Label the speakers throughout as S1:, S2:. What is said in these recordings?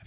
S1: hab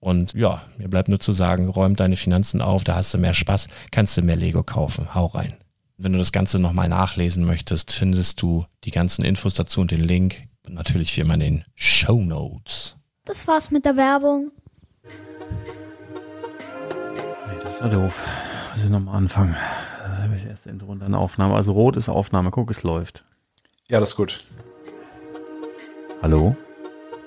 S1: Und ja, mir bleibt nur zu sagen, räum deine Finanzen auf, da hast du mehr Spaß, kannst du mehr Lego kaufen. Hau rein. Wenn du das Ganze nochmal nachlesen möchtest, findest du die ganzen Infos dazu und den Link und natürlich wie immer in den Show Notes.
S2: Das war's mit der Werbung.
S3: Nee, das war doof. Muss ich nochmal anfangen. Da habe ich erst Intro und dann Aufnahme. Also rot ist Aufnahme, guck, es läuft.
S4: Ja, das ist gut.
S3: Hallo?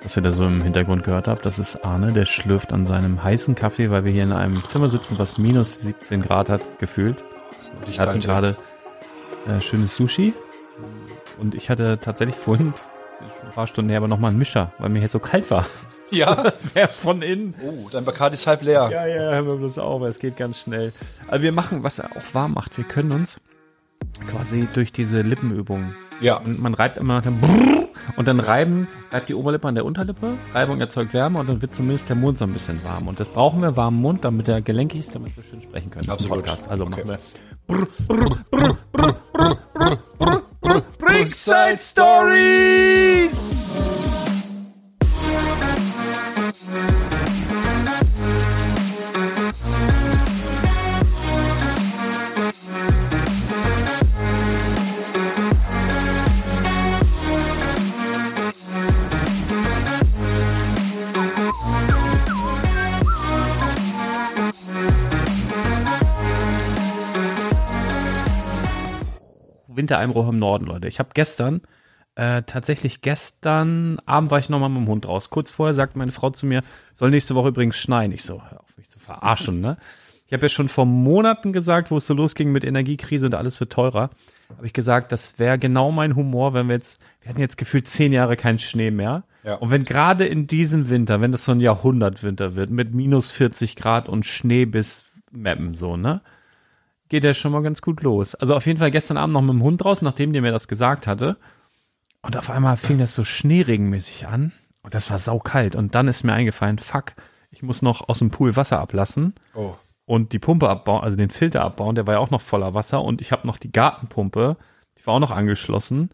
S3: Was ihr da so im Hintergrund gehört habt, das ist Arne, der schlürft an seinem heißen Kaffee, weil wir hier in einem Zimmer sitzen, was minus 17 Grad hat, gefühlt.
S4: Ich
S3: Wir hatten gerade äh, schönes Sushi und ich hatte tatsächlich vorhin, ein paar Stunden her, aber nochmal einen Mischer, weil mir hier so kalt war.
S4: Ja.
S3: Das wäre von innen.
S4: Oh, dein Bacardi ist halb leer.
S3: Ja, ja, hören wir bloß auf, es geht ganz schnell. Also wir machen, was auch warm macht, wir können uns quasi durch diese Lippenübungen
S4: Ja.
S3: und man reibt immer nach dem Brrrr und dann reiben, reibt die Oberlippe an der Unterlippe, Reibung erzeugt Wärme und dann wird zumindest der Mund so ein bisschen warm. Und das brauchen wir, warmen Mund, damit er gelenkig ist, damit wir schön sprechen können. Das ist ein
S4: Absolut.
S3: Podcast. Also
S4: Okay.
S3: machen wir.
S4: Brickside Story!
S3: Wintereinbruch im Norden, Leute. Ich habe gestern, äh, tatsächlich gestern Abend war ich nochmal mit dem Hund raus. Kurz vorher sagt meine Frau zu mir, soll nächste Woche übrigens schneien. Ich so, hör auf mich zu verarschen, ne? Ich habe ja schon vor Monaten gesagt, wo es so losging mit Energiekrise und alles wird teurer, habe ich gesagt, das wäre genau mein Humor, wenn wir jetzt, wir hatten jetzt gefühlt zehn Jahre keinen Schnee mehr.
S4: Ja.
S3: Und wenn gerade in diesem Winter, wenn das so ein Jahrhundertwinter wird, mit minus 40 Grad und Schnee bis mappen, so, ne? Geht ja schon mal ganz gut los. Also auf jeden Fall gestern Abend noch mit dem Hund raus, nachdem der mir das gesagt hatte. Und auf einmal fing das so schneeregenmäßig an. Und das war saukalt. Und dann ist mir eingefallen, fuck, ich muss noch aus dem Pool Wasser ablassen
S4: Oh.
S3: und die Pumpe abbauen, also den Filter abbauen, der war ja auch noch voller Wasser und ich habe noch die Gartenpumpe, die war auch noch angeschlossen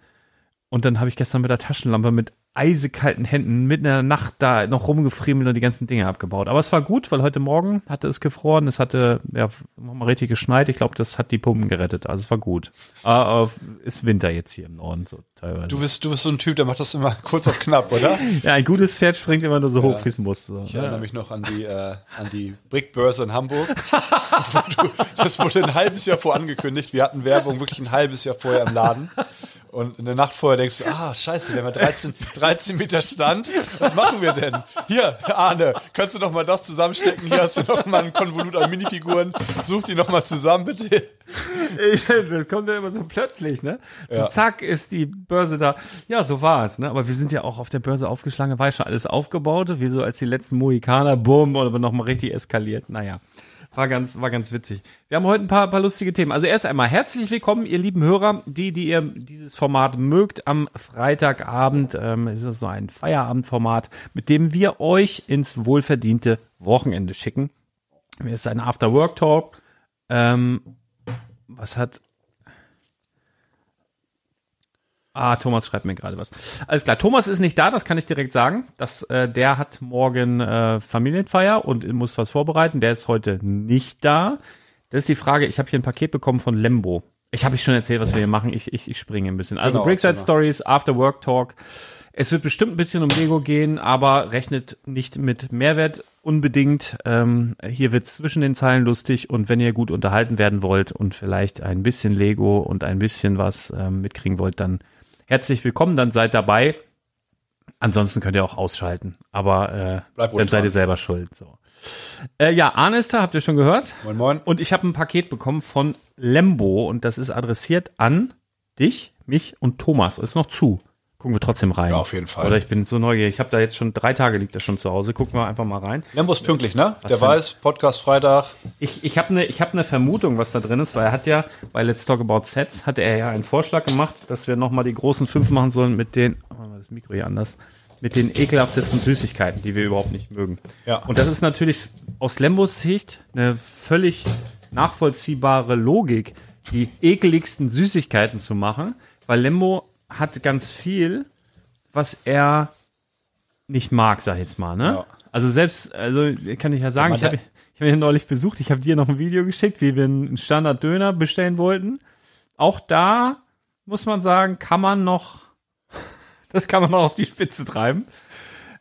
S3: und dann habe ich gestern mit der Taschenlampe mit eisekalten Händen mitten in der Nacht da noch rumgefriemelt und die ganzen Dinge abgebaut. Aber es war gut, weil heute Morgen hatte es gefroren, es hatte ja nochmal richtig geschneit. Ich glaube, das hat die Pumpen gerettet. Also es war gut. Aber äh, ist Winter jetzt hier im Norden so teilweise.
S4: Du bist, du bist so ein Typ, der macht das immer kurz auf knapp, oder?
S3: ja, ein gutes Pferd springt immer nur so hoch, wie es muss. So.
S4: Ich erinnere mich noch an die, äh, an die Brickbörse in Hamburg. Wo du, das wurde ein halbes Jahr vor angekündigt. Wir hatten Werbung wirklich ein halbes Jahr vorher im Laden. Und in der Nacht vorher denkst du, ah, scheiße, wir haben ja 13, 13 Meter Stand. Was machen wir denn? Hier, Arne, kannst du noch mal das zusammenstecken? Hier hast du noch mal ein Konvolut an Minifiguren. Such die noch mal zusammen, bitte.
S3: Ich- Das kommt ja immer so plötzlich, ne? So
S4: Ja.
S3: zack ist die Börse da. Ja, so war's, ne? Aber wir sind ja auch auf der Börse aufgeschlagen, da war ja schon alles aufgebaut, wie so als die letzten Mohikaner, bumm, oder nochmal richtig eskaliert. Naja, war ganz, war ganz witzig. Wir haben heute ein paar, paar lustige Themen. Also erst einmal herzlich willkommen, ihr lieben Hörer, die, die ihr dieses Format mögt, am Freitagabend ähm, ist es so ein Feierabendformat, mit dem wir euch ins wohlverdiente Wochenende schicken. Mir ist ein After-Work-Talk. Ähm, was hat. Ah, Thomas schreibt mir gerade was. Alles klar, Thomas ist nicht da, das kann ich direkt sagen. Das, äh, der hat morgen äh, Familienfeier und muss was vorbereiten. Der ist heute nicht da. Das ist die Frage, ich habe hier ein Paket bekommen von Lembo. Ich habe ich schon erzählt, was wir hier machen. Ich, ich, ich springe ein bisschen. Also
S4: Genau,
S3: Brickside
S4: erzähl mal.
S3: Stories, After Work Talk. Es wird bestimmt ein bisschen um Lego gehen, aber rechnet nicht mit Mehrwert unbedingt. Ähm, hier wird zwischen den Zeilen lustig und wenn ihr gut unterhalten werden wollt und vielleicht ein bisschen Lego und ein bisschen was ähm, mitkriegen wollt, dann herzlich willkommen, dann seid dabei. Ansonsten könnt ihr auch ausschalten, aber äh,
S4: Bleibt ruhig
S3: dann seid
S4: dran.
S3: ihr selber schuld. So. Äh, ja, Arne ist da, habt ihr schon gehört?
S4: Moin, moin.
S3: Und ich habe ein Paket bekommen von Lembo und das ist adressiert an dich, mich und Thomas. Ist noch zu. Gucken wir trotzdem rein.
S4: Ja, auf jeden Fall.
S3: Oder ich bin so neugierig. Ich habe da jetzt schon drei Tage liegt das schon zu Hause. Gucken wir einfach mal rein.
S4: Lembo ist pünktlich, ne? der
S3: für ein-
S4: weiß, Podcast Freitag.
S3: Ich, ich habe eine ich hab ne Vermutung, was da drin ist, weil er hat ja bei Let's Talk About Sets hatte er ja einen Vorschlag gemacht, dass wir nochmal die großen fünf machen sollen mit den, oh, machen wir das Mikro hier anders, mit den ekelhaftesten Süßigkeiten, die wir überhaupt nicht mögen.
S4: Ja.
S3: Und das ist natürlich aus Lembos Sicht eine völlig nachvollziehbare Logik, die ekeligsten Süßigkeiten zu machen, weil Lembo hat ganz viel, was er nicht mag, sag ich jetzt mal, ne?
S4: Ja.
S3: Also selbst, also kann ich ja sagen,
S4: Mann,
S3: ich habe
S4: der-
S3: ich hab ihn neulich besucht, ich habe dir noch ein Video geschickt, wie wir einen Standard-Döner bestellen wollten. Auch da muss man sagen, kann man noch, das kann man noch auf die Spitze treiben.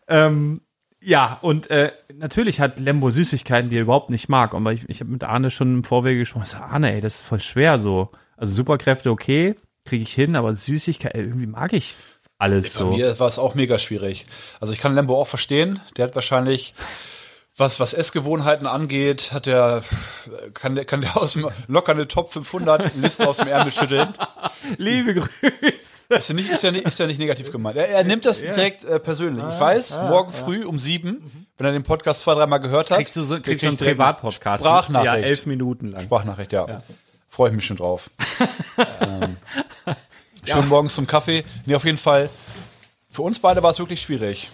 S3: Ähm, ja, und äh, natürlich hat Lembo Süßigkeiten, die er überhaupt nicht mag. Und weil ich, ich habe mit Arne schon im Vorwege gesprochen. Ich sag, Arne, ey, das ist voll schwer so. Also Superkräfte, okay, kriege ich hin, aber Süßigkeiten, irgendwie mag ich alles
S4: Bei
S3: so.
S4: mir war es auch mega schwierig. Also ich kann Lembo auch verstehen. Der hat wahrscheinlich, was, was Essgewohnheiten angeht, hat der, kann der, kann der aus dem, locker eine Top 500 Liste aus dem Ärmel schütteln.
S3: Liebe
S4: Hm.
S3: Grüße.
S4: Ist ja nicht, ist ja nicht, ist ja nicht negativ gemeint. Er, er nimmt das direkt äh, persönlich.
S3: Ah,
S4: Ich weiß, morgen früh um sieben, wenn er den Podcast zwei, dreimal gehört hat,
S3: Mhm. Kriegst du so,
S4: der
S3: kriegst du einen
S4: kriegt direkt
S3: Privatpodcast?
S4: Sprachnachricht.
S3: Ja, elf Minuten lang.
S4: Sprachnachricht, ja. Freue ich mich schon drauf. ähm, Schon morgens zum Kaffee. Nee, auf jeden Fall. Für uns beide war es wirklich schwierig.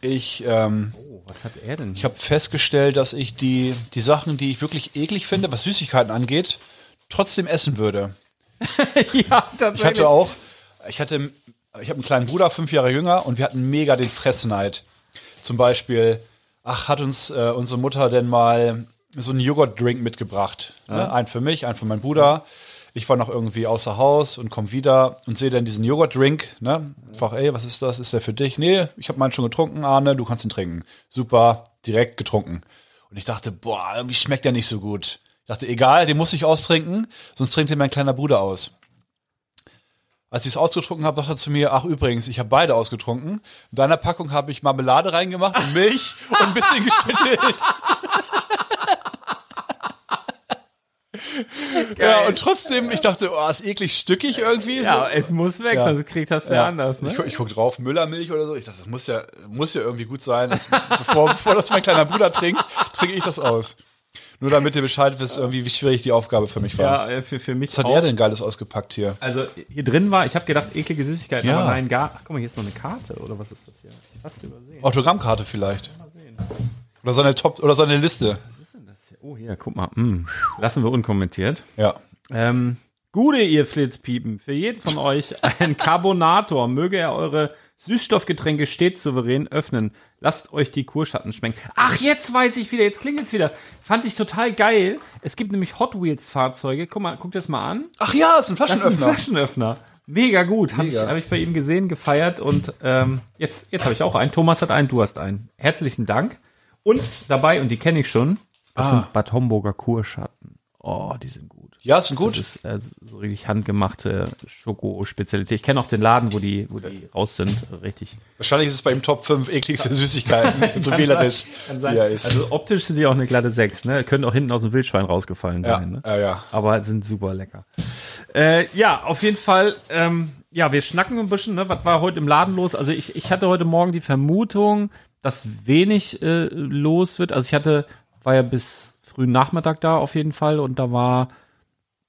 S4: Ich, ähm,
S3: Oh, was hat er denn?
S4: ich habe festgestellt, dass ich die, die Sachen, die ich wirklich eklig finde, was Süßigkeiten angeht, trotzdem essen würde.
S3: ja,
S4: Ich hatte auch, ich hatte, ich habe einen kleinen Bruder, fünf Jahre jünger, und wir hatten mega den Fressneid. Zum Beispiel, ach, hat uns äh, unsere Mutter denn mal so einen Joghurt-Drink mitgebracht? Ne? Einen für mich, einen für meinen Bruder. Ich war noch irgendwie außer Haus und komme wieder und sehe dann diesen Joghurt-Drink. Ne? Ich frage, ey, was ist das? Ist der für dich? Nee, ich habe meinen schon getrunken, Arne, du kannst ihn trinken. Super, direkt getrunken. Und ich dachte, boah, irgendwie schmeckt der nicht so gut. Ich dachte, egal, den muss ich austrinken, sonst trinkt den mein kleiner Bruder aus. Als ich es ausgetrunken habe, dachte er zu mir, ach übrigens, ich habe beide ausgetrunken. In deiner Packung habe ich Marmelade reingemacht und Milch und ein bisschen geschüttelt. ja, und trotzdem, ich dachte, oh, ist eklig stückig irgendwie.
S3: Ja,
S4: so.
S3: es muss weg,
S4: Ja.
S3: sonst kriegt das der
S4: Ja.
S3: anders, ne?
S4: Ich, guck- ich guck drauf, Müllermilch oder so. Ich dachte, das muss ja, muss ja irgendwie gut sein. Das, bevor, bevor das mein kleiner Bruder trinkt, trinke ich das aus. Nur damit ihr Bescheid wisst, irgendwie, wie schwierig die Aufgabe für mich war.
S3: Ja, äh, für, für mich
S4: Was hat
S3: auch.
S4: er denn Geiles ausgepackt hier?
S3: Also hier drin war, ich habe gedacht, eklige Süßigkeiten,
S4: Ja.
S3: aber nein, gar. Ach guck mal, hier ist noch eine Karte oder was ist das hier? Ich hab fast übersehen.
S4: Autogrammkarte vielleicht. Oder seine Top oder seine Liste.
S3: Was ist denn das hier? Oh hier, guck mal. Mm. Lassen wir unkommentiert.
S4: Ja.
S3: Ähm, Gute, ihr Flitzpiepen, für jeden von euch ein Carbonator. Möge er eure Süßstoffgetränke stets souverän öffnen. Lasst euch die Kurschatten schmecken. Ach, jetzt weiß ich wieder, jetzt klingelt's wieder. Fand ich total geil. Es gibt nämlich Hot Wheels Fahrzeuge. Guck mal, guck das mal an.
S4: Ach ja, ist ein
S3: Das ist ein
S4: Flaschenöffner.
S3: Flaschenöffner. Mega gut. Habe ich,
S4: Mega.
S3: hab ich bei ihm gesehen, gefeiert und ähm, jetzt, jetzt habe ich auch einen. Thomas hat einen, du hast einen. Herzlichen Dank. Und dabei, und die kenne ich schon,
S4: Ah.
S3: das sind Bad Homburger Kurschatten. Oh, die sind gut.
S4: ja, ist ein
S3: Das
S4: gut.
S3: ist äh, so richtig handgemachte Schoko-Spezialität. Ich kenne auch den Laden, wo die, wo die raus sind. Richtig.
S4: Wahrscheinlich ist es bei ihm Top 5 ekligste Süßigkeiten, so wählerisch wie er ist.
S3: Also optisch sind die auch eine glatte 6, ne? Können auch hinten aus dem Wildschwein rausgefallen
S4: Ja,
S3: sein, ne?
S4: ja, ja.
S3: Aber sind super lecker. Äh, ja, auf jeden Fall, ähm, ja, wir schnacken ein bisschen, ne? Was war heute im Laden los? Also ich, ich hatte heute Morgen die Vermutung, dass wenig äh, los wird. Also ich hatte, war ja bis frühen Nachmittag da auf jeden Fall und da war,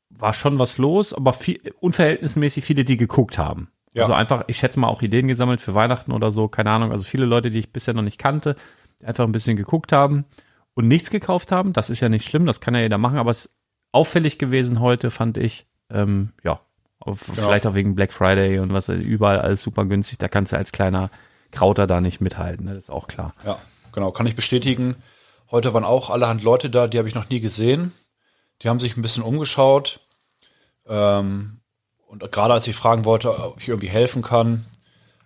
S3: war schon was los, aber viel, unverhältnismäßig viele, die geguckt haben.
S4: Ja.
S3: Also einfach, ich schätze mal auch Ideen gesammelt für Weihnachten oder so, keine Ahnung. Also viele Leute, die ich bisher noch nicht kannte, die einfach ein bisschen geguckt haben und nichts gekauft haben. Das ist ja nicht schlimm, das kann ja jeder machen, aber es ist auffällig gewesen heute, fand ich. Ähm, ja, auf, vielleicht auch wegen Black Friday und was, überall alles super günstig. Da kannst du als kleiner Krauter da nicht mithalten, ne? das ist auch klar.
S4: Ja, genau, kann ich bestätigen. Heute waren auch allerhand Leute da, die habe ich noch nie gesehen. Die haben sich ein bisschen umgeschaut. Ähm, und gerade als ich fragen wollte, ob ich irgendwie helfen kann,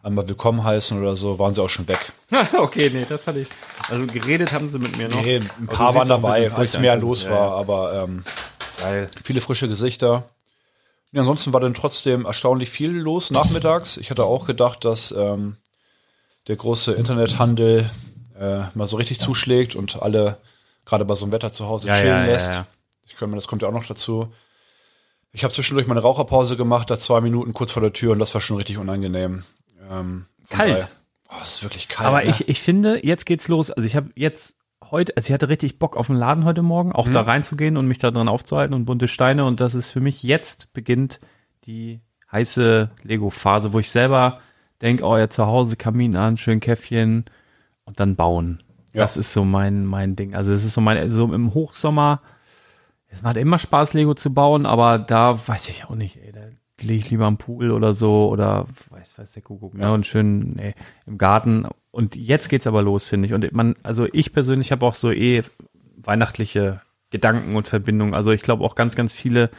S4: einmal willkommen heißen oder so, waren sie auch schon weg.
S3: okay, nee, das hatte ich. Also geredet haben sie mit mir noch.
S4: Nee, ein paar waren dabei, als mehr los war, aber ähm,
S3: Geil.
S4: viele frische Gesichter. Ja, ansonsten war dann trotzdem erstaunlich viel los nachmittags. Ich hatte auch gedacht, dass ähm, der große Internethandel äh, mal so richtig zuschlägt und alle gerade bei so einem Wetter zu Hause
S3: Ja,
S4: chillen
S3: ja, ja,
S4: lässt.
S3: ja.
S4: Ich kann mir, das kommt ja auch noch dazu. Ich habe zwischendurch meine Raucherpause gemacht, da zwei Minuten kurz vor der Tür und das war schon richtig unangenehm. Ähm, von
S3: Kalt.
S4: daher- Oh, es ist wirklich kalt.
S3: Aber
S4: ne?
S3: ich, ich finde, jetzt geht's los. Also ich habe jetzt heute, also ich hatte richtig Bock auf den Laden heute Morgen,
S4: Mhm.
S3: auch da reinzugehen und mich da dran aufzuhalten und bunte Steine. Und das ist für mich jetzt beginnt die heiße Lego-Phase, wo ich selber denke, oh ja, zu Hause Kamin an, schön Käffchen und dann bauen.
S4: Ja.
S3: Das ist so mein, mein Ding. Also es ist so mein, so im Hochsommer, es macht immer Spaß, Lego zu bauen, aber da weiß ich auch nicht, ey, da lege ich lieber am Pool oder so oder weiß, weiß der Kuckuck, ne? Und schön ey, im Garten. Und jetzt geht's aber los, finde ich. Und man, also ich persönlich habe auch so eh weihnachtliche Gedanken und Verbindungen. Also ich glaube auch ganz, ganz viele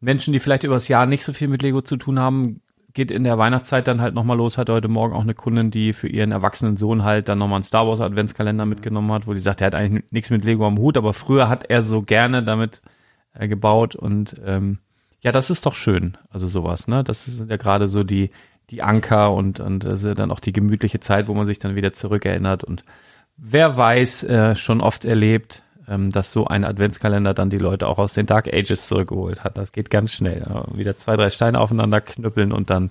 S3: Menschen, die vielleicht übers Jahr nicht so viel mit Lego zu tun haben, geht in der Weihnachtszeit dann halt nochmal los. Hat heute Morgen auch eine Kundin, die für ihren erwachsenen Sohn halt dann nochmal einen Star Wars Adventskalender mitgenommen hat, wo die sagt, er hat eigentlich nichts mit Lego am Hut, aber früher hat er so gerne damit äh, gebaut und ähm, ja, das ist doch schön. Also sowas, ne? Das sind ja gerade so die, die Anker und, und das ist ja dann auch die gemütliche Zeit, wo man sich dann wieder zurückerinnert und wer weiß, äh, schon oft erlebt, ähm, dass so ein Adventskalender dann die Leute auch aus den Dark Ages zurückgeholt hat. Das geht ganz schnell. Äh, Wieder zwei, drei Steine aufeinander knüppeln und dann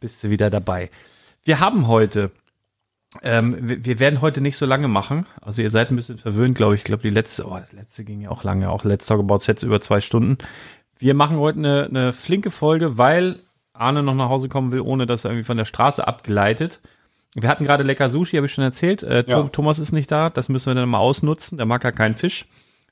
S3: bist du wieder dabei. Wir haben heute, ähm, wir, wir werden heute nicht so lange machen. Also ihr seid ein bisschen verwöhnt, glaube ich. Ich glaube, die letzte, oh, das letzte ging ja auch lange. Auch letzter gebaut jetzt über zwei Stunden. Wir machen heute eine, eine flinke Folge, weil Arne noch nach Hause kommen will, ohne dass er irgendwie von der Straße abgleitet. Wir hatten gerade lecker Sushi, habe ich schon erzählt. Äh,
S4: Ja.
S3: Tom- Thomas ist nicht da, das müssen wir dann mal ausnutzen. Der mag ja keinen Fisch.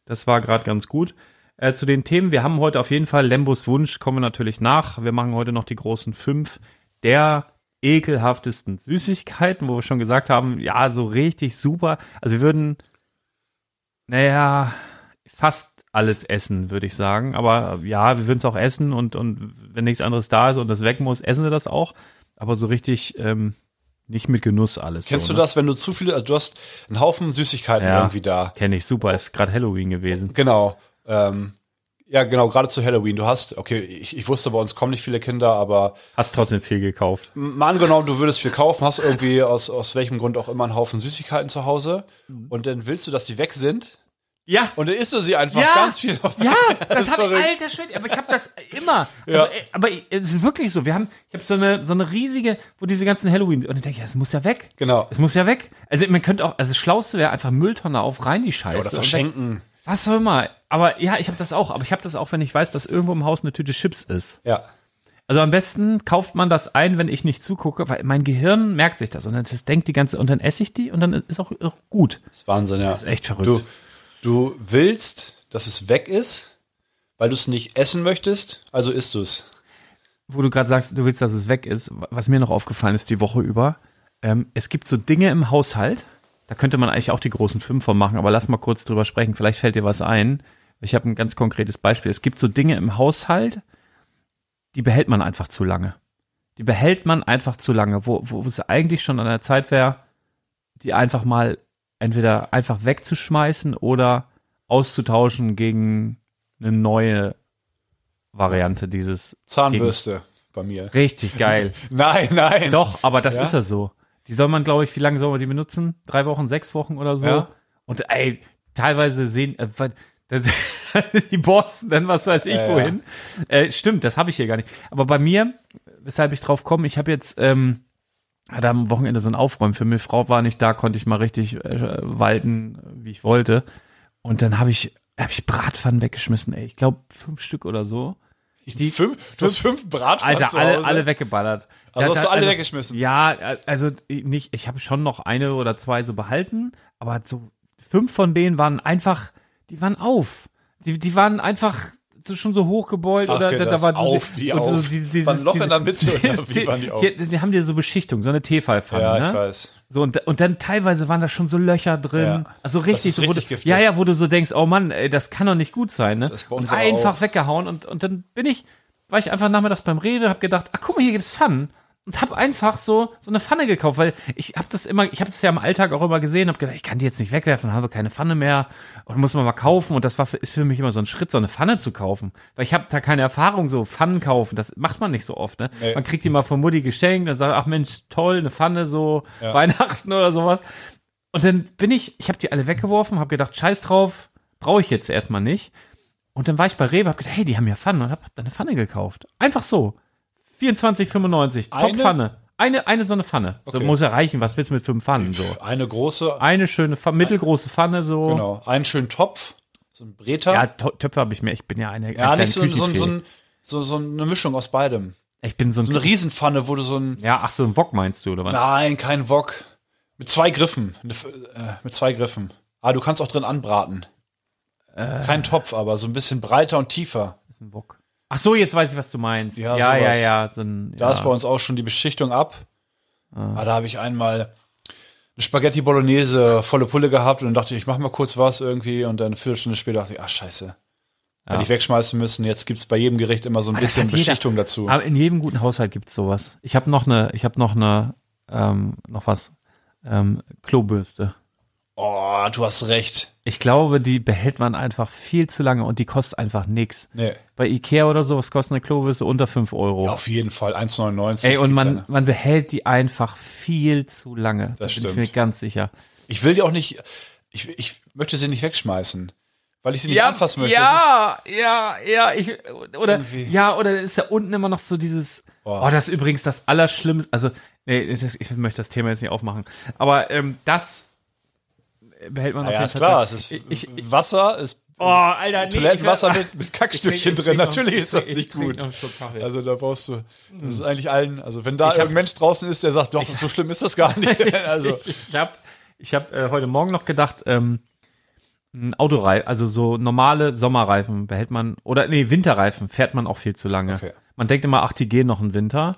S3: Das war gerade ganz gut. Äh, zu den Themen, wir haben heute auf jeden Fall Lembos Wunsch, kommen wir natürlich nach. Wir machen heute noch die großen fünf der ekelhaftesten Süßigkeiten, wo wir schon gesagt haben, ja, so richtig super. Also wir würden, naja, fast alles essen, würde ich sagen. Aber ja, wir würden es auch essen und, und wenn nichts anderes da ist und das weg muss, essen wir das auch. Aber so richtig ähm, nicht mit Genuss alles.
S4: Kennst
S3: so,
S4: du
S3: ne?
S4: das, wenn du zu viele, also du hast einen Haufen Süßigkeiten
S3: Ja.
S4: irgendwie da?
S3: Kenne ich super, ist gerade Halloween gewesen.
S4: Genau. Ähm, ja, genau, gerade zu Halloween. Du hast, okay, ich, ich wusste, bei uns kommen nicht viele Kinder, aber
S3: Hast trotzdem viel gekauft.
S4: mal angenommen, du würdest viel kaufen, hast irgendwie aus, aus welchem Grund auch immer einen Haufen Süßigkeiten zu Hause
S3: Mhm.
S4: und dann willst du, dass die weg sind
S3: Ja,
S4: und dann isst du sie einfach
S3: Ja.
S4: ganz viel.
S3: Ja, das
S4: ist
S3: habe ich,
S4: verrückt.
S3: alter Schwede, aber ich habe das immer.
S4: Ja.
S3: Also, äh, aber ich- es ist wirklich so, wir haben, ich habe so eine, so eine riesige, wo diese ganzen Halloween, und ich denke, ja, es muss ja weg.
S4: Genau.
S3: Es muss ja weg. Also man könnte auch, also das Schlauste wäre einfach Mülltonne auf, rein die Scheiße.
S4: Oder verschenken.
S3: Und Was auch immer. Aber ja, ich habe das auch. Aber ich habe das auch, wenn ich weiß, dass irgendwo im Haus eine Tüte Chips ist.
S4: Ja.
S3: Also am besten kauft man das ein, wenn ich nicht zugucke, weil mein Gehirn merkt sich das und dann das denkt die ganze und dann esse ich die und dann ist auch, auch gut.
S4: Das ist Wahnsinn, ja. Das
S3: ist echt verrückt.
S4: Du, du willst, dass es weg ist, weil du es nicht essen möchtest, also isst du es.
S3: Wo du gerade sagst, du willst, dass es weg ist. Was mir noch aufgefallen ist die Woche über, ähm, es gibt so Dinge im Haushalt, da könnte man eigentlich auch die großen fünf von machen, aber lass mal kurz drüber sprechen, vielleicht fällt dir was ein. Ich habe ein ganz konkretes Beispiel. Es gibt so Dinge im Haushalt, die behält man einfach zu lange. Die behält man einfach zu lange, wo, wo es eigentlich schon an der Zeit wäre, die einfach mal entweder einfach wegzuschmeißen oder auszutauschen gegen eine neue Variante dieses
S4: Zahnbürste bei mir.
S3: richtig geil.
S4: Nein, nein.
S3: Doch, aber das
S4: Ja?
S3: ist ja so. Die soll man, glaube ich, wie lange soll man die benutzen? Drei Wochen, sechs Wochen oder so.
S4: Ja.
S3: Und ey, teilweise sehen äh, was- das, die Borsten dann was weiß ich
S4: Ja, ja.
S3: wohin. Äh, stimmt, das habe ich hier gar nicht. Aber bei mir, weshalb ich drauf komme, ich habe jetzt ähm, hatte am Wochenende so ein Aufräumfilm. Meine Frau war nicht da, konnte ich mal richtig äh, walten, wie ich wollte. Und dann habe ich habe ich Bratpfannen weggeschmissen, ey. Ich glaube fünf Stück oder so.
S4: die, fünf, du hast fünf Bratpfannen
S3: Alter,
S4: zu
S3: alle,
S4: Hause.
S3: alle weggeballert.
S4: Also hast du alle weggeschmissen?
S3: Ja, also nicht, ich habe schon noch eine oder zwei so behalten, aber so fünf von denen waren einfach, die waren auf. Die, die waren einfach so schon so hochgebeult
S4: Ach,
S3: oder
S4: okay,
S3: da, da
S4: das
S3: war
S4: auf, wie
S3: und
S4: auf. War ein Loch in der Mitte, oder
S3: dieses-
S4: wie waren die auf?
S3: Die, die haben dir so Beschichtung, so eine Tefalpfanne,
S4: Ja,
S3: ne?
S4: ich weiß.
S3: So, und, und dann teilweise waren da schon so Löcher drin.
S4: Ja.
S3: Also richtig,
S4: Das ist
S3: so, wo
S4: richtig
S3: du,
S4: giftig.
S3: Ja, ja, wo du so denkst, oh Mann, ey, das kann doch nicht gut sein, ne?
S4: Das ist bei uns
S3: und
S4: aber
S3: einfach
S4: auch.
S3: weggehauen und, und dann bin ich, war ich einfach nachmittags beim Rewe, hab gedacht, ach guck mal, hier gibt's Pfannen. Und hab einfach so, so eine Pfanne gekauft, weil ich hab das immer, ich hab das ja im Alltag auch immer gesehen, hab gedacht, ich kann die jetzt nicht wegwerfen, habe keine Pfanne mehr und muss man mal kaufen. Und das war für, ist für mich immer so ein Schritt, so eine Pfanne zu kaufen. Weil ich habe da keine Erfahrung, so Pfannen kaufen, das macht man nicht so oft, ne?
S4: Nee.
S3: Man kriegt die mal von Mutti geschenkt, dann sagt, ach Mensch, toll, eine Pfanne, so Weihnachten oder sowas. Und dann bin ich, ich habe die alle weggeworfen, habe gedacht, scheiß drauf, brauche ich jetzt erstmal nicht. Und dann war ich bei Rewe, habe gedacht, hey, die haben ja Pfannen und habe hab dann eine Pfanne gekauft. Einfach so. 24,95,
S4: Eine?
S3: Top Pfanne. Eine, eine so eine Pfanne. So
S4: Okay.
S3: muss ja reichen, was willst du mit fünf Pfannen so?
S4: Eine große,
S3: Eine schöne, Pfanne, mittelgroße Pfanne so.
S4: genau. Einen schönen Topf, so ein Breter.
S3: Ja, To- Töpfe habe ich mir, ich bin ja eine,
S4: Ja,
S3: eine
S4: nicht so,
S3: kleine
S4: so, so,
S3: Küchenfee.
S4: ein, so, so eine Mischung aus beidem.
S3: Ich bin so ein,
S4: So eine Riesenpfanne, wo du so ein.
S3: ja, ach so ein Wok meinst du, oder was?
S4: Nein, kein Wok. Mit zwei Griffen. Eine F- äh, Mit zwei Griffen. Ah, du kannst auch drin anbraten.
S3: Äh.
S4: Kein Topf, aber so ein bisschen breiter und tiefer.
S3: Ist ein Wok. Ach so, jetzt weiß ich, was du meinst.
S4: Ja,
S3: Ja, ja, ja,
S4: sowas.
S3: So ein,
S4: Da
S3: ja.
S4: ist bei uns auch schon die Beschichtung ab. Ah, da habe ich einmal eine Spaghetti Bolognese volle Pulle gehabt und dann dachte ich, ich mache mal kurz was irgendwie und dann eine Viertelstunde später dachte ich, ach scheiße. Hätte ich wegschmeißen müssen. Jetzt gibt's bei jedem Gericht immer so ein
S3: Das
S4: bisschen
S3: hat jeder.
S4: Beschichtung dazu.
S3: Aber in jedem guten Haushalt gibt's sowas. Ich habe noch eine, ich habe noch eine, ähm, noch was, ähm, Klobürste.
S4: Oh, du hast recht.
S3: Ich glaube, die behält man einfach viel zu lange und die kostet einfach nix.
S4: Nee.
S3: Bei Ikea oder sowas kostet eine Klobürste unter 5 Euro.
S4: Auf jeden Fall, 1,99.
S3: Ey, und
S4: kriegst
S3: man,
S4: eine.
S3: man behält die einfach viel zu lange.
S4: Das
S3: da bin ich mir
S4: stimmt.
S3: ganz sicher.
S4: Ich will die auch nicht, ich, ich möchte sie nicht wegschmeißen, weil ich sie nicht anfassen möchte. Das
S3: Ja, ja, ja, ich, oder,
S4: Irgendwie.
S3: ja, oder ist da unten immer noch so dieses,
S4: Oh.
S3: oh, das ist übrigens das Allerschlimmste, also, nee, das, ich möchte das Thema jetzt nicht aufmachen, aber ähm, das behält man
S4: ist,
S3: auf
S4: Ah ja,
S3: jeden
S4: ist
S3: Fall
S4: klar, es
S3: drin.
S4: ist
S3: ich, ich,
S4: Wasser, ist
S3: oh, Alter, nee,
S4: Toilettenwasser
S3: ich werd-
S4: mit, mit Kackstückchen
S3: ich- ich-
S4: drin.
S3: ich-
S4: Natürlich
S3: ich-
S4: ist das
S3: ich-
S4: nicht
S3: ich trink
S4: gut.
S3: noch einen Schluck Kaffee.
S4: Also da brauchst du, das ist eigentlich allen, also wenn da
S3: Mhm. hab-
S4: irgendein Mensch draußen ist, der sagt, doch, so schlimm ist das gar nicht. Also,
S3: Ich habe ich hab, äh, heute Morgen noch gedacht, ähm, ein Autoreifen, also so normale Sommerreifen behält man, oder nee, Winterreifen fährt man auch viel zu lange.
S4: Okay.
S3: Man denkt immer, ach, die gehen noch einen Winter.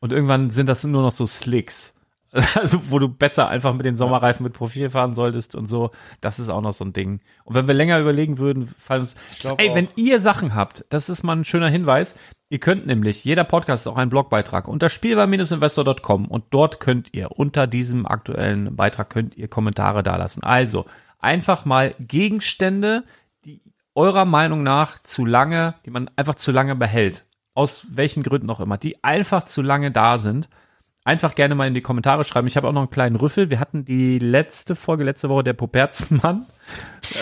S3: Und irgendwann sind das nur noch so Slicks. Also, wo du besser einfach mit den Sommerreifen mit Profil fahren solltest und so. Das ist auch noch so ein Ding. Und wenn wir länger überlegen würden, fallen uns.
S4: glaub
S3: Ey,
S4: auch.
S3: wenn ihr Sachen habt, das ist mal ein schöner Hinweis. Ihr könnt nämlich, jeder Podcast ist auch ein Blogbeitrag unter spielbar-investor.com und dort könnt ihr unter diesem aktuellen Beitrag könnt ihr Kommentare dalassen. Also einfach mal Gegenstände, die eurer Meinung nach zu lange, die man einfach zu lange behält, aus welchen Gründen auch immer, die einfach zu lange da sind, einfach gerne mal in die Kommentare schreiben. Ich habe auch noch einen kleinen Rüffel. Wir hatten die letzte Folge, letzte Woche, der Poperzenmann.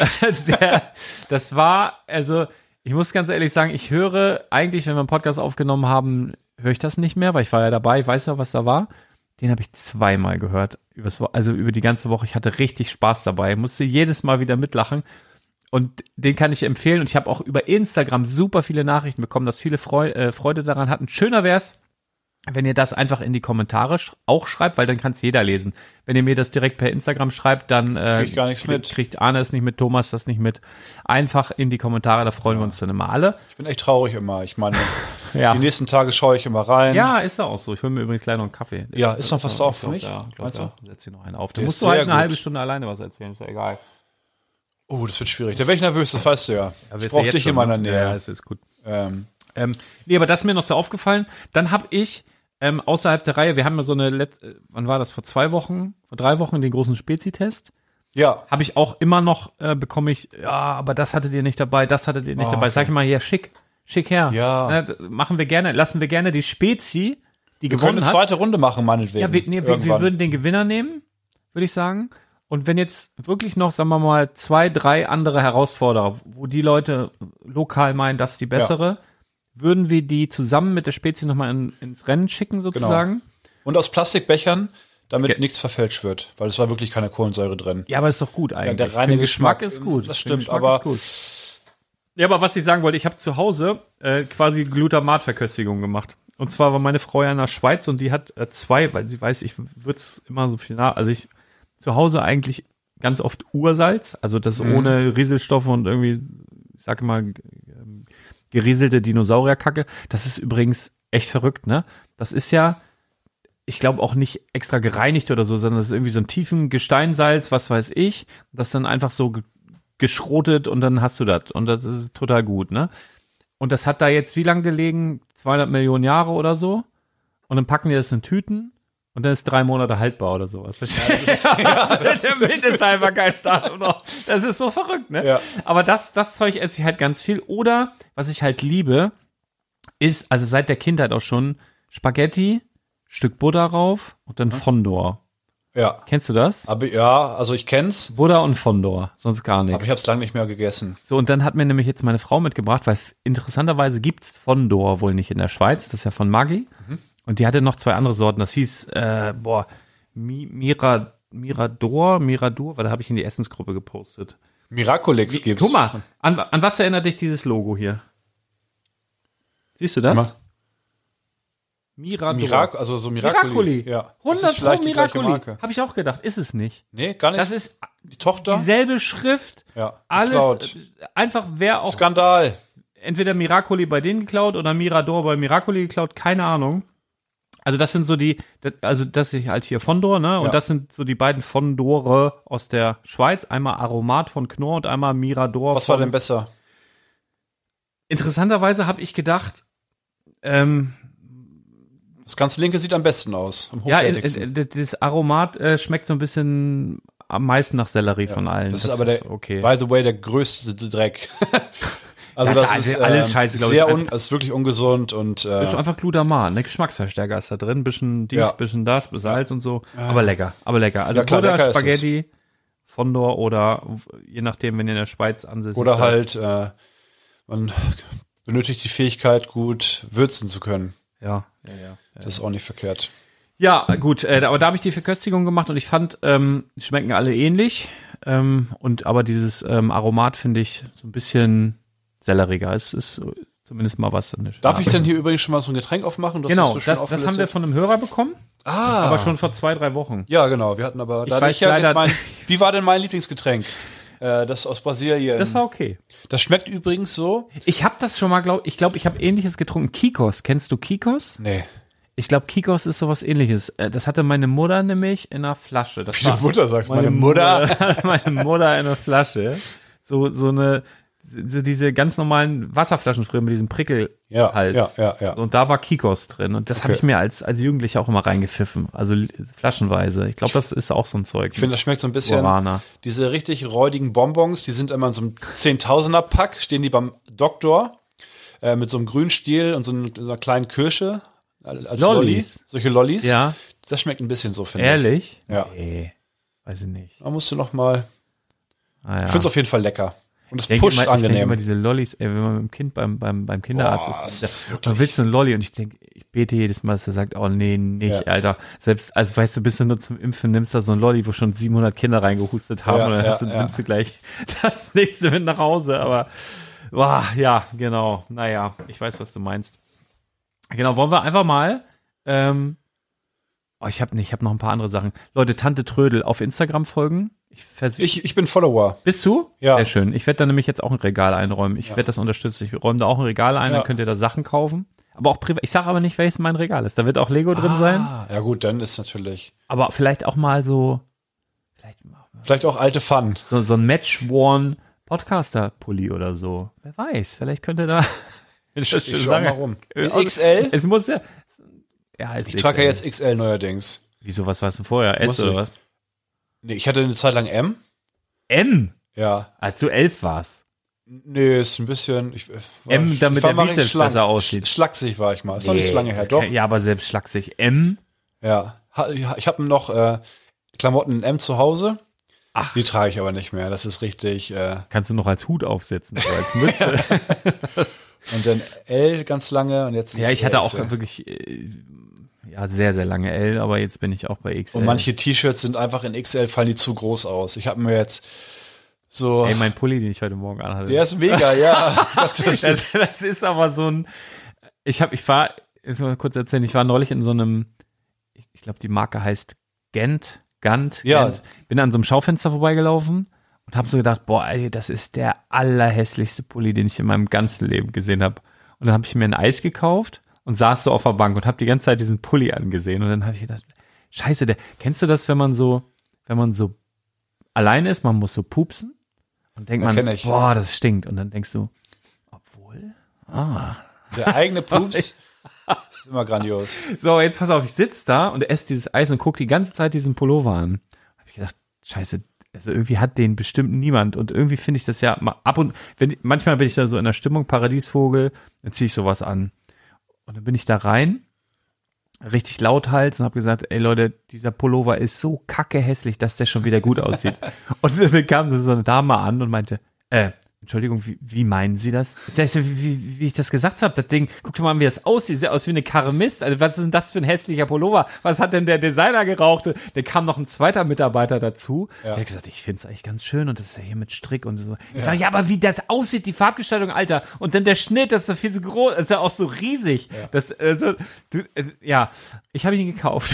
S3: der, das war, also, ich muss ganz ehrlich sagen, ich höre eigentlich, wenn wir einen Podcast aufgenommen haben, höre ich das nicht mehr, weil ich war ja dabei, ich weiß ja, was da war. Den habe ich zweimal gehört, übers, Wo- also über die ganze Woche. Ich hatte richtig Spaß dabei, musste jedes Mal wieder mitlachen. Und den kann ich empfehlen. Und ich habe auch über Instagram super viele Nachrichten bekommen, dass viele Freu äh, Freude daran hatten. Schöner wär's, wenn ihr das einfach in die Kommentare sch auch schreibt, weil dann kann es jeder lesen. Wenn ihr mir das direkt per Instagram schreibt, dann äh,
S4: Krieg ich gar nichts
S3: krie-
S4: mit.
S3: kriegt Arne es nicht mit, Thomas das nicht mit. Einfach in die Kommentare, da freuen wir uns dann immer alle.
S4: Ich bin echt traurig immer. Ich meine,
S3: Ja.
S4: die nächsten Tage schaue ich immer rein.
S3: Ja, ist ja auch so. Ich hole mir übrigens gleich noch einen Kaffee.
S4: Ähm, Ja, ist noch was drauf für mich?
S3: Ja, glaub,
S4: Meinst du?
S3: ja. Setz hier noch einen auf. Da
S4: Der
S3: musst
S4: ist
S3: du halt
S4: sehr
S3: eine
S4: gut.
S3: halbe Stunde alleine was erzählen, ist ja egal.
S4: Oh, das wird schwierig. Da wäre ich nervös, das weißt du ja.
S3: Ja,
S4: ich
S3: wirst du
S4: brauche
S3: jetzt
S4: dich
S3: schon,
S4: in meiner
S3: ne?
S4: Nähe.
S3: Ja, ist, ist gut.
S4: Ähm,
S3: Ähm, nee, aber das ist mir noch so aufgefallen. Dann habe ich ähm, außerhalb der Reihe, wir haben ja so eine, Let äh, wann war das, vor zwei Wochen, vor drei Wochen den großen Spezi-Test.
S4: ja,
S3: Habe ich auch immer noch, äh, bekomme ich, ja, aber das hattet ihr nicht dabei, das hattet ihr nicht dabei. Sag ich mal, ja, schick, schick her.
S4: Ah, Ja.
S3: Ne, d- machen wir gerne, lassen wir gerne die Spezi, die
S4: wir können
S3: gewonnen
S4: eine
S3: hat.
S4: zweite Runde machen, meinetwegen.
S3: Ja, wir, nee, wir, wir
S4: Irgendwann.
S3: würden den Gewinner nehmen, würde ich sagen. Und wenn jetzt wirklich noch, sagen wir mal, zwei, drei andere Herausforderer, wo die Leute lokal meinen, das ist die bessere, würden wir die zusammen mit der Spezie nochmal in, ins Rennen schicken, sozusagen.
S4: Und aus Plastikbechern, damit
S3: Ge-
S4: nichts verfälscht wird, weil es war wirklich keine Kohlensäure drin.
S3: Ja, aber ist doch gut eigentlich.
S4: der
S3: Für
S4: reine
S3: den Geschmack,
S4: Geschmack,
S3: ist gut.
S4: das
S3: Für den
S4: stimmt,
S3: Geschmack
S4: aber-
S3: ist gut. Ja, aber was ich sagen wollte, ich habe zu Hause äh, quasi Glutamatverköstigung gemacht. Und zwar war meine Frau ja in der Schweiz und die hat äh, zwei, weil sie weiß, ich würde es immer so viel nach. Also ich zu Hause eigentlich ganz oft Ursalz, also das
S4: Mhm.
S3: ohne Rieselstoffe und irgendwie, ich sag mal, g- ähm, gerieselte Dinosaurierkacke. Das ist übrigens echt verrückt, ne? Das ist ja, ich glaube auch nicht extra gereinigt oder so, sondern das ist irgendwie so ein tiefen Gesteinsalz, was weiß ich, das dann einfach so ge- geschrotet und dann hast du das und das ist total gut, ne? Und das hat da jetzt wie lang gelegen? 200 Millionen Jahre oder so? Und dann packen die das in Tüten und dann ist drei Monate haltbar oder sowas. Der Mindesthaltbarkeitsdatum noch. Das ist so verrückt, ne?
S4: Ja.
S3: Aber das, das Zeug esse ich halt ganz viel. Oder, was ich halt liebe, ist, also seit der Kindheit auch schon, Spaghetti, Stück Butter rauf und
S4: Mhm.
S3: dann Fondor.
S4: Ja.
S3: Kennst du das?
S4: Aber ja, also ich kenn's,
S3: Butter und Fondor, sonst gar
S4: aber
S3: nichts.
S4: ich hab's lange nicht mehr gegessen.
S3: So, und dann hat mir nämlich jetzt meine Frau mitgebracht, weil f- interessanterweise gibt's Fondor wohl nicht in der Schweiz, das ist ja von Maggi.
S4: Mhm.
S3: Und die hatte noch zwei andere Sorten, das hieß, äh, boah, Mi Mira, Mirador, Mirador, weil da habe ich in die Essensgruppe gepostet.
S4: Miraculix gibt's.
S3: Guck mal, an, an was erinnert dich dieses Logo hier? Siehst du das? Mirador.
S4: Mirac also so Miracoli.
S3: Miracoli.
S4: Ja. Das
S3: 100
S4: ist vielleicht
S3: Pro
S4: die gleiche
S3: Miracoli.
S4: Marke.
S3: Habe ich auch gedacht, ist es nicht.
S4: Nee, gar nicht.
S3: Das ist
S4: die Tochter.
S3: dieselbe Schrift,
S4: Ja,
S3: alles,
S4: geklaut.
S3: äh, einfach wer auch
S4: Skandal.
S3: entweder Miracoli bei denen geklaut oder Mirador bei Miracoli geklaut, keine Ahnung. Also das sind so die, das, also das ist halt hier Fondor, ne? Und
S4: Ja.
S3: das sind so die beiden Fondore aus der Schweiz. Einmal Aromat von Knorr und einmal Mirador.
S4: Was war
S3: von-
S4: denn besser?
S3: Interessanterweise habe ich gedacht, ähm,
S4: Das ganz linke sieht am besten aus. Am
S3: ja, äh,
S4: hochwertigsten.
S3: äh, das das Aromat äh, schmeckt so ein bisschen am meisten nach Sellerie von allen.
S4: das ist aber der,
S3: okay.
S4: by the way, der größte Dreck. also
S3: Das
S4: das,
S3: ist
S4: ist
S3: alles
S4: ähm,
S3: scheiße, glaub ich.
S4: sehr un, ist wirklich ungesund und äh,
S3: ist einfach Glutamat, ne? Geschmacksverstärker ist da drin, bisschen dies,
S4: Ja.
S3: bisschen das, bisschen Salz und so. Aber lecker, aber lecker. Also
S4: Ja, klar,
S3: Butter,
S4: lecker ist
S3: Spaghetti, Fondor oder w- je nachdem, wenn ihr in der Schweiz ansitzt.
S4: oder halt äh, man benötigt die Fähigkeit, gut würzen zu können.
S3: Ja, ja, ja.
S4: Das ist auch nicht verkehrt.
S3: Ja, gut, äh, aber da habe ich die Verköstigung gemacht und ich fand, ähm, die schmecken alle ähnlich. Ähm, und aber dieses ähm, Aromat finde ich so ein bisschen selleriger. Es ist äh, zumindest mal was. in der
S4: Darf
S3: Schale.
S4: ich denn hier übrigens schon mal so ein Getränk aufmachen? Du hast
S3: Genau,
S4: so
S3: das,
S4: schön
S3: das, haben wir
S4: aufgelistet.
S3: von einem Hörer bekommen,
S4: ah,
S3: aber schon vor zwei, drei Wochen.
S4: Ja, genau. Wir hatten aber. da hatte
S3: weiß
S4: ich ja
S3: leider-
S4: mein, wie war denn mein Lieblingsgetränk? Äh, das aus Brasilien.
S3: Das war okay.
S4: das schmeckt übrigens so.
S3: Ich habe das schon mal, glaube ich, glaube, ich habe ähnliches getrunken. Kikos, kennst du Kikos?
S4: Nee.
S3: Ich glaube, Kikos ist sowas ähnliches. Äh, Das hatte meine Mutter nämlich in einer Flasche. Das
S4: Wie du
S3: war
S4: Mutter sagst, meine, Mutter.
S3: meine Mutter in einer Flasche. So, so eine, so diese ganz normalen Wasserflaschen früher mit diesem Prickelhals.
S4: Ja, ja, ja, ja.
S3: Und da war Kikos drin. Und das habe
S4: Okay.
S3: ich mir als, als Jugendlicher auch immer reingepfiffen. Also li- flaschenweise. Ich glaube, das ist auch so ein Zeug.
S4: Ich finde, das schmeckt so ein bisschen.
S3: Guarana.
S4: Diese richtig räudigen Bonbons, die sind immer in so einem Zehntausender-Pack, stehen die beim Doktor äh, mit so einem grünen Stiel und so einer, so einer kleinen Kirsche. äh, Als
S3: Lollis.
S4: Lolli. Solche Lollis.
S3: ja,
S4: Das schmeckt ein bisschen so, finde ich.
S3: ehrlich?
S4: Ja.
S3: Nee, weiß ich nicht.
S4: Da musst du noch mal.
S3: Ah, ja.
S4: Ich finde es auf jeden Fall lecker. Und es
S3: Ich denke
S4: pusht
S3: immer, Ich denke
S4: angenehm.
S3: immer diese Lollis, ey, wenn man mit dem Kind beim, beim, beim Kinderarzt
S4: Boah,
S3: ist,
S4: das ist
S3: da, da willst du einen Lolli und ich denke, ich bete jedes Mal, dass er sagt, oh nee, nicht,
S4: Ja.
S3: Alter. Selbst, also weißt du, bist du nur zum Impfen, nimmst da so ein Lolli, wo schon 700 Kinder reingehustet haben
S4: Ja,
S3: und dann
S4: ja,
S3: hast du,
S4: ja.
S3: nimmst du gleich das nächste mit nach Hause. Aber, boah, ja, genau. Naja, ich weiß, was du meinst. Genau, wollen wir einfach mal, ähm, oh, ich habe ich hab noch ein paar andere Sachen. Leute, Tante Trödel auf Instagram folgen. Ich versuche.
S4: Ich, ich bin Follower.
S3: Bist du?
S4: Ja.
S3: Sehr schön. Ich werde da nämlich jetzt auch ein Regal einräumen. Ich werde das unterstützen. Ich räume da auch ein Regal ein, dann
S4: Ja.
S3: könnt ihr da Sachen kaufen. Aber auch privat. Ich sage aber nicht, welches mein Regal ist. Da wird auch Lego drin sein.
S4: Ah, ja gut, dann ist natürlich.
S3: Aber vielleicht auch mal so, vielleicht mal
S4: Vielleicht auch alte Fun.
S3: so, so ein Match-Worn Podcaster-Pulli oder so. Wer weiß, vielleicht könnt ihr da. Äh,
S4: Ich schau mal rum. XL?
S3: Es muss ja. Ja, es
S4: Ich
S3: ist
S4: trage ja
S3: XL.
S4: jetzt XL neuerdings.
S3: Wieso, was warst du vorher? S
S4: Muss
S3: oder
S4: ich.
S3: was?
S4: Nee, ich hatte eine Zeit lang M.
S3: M.
S4: Ja.
S3: Als du elf warst.
S4: Nee, ist ein bisschen. Ich, äh, war,
S3: M, damit
S4: ich war
S3: der
S4: mal recht
S3: Bizeps
S4: schlank.
S3: besser aussieht.
S4: Sch- Schlaksig war ich mal. Ist noch nicht so lange her,
S3: Das
S4: doch.
S3: Äh, kann- Ja, aber selbst schlagsig. M.
S4: Ja. Ha- Ich habe noch äh, Klamotten in M zu Hause.
S3: Ach.
S4: Die trage ich aber nicht mehr. Das ist richtig. Äh,
S3: Kannst du noch als Hut aufsetzen, so als Mütze.
S4: und dann L ganz lange und jetzt ist
S3: ja, ich
S4: äh,
S3: hatte auch
S4: XL.
S3: wirklich äh, ja, sehr, sehr lange L, aber jetzt bin ich auch bei XL.
S4: Und manche T-Shirts sind einfach in XL, fallen die zu groß aus. Ich habe mir jetzt so.
S3: Ey, mein Pulli, den ich heute Morgen anhatte.
S4: der ist mega, ja. Natürlich.
S3: das, das ist aber so ein. Ich habe, ich war, jetzt mal kurz erzählen, ich war neulich in so einem, ich, ich glaube, die Marke heißt Gent, Gant,
S4: Ja.
S3: Gent. Bin an so einem Schaufenster vorbeigelaufen und habe so gedacht, boah, ey, das ist der allerhässlichste Pulli, den ich in meinem ganzen Leben gesehen habe. Und dann habe ich mir ein Eis gekauft und saß so auf der Bank und habe die ganze Zeit diesen Pulli angesehen und dann habe ich gedacht, Scheiße, der, kennst du das, wenn man so, wenn man so allein ist, man muss so pupsen und denkt
S4: Ja,
S3: man,
S4: kenn ich.
S3: boah, das stinkt und dann denkst du, obwohl? Ah.
S4: Der eigene Pups ist immer grandios.
S3: So, jetzt pass auf, ich sitz da und esse dieses Eis und guck die ganze Zeit diesen Pullover an. Hab ich gedacht, scheiße, also irgendwie hat den bestimmt niemand und irgendwie finde ich das ja mal ab und wenn manchmal bin ich da so in der Stimmung Paradiesvogel, dann ziehe ich sowas an. Und dann bin ich da rein, richtig lauthals und habe gesagt, ey Leute, dieser Pullover ist so kacke hässlich, dass der schon wieder gut aussieht. und dann kam so so eine Dame an und meinte, äh, Entschuldigung, wie, wie meinen Sie das? Ich sag, so, wie, wie ich das gesagt habe, das Ding, guck doch mal an, wie das aussieht, sieht aus wie eine Karre Mist. Also, was ist denn das für ein hässlicher Pullover? Was hat denn der Designer geraucht? Da kam noch ein zweiter Mitarbeiter dazu. Der hat gesagt, ich finde es eigentlich ganz schön und das ist ja hier mit Strick und so. Ich sag, ja, aber wie das aussieht, die Farbgestaltung, Alter. Und dann der Schnitt, das ist ja viel so groß, das ist ja auch so riesig. Das, also, du, äh, ja, ich habe ihn gekauft.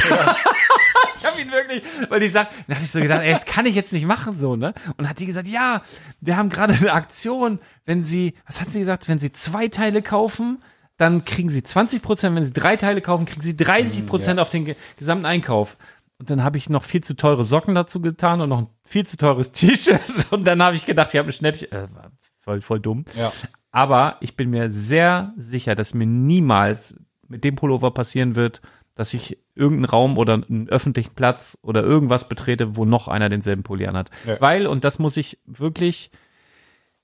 S3: Ich habe ihn wirklich, weil die sagt, da habe ich so gedacht, ey, das kann ich jetzt nicht machen so, ne? Und hat die gesagt, ja, wir haben gerade eine Aktion, wenn sie, was hat sie gesagt, wenn sie zwei Teile kaufen, dann kriegen sie 20 Prozent, wenn sie drei Teile kaufen, kriegen sie 30 Prozent auf den ge- gesamten Einkauf. Und dann habe ich noch viel zu teure Socken dazu getan und noch ein viel zu teures T-Shirt. Und dann habe ich gedacht, ich habe ein Schnäppchen. Äh, war voll, voll dumm.
S4: Ja.
S3: Aber ich bin mir sehr sicher, dass mir niemals mit dem Pullover passieren wird, dass ich irgendeinen Raum oder einen öffentlichen Platz oder irgendwas betrete, wo noch einer denselben Pulli anhat.
S4: Ja.
S3: Weil, und das muss ich wirklich,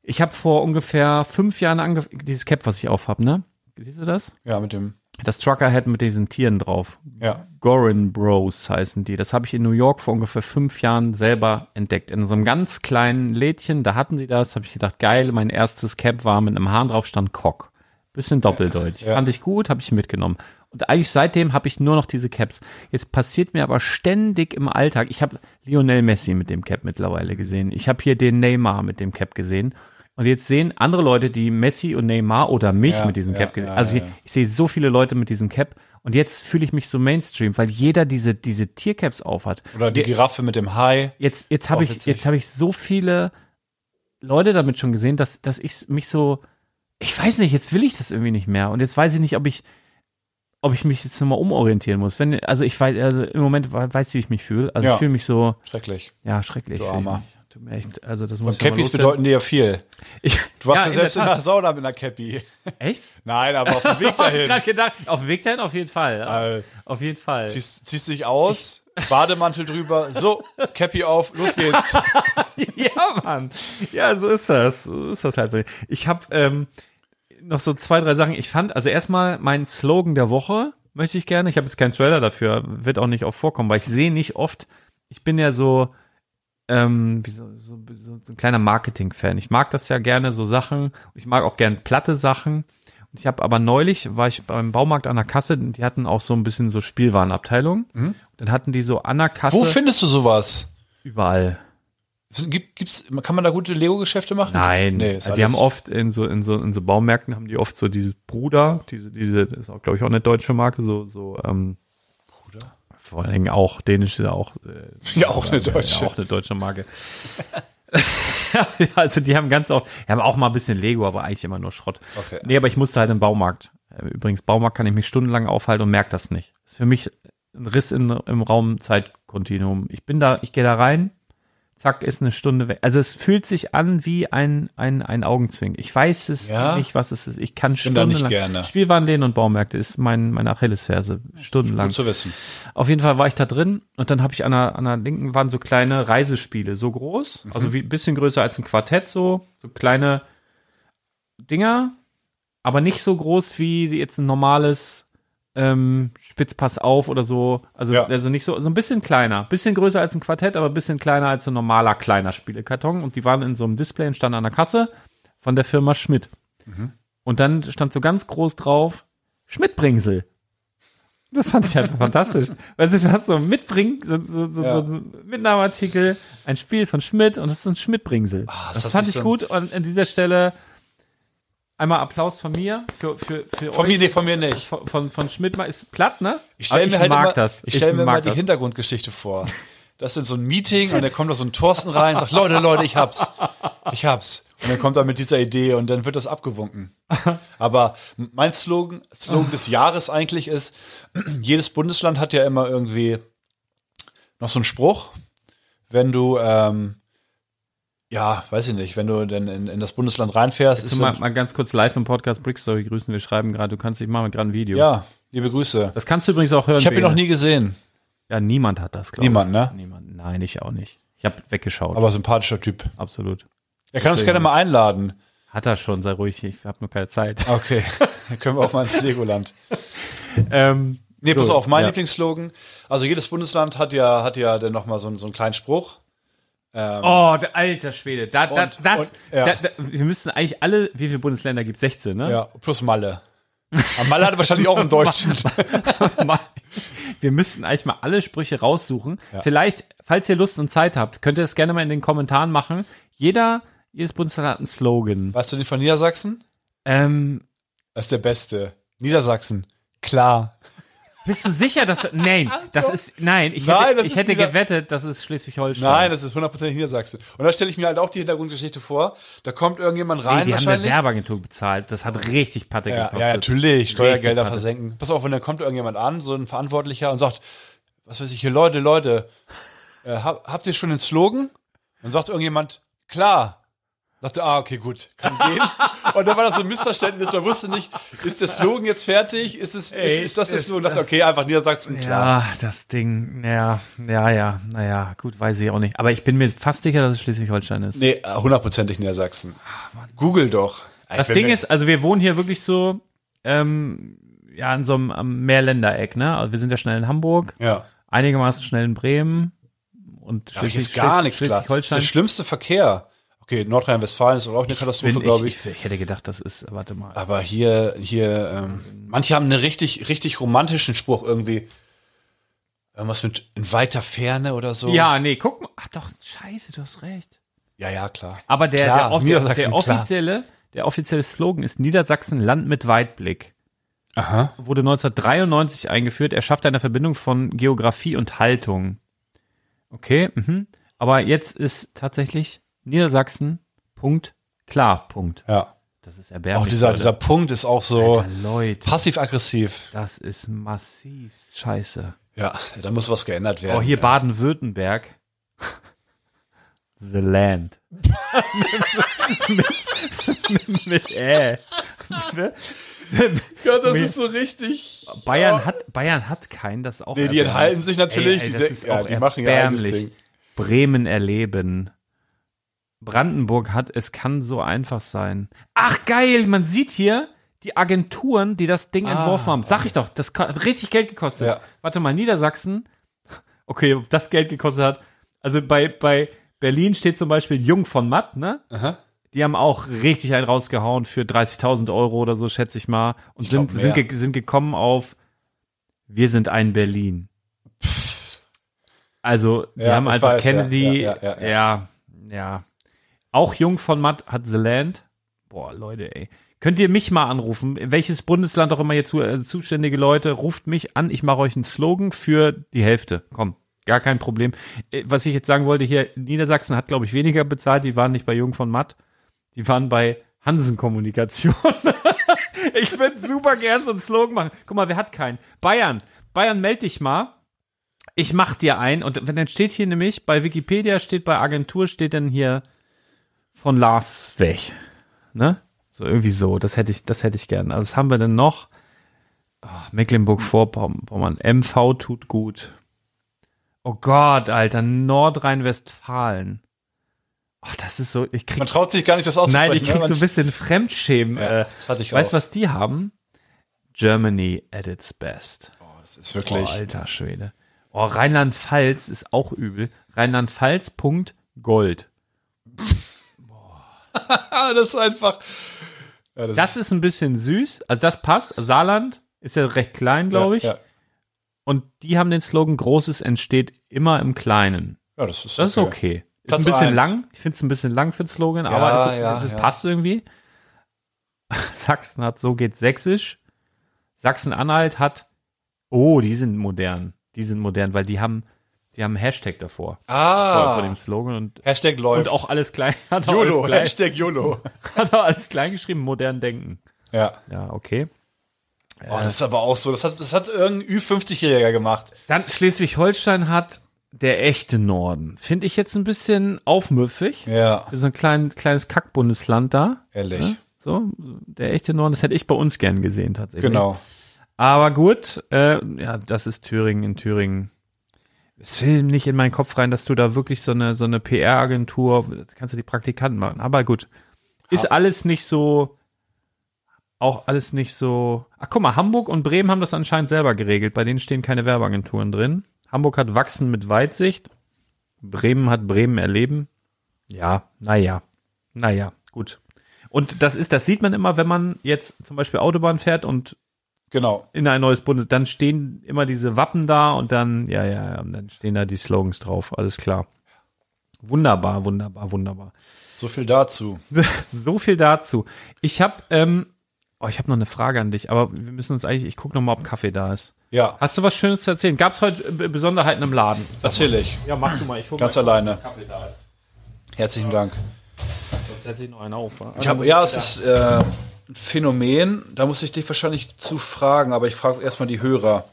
S3: ich habe vor ungefähr fünf Jahren angefangen, dieses Cap, was ich aufhab, ne? Siehst du das?
S4: Ja, mit dem.
S3: Das Trucker-Hat mit diesen Tieren drauf.
S4: Ja.
S3: Gorin Bros heißen die. Das habe ich in New York vor ungefähr fünf Jahren selber entdeckt. In so einem ganz kleinen Lädchen, da hatten sie das, habe ich gedacht, geil, mein erstes Cap war mit einem Hahn drauf, stand Cock. Bisschen doppeldeutsch. Fand ich gut, habe ich mitgenommen. Und eigentlich seitdem habe ich nur noch diese Caps. Jetzt passiert mir aber ständig im Alltag, ich habe Lionel Messi mit dem Cap mittlerweile gesehen. Ich habe hier den Neymar mit dem Cap gesehen. Und jetzt sehen andere Leute, die Messi und Neymar oder mich
S4: Ja,
S3: mit diesem
S4: ja,
S3: Cap gesehen.
S4: ja,
S3: also
S4: ja,
S3: ich,
S4: ja.
S3: ich sehe so viele Leute mit diesem Cap und jetzt fühle ich mich so Mainstream, weil jeder diese, diese Tiercaps aufhat.
S4: Oder die Giraffe mit dem Hai.
S3: Jetzt, jetzt habe
S4: Auch
S3: ich,
S4: witzig.
S3: jetzt habe ich so viele Leute damit schon gesehen, dass, dass ich mich so, ich weiß nicht, jetzt will ich das irgendwie nicht mehr. Und jetzt weiß ich nicht, ob ich, ob ich mich jetzt nochmal umorientieren muss. Wenn, also ich weiß, also im Moment we- weiß ich, wie ich mich fühle. Also
S4: Ja.
S3: ich fühle mich so,
S4: Schrecklich.
S3: ja, schrecklich.
S4: Du
S3: fühle ich
S4: Armer.
S3: mich. Tut mir echt, also das muss
S4: Und
S3: ich noch mal
S4: Cappies
S3: loswerden.
S4: bedeuten dir ja viel.
S3: Ich,
S4: Du warst ja,
S3: in
S4: selbst in
S3: der
S4: der,
S3: Tat.
S4: Sauna mit einer Cappy.
S3: Echt?
S4: Nein, aber auf dem Weg
S3: Hab ich
S4: dahin.
S3: gerade gedacht. Auf dem Weg dahin auf jeden Fall.
S4: Äh,
S3: auf jeden Fall.
S4: ziehst, ziehst dich aus, Bademantel drüber, so, Cappy auf, los geht's.
S3: Ja, Mann. Ja, so ist das. So ist das halt. bei mir. Ich habe ähm, noch so zwei, drei Sachen. Ich fand, also erstmal meinen Slogan der Woche möchte ich gerne. Ich habe jetzt keinen Trailer dafür, wird auch nicht oft vorkommen, weil ich sehe nicht oft. Ich bin ja so, ähm, wie so, so, so, so ein kleiner Marketing-Fan. Ich mag das ja gerne, so Sachen. Ich mag auch gern platte Sachen. Ich habe aber neulich, war ich beim Baumarkt an der Kasse, die hatten auch so ein bisschen so Spielwarenabteilung. Dann hatten die so an der Kasse
S4: Wo findest du sowas?
S3: überall.
S4: Sind- Gibt, gibt's, kann man da gute Lego-Geschäfte machen?
S3: Nein,
S4: Nee, ist
S3: also die haben
S4: alles-
S3: oft in so, in so, in so Baumärkten haben die oft so dieses Bruder, diese, diese, das ist auch, glaube ich, auch eine deutsche Marke, so, so, ähm,
S4: Bruder?
S3: vor allen Dingen auch, dänisch ist ja auch, äh,
S4: Ja, auch eine deutsche.
S3: Ja, auch eine deutsche Marke. also die haben ganz oft, die haben auch mal ein bisschen Lego, aber eigentlich immer nur Schrott.
S4: Okay.
S3: Nee, aber ich musste halt im Baumarkt. Äh, Übrigens, Baumarkt kann ich mich stundenlang aufhalten und merke das nicht. Ist für mich ein Riss in, im Raum Zeitkontinuum. Ich bin da, ich gehe da rein, zack, ist eine Stunde weg. Also es fühlt sich an wie ein, ein, ein Augenzwingen. Ich weiß es
S4: Ja?
S3: nicht, was es ist. Ich kann
S4: bin da nicht
S3: stundenlang.
S4: gerne.
S3: Spielwarenläden und Baumärkte ist mein, meine Achillesferse. Stundenlang.
S4: Gut zu wissen.
S3: Auf jeden Fall war ich da drin und dann habe ich an der, an der linken waren so kleine Reisespiele, so groß, also wie ein bisschen größer als ein Quartett, so, so kleine Dinger, aber nicht so groß wie jetzt ein normales ähm, Spitzpass auf oder so. Also,
S4: Ja.
S3: also nicht so, so ein bisschen kleiner, bisschen größer als ein Quartett, aber ein bisschen kleiner als ein normaler kleiner Spielekarton. Und die waren in so einem Display und standen an der Kasse von der Firma Schmidt. Und dann stand so ganz groß drauf, Schmidt-Bringsel. Das fand ich einfach fantastisch. Weißt du, du hast so ein Mitbring, so, so, so,
S4: Ja.
S3: so ein Mitnahmeartikel, ein Spiel von Schmidt und das ist so ein Schmidt-Bringsel.
S4: Ah, das
S3: das
S4: hat
S3: fand
S4: sich
S3: ich
S4: so-
S3: gut und an dieser Stelle einmal Applaus von mir für, für, für
S4: Von
S3: euch.
S4: mir, nee, von mir nicht.
S3: Von, von, von Schmidt mal- ist platt, ne?
S4: Ich stelle
S3: Aber
S4: mir halt
S3: mag
S4: immer,
S3: das.
S4: Ich stell mir
S3: mag
S4: mal die
S3: das.
S4: Hintergrundgeschichte vor. Das ist so ein Meeting und da kommt da so ein Thorsten rein und sagt, Leute, Leute, ich hab's. Ich hab's. Und dann kommt er mit dieser Idee und dann wird das abgewunken. Aber mein Slogan, Slogan des Jahres eigentlich ist, jedes Bundesland hat ja immer irgendwie noch so einen Spruch, wenn du, ähm, ja, weiß ich nicht, wenn du dann in, in das Bundesland reinfährst, ist
S3: Mal,
S4: dann,
S3: mal ganz kurz live im Podcast Brick Story grüßen. Wir schreiben gerade, du kannst dich machen gerade ein Video.
S4: ja, liebe Grüße.
S3: Das kannst du übrigens auch hören.
S4: Ich habe ihn
S3: Bene.
S4: noch nie gesehen,
S3: Ja, niemand hat das, glaube ich.
S4: Niemand, ne?
S3: Niemand. Nein, ich auch nicht. Ich habe weggeschaut.
S4: aber sympathischer Typ.
S3: Absolut.
S4: Er kann uns
S3: Deswegen.
S4: gerne mal einladen.
S3: Hat er schon, sei ruhig, ich habe nur keine Zeit.
S4: Okay, dann können wir auch mal ins Legoland.
S3: ähm,
S4: Nee, pass
S3: So,
S4: auf, mein
S3: ja.
S4: Lieblingsslogan. Also jedes Bundesland hat ja, hat ja dann nochmal so, einen- so einen kleinen Spruch.
S3: oh, der alter Schwede. Da, da,
S4: Ähm. Und-
S3: das,
S4: und- ja.
S3: da, da, wir müssten eigentlich alle, wie viele Bundesländer gibt 16, ne?
S4: Ja, plus Malle. Aber Malle hat wahrscheinlich auch einen deutschen.
S3: Mal- wir müssten eigentlich mal alle Sprüche raussuchen. Vielleicht, falls ihr Lust und Zeit habt, könnt ihr das gerne mal in den Kommentaren machen. Jeder, jedes Bundesland hat einen Slogan.
S4: Weißt du den von Niedersachsen?
S3: Ähm,
S4: Das ist der beste. Niedersachsen. Klar.
S3: bist du sicher, dass. Nein, das ist. Nein, ich hätte,
S4: Nein, das
S3: ich
S4: ist
S3: hätte
S4: dieser-
S3: gewettet, das ist Schleswig-Holstein.
S4: Nein, das ist hundertprozentig Niedersachsen. Und da stelle ich mir halt auch die Hintergrundgeschichte vor. Da kommt irgendjemand
S3: Nee,
S4: rein
S3: die haben eine
S4: wahrscheinlich.
S3: Werbeagentur bezahlt. Das hat richtig Patte
S4: Ja,
S3: gekostet.
S4: ja, natürlich. Steuergelder
S3: Richtig Patte.
S4: versenken. Pass auf, wenn da kommt irgendjemand an, so ein Verantwortlicher, und sagt, was weiß ich hier, Leute, Leute, äh, hab, habt ihr schon den Slogan? Und sagt irgendjemand, klar. Dachte, ah, okay, gut, kann gehen. Und dann war das so ein Missverständnis, man wusste nicht, ist der Slogan jetzt fertig? Ist, es,
S3: Ey,
S4: ist, ist das der
S3: ist
S4: Slogan? Dachte,
S3: das-
S4: okay, einfach Niedersachsen, klar.
S3: Ja, das Ding, ja, ja, ja, naja, gut, weiß ich auch nicht. Aber ich bin mir fast sicher, dass es Schleswig-Holstein ist.
S4: Nee, äh, hundertprozentig Niedersachsen. Google doch.
S3: Ah,
S4: Ey,
S3: das
S4: wenn
S3: Ding
S4: wir-
S3: ist, also wir wohnen hier wirklich so, ähm, ja, in so einem am Meerländereck, ne? Also wir sind ja schnell in Hamburg,
S4: Ja.
S3: einigermaßen schnell in Bremen und
S4: Da ist gar nichts klar. Das ist der
S3: Schleswig-Holstein.
S4: schlimmste Verkehr. Okay, Nordrhein-Westfalen ist auch eine Katastrophe,
S3: Bin
S4: glaube ich.
S3: ich, ich, ich hätte gedacht, das ist, warte mal.
S4: Aber hier, hier, ähm, manche haben einen richtig, richtig romantischen Spruch irgendwie. Irgendwas mit in weiter Ferne oder so.
S3: Ja, nee, guck mal. Ach doch, scheiße, du hast recht.
S4: Ja, ja, klar.
S3: Aber der,
S4: Klar,
S3: der, off- der,
S4: Niedersachsen,
S3: der,
S4: klar.
S3: offizielle, der offizielle Slogan ist Niedersachsen Land mit Weitblick.
S4: Aha.
S3: Wurde 1993 eingeführt. Er schafft eine Verbindung von Geografie und Haltung. Okay, mhm. aber jetzt ist tatsächlich Niedersachsen, Punkt, klar, Punkt.
S4: Ja.
S3: Das ist erbärmlich.
S4: Auch dieser,
S3: Leute.
S4: dieser Punkt ist auch so
S3: Alter, Leute,
S4: passiv-aggressiv.
S3: das ist massiv scheiße.
S4: Ja, da muss was geändert werden.
S3: Oh, hier Baden-Württemberg. The Land. mit, mit, mit äh.
S4: Ja, das ist so richtig.
S3: Bayern hat Bayern hat keinen, das ist auch.
S4: Nee, die
S3: erbärmlich.
S4: enthalten sich natürlich,
S3: Ey, ey,
S4: die
S3: das
S4: denken-
S3: ist
S4: ja,
S3: auch
S4: die machen ihr eigenes
S3: erbärmlich.
S4: Ding.
S3: Bremen erleben. Brandenburg hat, es kann so einfach sein. Ach geil, man sieht hier die Agenturen, die das Ding entworfen haben. Sag ich doch, das ka- hat richtig Geld gekostet.
S4: Ah. Ja.
S3: Warte mal, Niedersachsen. Okay, ob das Geld gekostet hat. Also bei, bei Berlin steht zum Beispiel Jung von Matt, ne?
S4: Aha.
S3: Die haben auch richtig einen rausgehauen für 30.000 Euro oder so, schätze ich mal. Und
S4: Ich
S3: sind,
S4: glaub,
S3: sind,
S4: mehr.
S3: ge sind gekommen auf Wir sind ein Berlin. Also, wir
S4: Ja,
S3: haben
S4: ich
S3: einfach
S4: weiß, ja,
S3: Kennedy.
S4: ja, ja, ja,
S3: ja, ja. Auch Jung von Matt hat The Land. Boah, Leute, ey. Könnt ihr mich mal anrufen? Welches Bundesland auch immer ihr zu, äh, zuständige Leute, ruft mich an. Ich mache euch einen Slogan für die Hälfte. Komm, gar kein Problem. Äh, Was ich jetzt sagen wollte hier, Niedersachsen hat, glaube ich, weniger bezahlt. Die waren nicht bei Jung von Matt. Die waren bei Hansen Kommunikation. ich würde super gern so einen Slogan machen. Guck mal, wer hat keinen? Bayern. Bayern, melde dich mal ich mach dir ein und wenn dann steht hier nämlich bei Wikipedia steht bei Agentur steht dann hier von Lars weg, ne? So irgendwie so, das hätte ich das hätte ich gern. Also was haben wir denn noch? Ach, Mecklenburg-Vorpommern, MV tut gut. Oh Gott, Alter, Nordrhein-Westfalen. Ach, das ist so, ich krieg
S4: Man traut sich gar nicht, das auszusprechen.
S3: Nein, ich krieg
S4: ne?
S3: so ein
S4: Man-
S3: bisschen Fremdschämen.
S4: Ja,
S3: äh,
S4: das hatte ich
S3: weißt du,
S4: auch.
S3: was die haben? Germany at its best.
S4: Oh, das ist wirklich.
S3: Oh, alter Schwede. Oh, Rheinland-Pfalz ist auch übel. Rheinland-Pfalz. Punkt Gold.
S4: ah, das ist einfach. Ja,
S3: Das ist ein bisschen süß. Also das passt. Saarland ist ja recht klein, glaube ich.
S4: Ja, ja.
S3: Und die haben den Slogan Großes entsteht immer im Kleinen.
S4: ja das ist
S3: Das ist okay. Ist
S4: Platz
S3: ein bisschen
S4: eins.
S3: lang. Ich finde es ein bisschen lang für den Slogan,
S4: Ja,
S3: aber es,
S4: ja,
S3: es
S4: ja.
S3: passt irgendwie. Sachsen hat so geht sächsisch. Sachsen-Anhalt hat oh, die sind modern. Die sind modern, weil die haben die haben einen Hashtag davor. vor, vor
S4: Ah,
S3: dem Slogan und
S4: Hashtag läuft.
S3: Und auch alles klein. Hat auch
S4: YOLO,
S3: alles
S4: Hashtag YOLO.
S3: klein, hat auch alles klein geschrieben, modern denken.
S4: Ja.
S3: Ja, okay.
S4: Oh, das ist aber auch so. Das hat, das hat irgendein Ü50-Jähriger gemacht.
S3: Dann Schleswig-Holstein hat der echte Norden. Finde ich jetzt ein bisschen aufmüffig.
S4: Ja,
S3: Für so ein klein, kleines Kackbundesland da.
S4: ehrlich.
S3: Ne? So, der echte Norden, das hätte ich bei uns gern gesehen tatsächlich.
S4: Genau.
S3: Aber gut, äh, ja, das ist Thüringen in Thüringen. Es will nicht in meinen Kopf rein, dass du da wirklich so eine, so eine PR-Agentur, kannst du die Praktikanten machen. Aber gut, ist alles nicht so, auch alles nicht so. Ach guck mal, Hamburg und Bremen haben das anscheinend selber geregelt. Bei denen stehen keine Werbeagenturen drin. Hamburg hat Wachsen mit Weitsicht. Bremen hat Bremen erleben. Ja, naja, naja, gut. Und das ist, das sieht man immer, wenn man jetzt zum Beispiel Autobahn fährt und
S4: Genau.
S3: in ein neues Bundes, dann stehen immer diese Wappen da und dann, ja, ja, ja, und dann stehen da die Slogans drauf, alles klar. Wunderbar, wunderbar, wunderbar.
S4: So viel dazu.
S3: So viel dazu. Ich habe, ähm, oh, ich habe noch eine Frage an dich, aber wir müssen uns eigentlich, ich gucke nochmal, ob Kaffee da ist.
S4: Ja,
S3: Hast du was Schönes zu erzählen? Gab es heute äh, Besonderheiten im Laden?
S4: erzähl ich.
S3: Ja, mach du mal, ich gucke
S4: Ganz alleine. Herzlichen Dank.
S3: Sonst setze ich noch einen auf. wa?
S4: Ich hab, ja, es ist äh, ein Phänomen. Da muss ich dich wahrscheinlich zu fragen, aber ich frage erstmal die Hörer.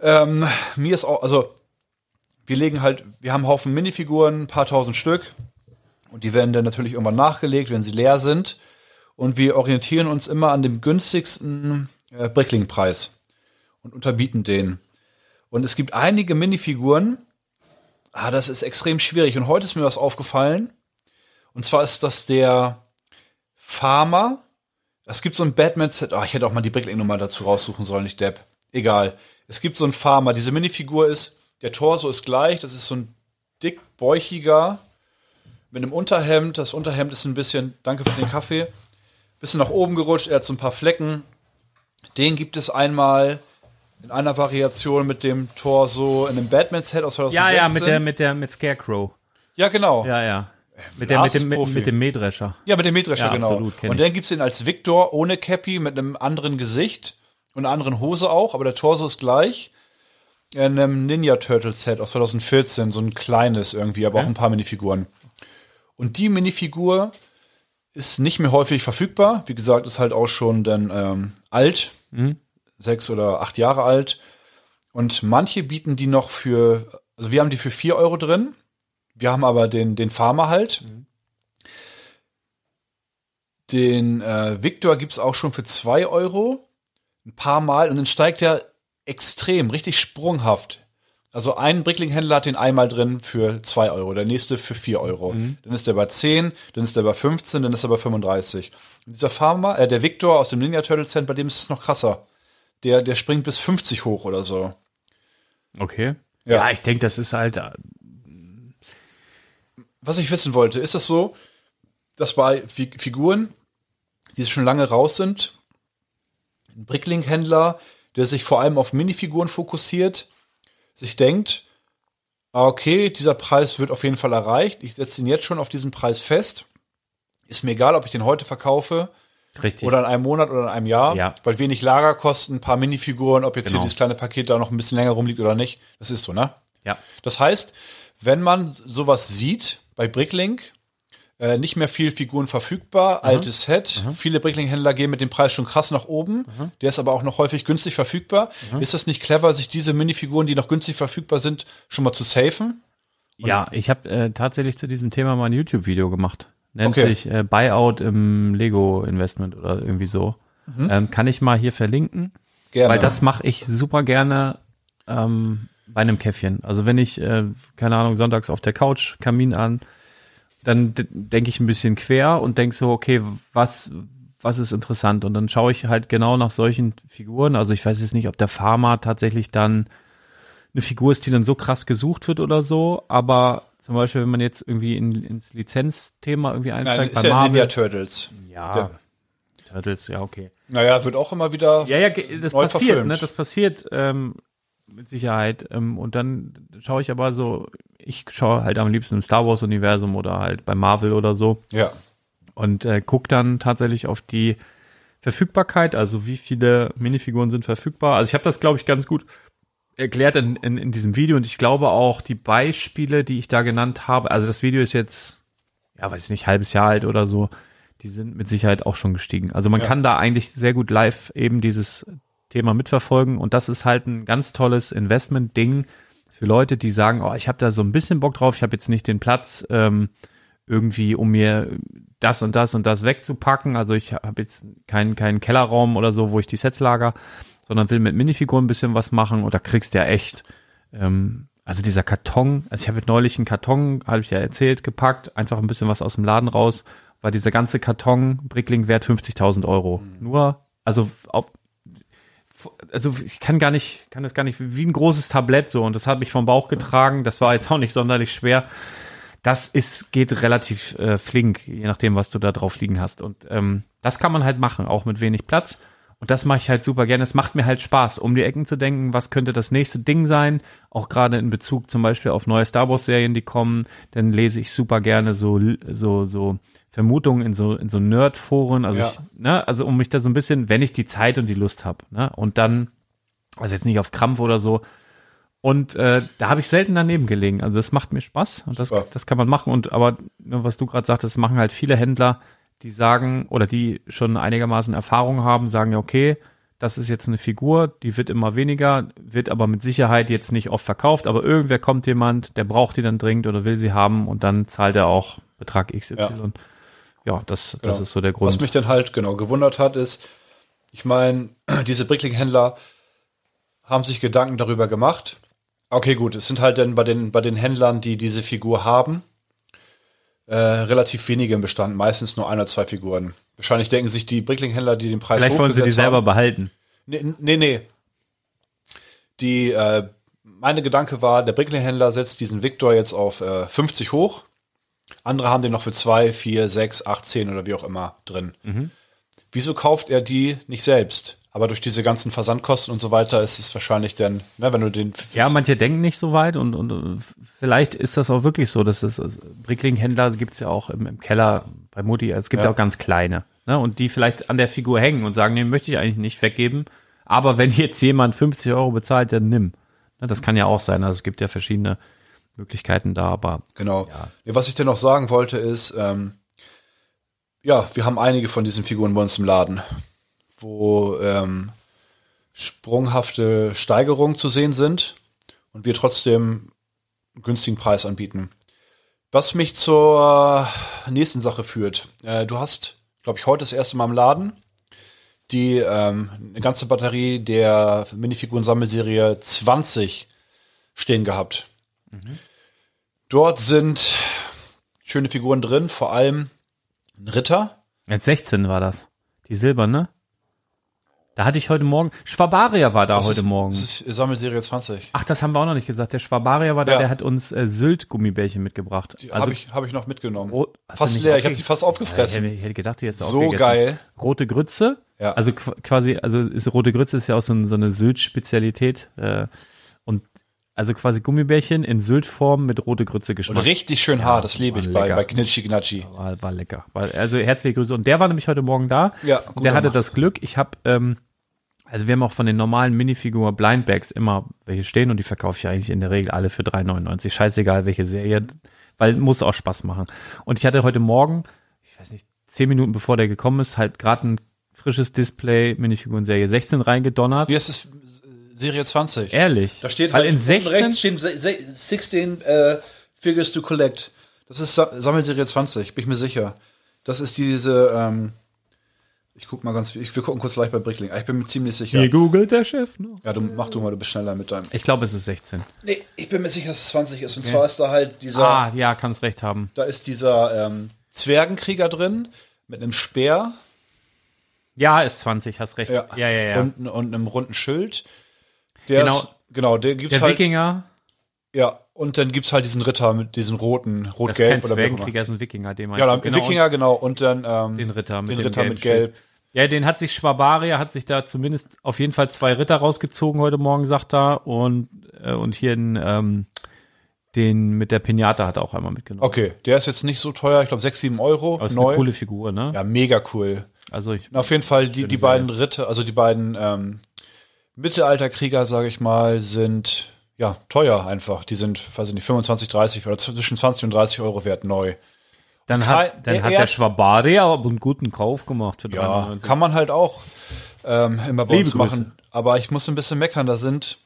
S4: Ähm, mir ist auch, also wir legen halt, wir haben einen Haufen Minifiguren, ein paar tausend Stück. Und die werden dann natürlich irgendwann nachgelegt, wenn sie leer sind. Und wir orientieren uns immer an dem günstigsten äh, Brickling-Preis und unterbieten den. Und es gibt einige Minifiguren, ah, das ist extrem schwierig. Und heute ist mir was aufgefallen. Und zwar ist das der Farmer. Es gibt so ein Batman-Set. Ah, ich hätte auch mal die Brickling-Nummer dazu raussuchen sollen, nicht Depp. Egal. Es gibt so einen Farmer. Diese Minifigur ist, der Torso ist gleich. Das ist so ein dickbäuchiger mit einem Unterhemd. Das Unterhemd ist ein bisschen, danke für den Kaffee, bisschen nach oben gerutscht. Er hat so ein paar Flecken. Den gibt es einmal in einer Variation mit dem Torso in einem Batman-Set aus 2016.
S3: ja, ja, mit der, mit der, mit Scarecrow.
S4: Ja, genau.
S3: Ja, ja. Mit, der, mit,
S4: Lars
S3: dem,
S4: ist
S3: mit,
S4: Profi.
S3: mit dem Mähdrescher.
S4: Ja, mit dem Mähdrescher,
S3: Ja,
S4: genau.
S3: absolut, kenn
S4: und
S3: ich.
S4: dann gibt's ihn als Victor ohne Cappy mit einem anderen Gesicht und einer anderen Hose auch, aber der Torso ist gleich. In einem Ninja Turtle Set aus 2014, so ein kleines irgendwie, aber auch ein paar Minifiguren. Und die Minifigur ist nicht mehr häufig verfügbar. Wie gesagt, ist halt auch schon dann ähm, alt,
S3: Mhm.
S4: sechs oder acht Jahre alt. Und manche bieten die noch für, also wir haben die für vier Euro drin. Wir haben aber den, den Farmer halt. Den äh, Victor gibt's auch schon für 2 Euro. Ein paar Mal. Und dann steigt er extrem, richtig sprunghaft. Also ein Brickling-Händler hat den einmal drin für 2 Euro, der nächste für 4 Euro. Dann ist er bei 10, dann ist er bei 15, dann ist er bei 35. Und dieser Farmer, äh, der Victor aus dem Ninja Turtle Cent, bei dem ist es noch krasser. Der, der springt bis 50 hoch oder so.
S3: Okay. Ja,
S4: Ja.
S3: ich denke, das ist halt,
S4: Was ich wissen wollte, ist das so, dass bei Fi- Figuren, die schon lange raus sind, ein Bricklink-Händler, der sich vor allem auf Minifiguren fokussiert, sich denkt, ah, okay, dieser Preis wird auf jeden Fall erreicht, ich setze ihn jetzt schon auf diesen Preis fest. Ist mir egal, ob ich den heute verkaufe
S3: Richtig.
S4: oder in einem Monat oder in einem Jahr,
S3: Ja.
S4: weil wenig Lagerkosten, ein paar Minifiguren, ob jetzt
S3: Genau.
S4: hier dieses kleine Paket da noch ein bisschen länger rumliegt oder nicht. Das ist so, ne?
S3: ja.
S4: Das heißt, wenn man sowas sieht bei Bricklink, äh, nicht mehr viel Figuren verfügbar,
S3: Mhm.
S4: altes Set. Viele Bricklink-Händler gehen mit dem Preis schon krass nach oben.
S3: Mhm.
S4: Der ist aber auch noch häufig günstig verfügbar. Ist das nicht clever, sich diese Minifiguren, die noch günstig verfügbar sind, schon mal zu safen?
S3: Ja, ich habe äh, tatsächlich zu diesem Thema mal ein YouTube-Video gemacht. Nennt
S4: Okay.
S3: sich äh, Buyout im Lego-Investment oder irgendwie so. Ähm, kann ich mal hier verlinken,
S4: Gerne.
S3: weil das mache ich super gerne ähm, bei einem Käffchen. Also wenn ich, äh, keine Ahnung, sonntags auf der Couch, Kamin an, dann denke ich ein bisschen quer und denke so, okay, was, was ist interessant? Und dann schaue ich halt genau nach solchen Figuren. Also ich weiß jetzt nicht, ob der Farmer tatsächlich dann eine Figur ist, die dann so krass gesucht wird oder so, aber zum Beispiel, wenn man jetzt irgendwie in, ins Lizenzthema irgendwie
S4: Nein,
S3: einsteigt
S4: ist
S3: bei
S4: ja Ninja
S3: Marvel.
S4: Turtles.
S3: Ja,
S4: Ja.
S3: Turtles, ja, okay.
S4: Naja, wird auch immer wieder.
S3: Ja, ja, ge- das
S4: Neu
S3: passiert,
S4: verfilmt.
S3: ne? Das passiert ähm, mit Sicherheit. Ähm, und dann schaue ich aber so, ich schaue halt am liebsten im Star Wars-Universum oder halt bei Marvel oder so
S4: ja.
S3: und äh, guck dann tatsächlich auf die Verfügbarkeit, also wie viele Minifiguren sind verfügbar. Also ich habe das, glaube ich, ganz gut erklärt in, in, in diesem Video und ich glaube auch die Beispiele, die ich da genannt habe, also das Video ist jetzt, ja, weiß ich nicht, halbes Jahr alt oder so, die sind mit Sicherheit auch schon gestiegen. Also man kann da eigentlich sehr gut live eben dieses Thema mitverfolgen und das ist halt ein ganz tolles Investment-Ding für Leute, die sagen, oh, ich habe da so ein bisschen Bock drauf, ich habe jetzt nicht den Platz, ähm, irgendwie, um mir das und das und das wegzupacken. Also ich habe jetzt keinen, keinen Kellerraum oder so, wo ich die Sets lager, sondern will mit Minifiguren ein bisschen was machen oder kriegst ja echt. Ähm, also dieser Karton, also ich habe jetzt neulich einen Karton, habe ich ja erzählt, gepackt, einfach ein bisschen was aus dem Laden raus, war dieser ganze Karton, Brickling wert 50.000 Euro. Nur, also auf, also ich kann gar nicht, kann das gar nicht, wie ein großes Tablett so und das habe ich vom Bauch getragen, das war jetzt auch nicht sonderlich schwer das ist, geht relativ äh, flink, je nachdem, was du da drauf liegen hast. Und ähm, das kann man halt machen, auch mit wenig Platz. Und das mache ich halt super gerne. Es macht mir halt Spaß, um die Ecken zu denken, was könnte das nächste Ding sein. Auch gerade in Bezug zum Beispiel auf neue Star Wars-Serien, die kommen, dann lese ich super gerne so, so, so Vermutungen in so, in so Nerd-Foren. Also,
S4: Ja.
S3: ich, ne, also um mich da so ein bisschen, wenn ich die Zeit und die Lust habe. Ne? Und dann, also jetzt nicht auf Krampf oder so, und äh, da habe ich selten daneben gelegen. Also das macht mir Spaß und das,
S4: Super.
S3: das kann man machen. Und aber ne, was du gerade sagtest, machen halt viele Händler, die sagen oder die schon einigermaßen Erfahrung haben, sagen ja okay, das ist jetzt eine Figur, die wird immer weniger, wird aber mit Sicherheit jetzt nicht oft verkauft. Aber irgendwer kommt jemand, der braucht die dann dringend oder will sie haben und dann zahlt er auch Betrag XY. Ja, das, das
S4: Genau.
S3: ist so der
S4: Was
S3: Grund.
S4: mich dann halt genau gewundert hat, ist, ich meine, diese Bricklink-Händler haben sich Gedanken darüber gemacht. Okay, gut, es sind halt dann bei den, bei den Händlern, die diese Figur haben, äh, relativ wenige im Bestand, meistens nur ein oder zwei Figuren. Wahrscheinlich denken sich die Bricklink-Händler, die den Preis
S3: Vielleicht wollen sie die
S4: hochgesetzt
S3: selber
S4: haben,
S3: behalten.
S4: Nee, nee, nee. Die, äh, meine Gedanke war, der Brickley-Händler setzt diesen Victor jetzt auf äh, 50 hoch. Andere haben den noch für 2, 4, 6, 8, 10 oder wie auch immer drin. Wieso kauft er die nicht selbst? Aber durch diese ganzen Versandkosten und so weiter ist es wahrscheinlich dann, ne, wenn du den. für-
S3: Ja, manche denken nicht so weit und, und äh, vielleicht ist das auch wirklich so, dass es also Brickling-Händler gibt's ja auch im, im Keller bei Mutti, es gibt ja. auch ganz kleine. Ne? Und die vielleicht an der Figur hängen und sagen, nee, möchte ich eigentlich nicht weggeben. Aber wenn jetzt jemand 50 Euro bezahlt, dann nimm. Ne? Das kann ja auch sein. Also es gibt ja verschiedene Möglichkeiten da, aber
S4: Genau. Nee, Was ich dir noch sagen wollte ist, ähm, ja, wir haben einige von diesen Figuren bei uns im Laden, wo ähm, sprunghafte Steigerungen zu sehen sind und wir trotzdem einen günstigen Preis anbieten. Was mich zur nächsten Sache führt. Äh, du hast, glaube ich, heute das erste Mal im Laden die ähm, eine ganze Batterie der Minifiguren-Sammelserie 20 stehen gehabt. Dort sind schöne Figuren drin, vor allem ein Ritter.
S3: jetzt 16 war das. Die Silberne. Da Da hatte ich heute Morgen, Schwabaria war da
S4: Das
S3: heute
S4: ist,
S3: Morgen.
S4: Das ist Sammelserie 20.
S3: Ach, das haben wir auch noch nicht gesagt. Der Schwabaria war da,
S4: Ja.
S3: der hat uns äh, Sylt-Gummibärchen mitgebracht. Also
S4: Die habe ich, hab ich noch mitgenommen.
S3: Rot- hast du
S4: fast
S3: nicht
S4: leer, ich habe
S3: aufge-
S4: sie fast
S3: Ich
S4: aufgefressen.
S3: hätte, ich hätte gedacht, die jetzt
S4: So
S3: aufgegessen.
S4: geil.
S3: Rote Grütze.
S4: Ja.
S3: Also qu- quasi, also ist, rote Grütze ist ja auch so, ein, so eine Sylt-Spezialität. Äh, und also quasi Gummibärchen in Sylt-Form mit rote Grütze
S4: Und
S3: geschmeckt.
S4: richtig schön hart, das liebe
S3: war
S4: ich bei,
S3: lecker.
S4: bei Knitschi Gnatschi.
S3: War, war lecker. War, also herzliche Grüße. Und der war nämlich heute Morgen da.
S4: Ja,
S3: Und
S4: gut
S3: der hatte
S4: gemacht.
S3: das Glück. Ich habe, ähm, also wir haben auch von den normalen Minifigur Blindbags immer welche stehen und die verkaufe ich eigentlich in der Regel alle für 3,99. Scheißegal, welche Serie, weil muss auch Spaß machen. Und ich hatte heute Morgen, ich weiß nicht, zehn Minuten bevor der gekommen ist, halt gerade ein frisches Display Minifiguren Serie 16 reingedonnert.
S4: Nee, das ist äh, Serie 20.
S3: Ehrlich.
S4: Da steht
S3: weil
S4: halt
S3: in
S4: unten rechts
S3: 16
S4: stehen se- se- 16 äh, Figures to Collect. Das ist Sa Sammelserie 20, bin ich mir sicher. Das ist diese, ähm, ich guck mal ganz, ich, wir gucken kurz gleich bei Brickling. Ah, Ich bin mir ziemlich sicher.
S3: hier googelt der Chef noch.
S4: Ja, du, mach du mal, du bist schneller mit deinem.
S3: Ich glaube, es ist 16.
S4: Nee, ich bin mir sicher, dass es 20 ist. Und zwar ist da halt dieser,
S3: Ah, ja, kannst recht haben.
S4: da ist dieser ähm, Zwergenkrieger drin mit einem Speer
S3: Ja, ist 20, hast recht. Ja, ja, ja.
S4: Und, und einem runden Schild. Der
S3: Genau.
S4: genau. Ist, genau, der gibt's
S3: der
S4: halt.
S3: Wikinger,
S4: Ja, und dann gibt's halt diesen Ritter mit diesen roten,
S3: das ist kein
S4: rot-gelb oder wie auch immer.
S3: Zwergenkrieger, ist ein Wikinger, den man
S4: Ja, dann Wikinger, genau. Und dann ähm,
S3: den Ritter mit
S4: den
S3: dem
S4: Ritter
S3: gelben
S4: mit Gelb.
S3: Ja, den hat sich Schwabaria, hat sich da zumindest auf jeden Fall zwei Ritter rausgezogen heute Morgen, sagt er. Und, äh, und hier den, ähm, den mit der Pinata hat er auch einmal mitgenommen.
S4: Okay, der ist jetzt nicht so teuer. Ich glaube, 6, 7 Euro.
S3: Aber ist
S4: neu.
S3: eine coole Figur, ne?
S4: ja, mega cool.
S3: Also ich,
S4: Und auf jeden Fall, die, die beiden Ritter, also die beiden ähm, Mittelalterkrieger, sage ich mal, sind ja teuer einfach. Die sind, weiß ich nicht, 25, 30 oder zwischen 20 und 30 Euro wert neu.
S3: dann
S4: Kai-
S3: hat, dann
S4: der
S3: hat der
S4: erste-
S3: Schwabaria aber einen guten Kauf gemacht für
S4: Ja,
S3: 3,99.
S4: kann man halt auch ähm, immer bei
S3: Liebe
S4: uns machen. Aber ich muss ein bisschen meckern. Da sind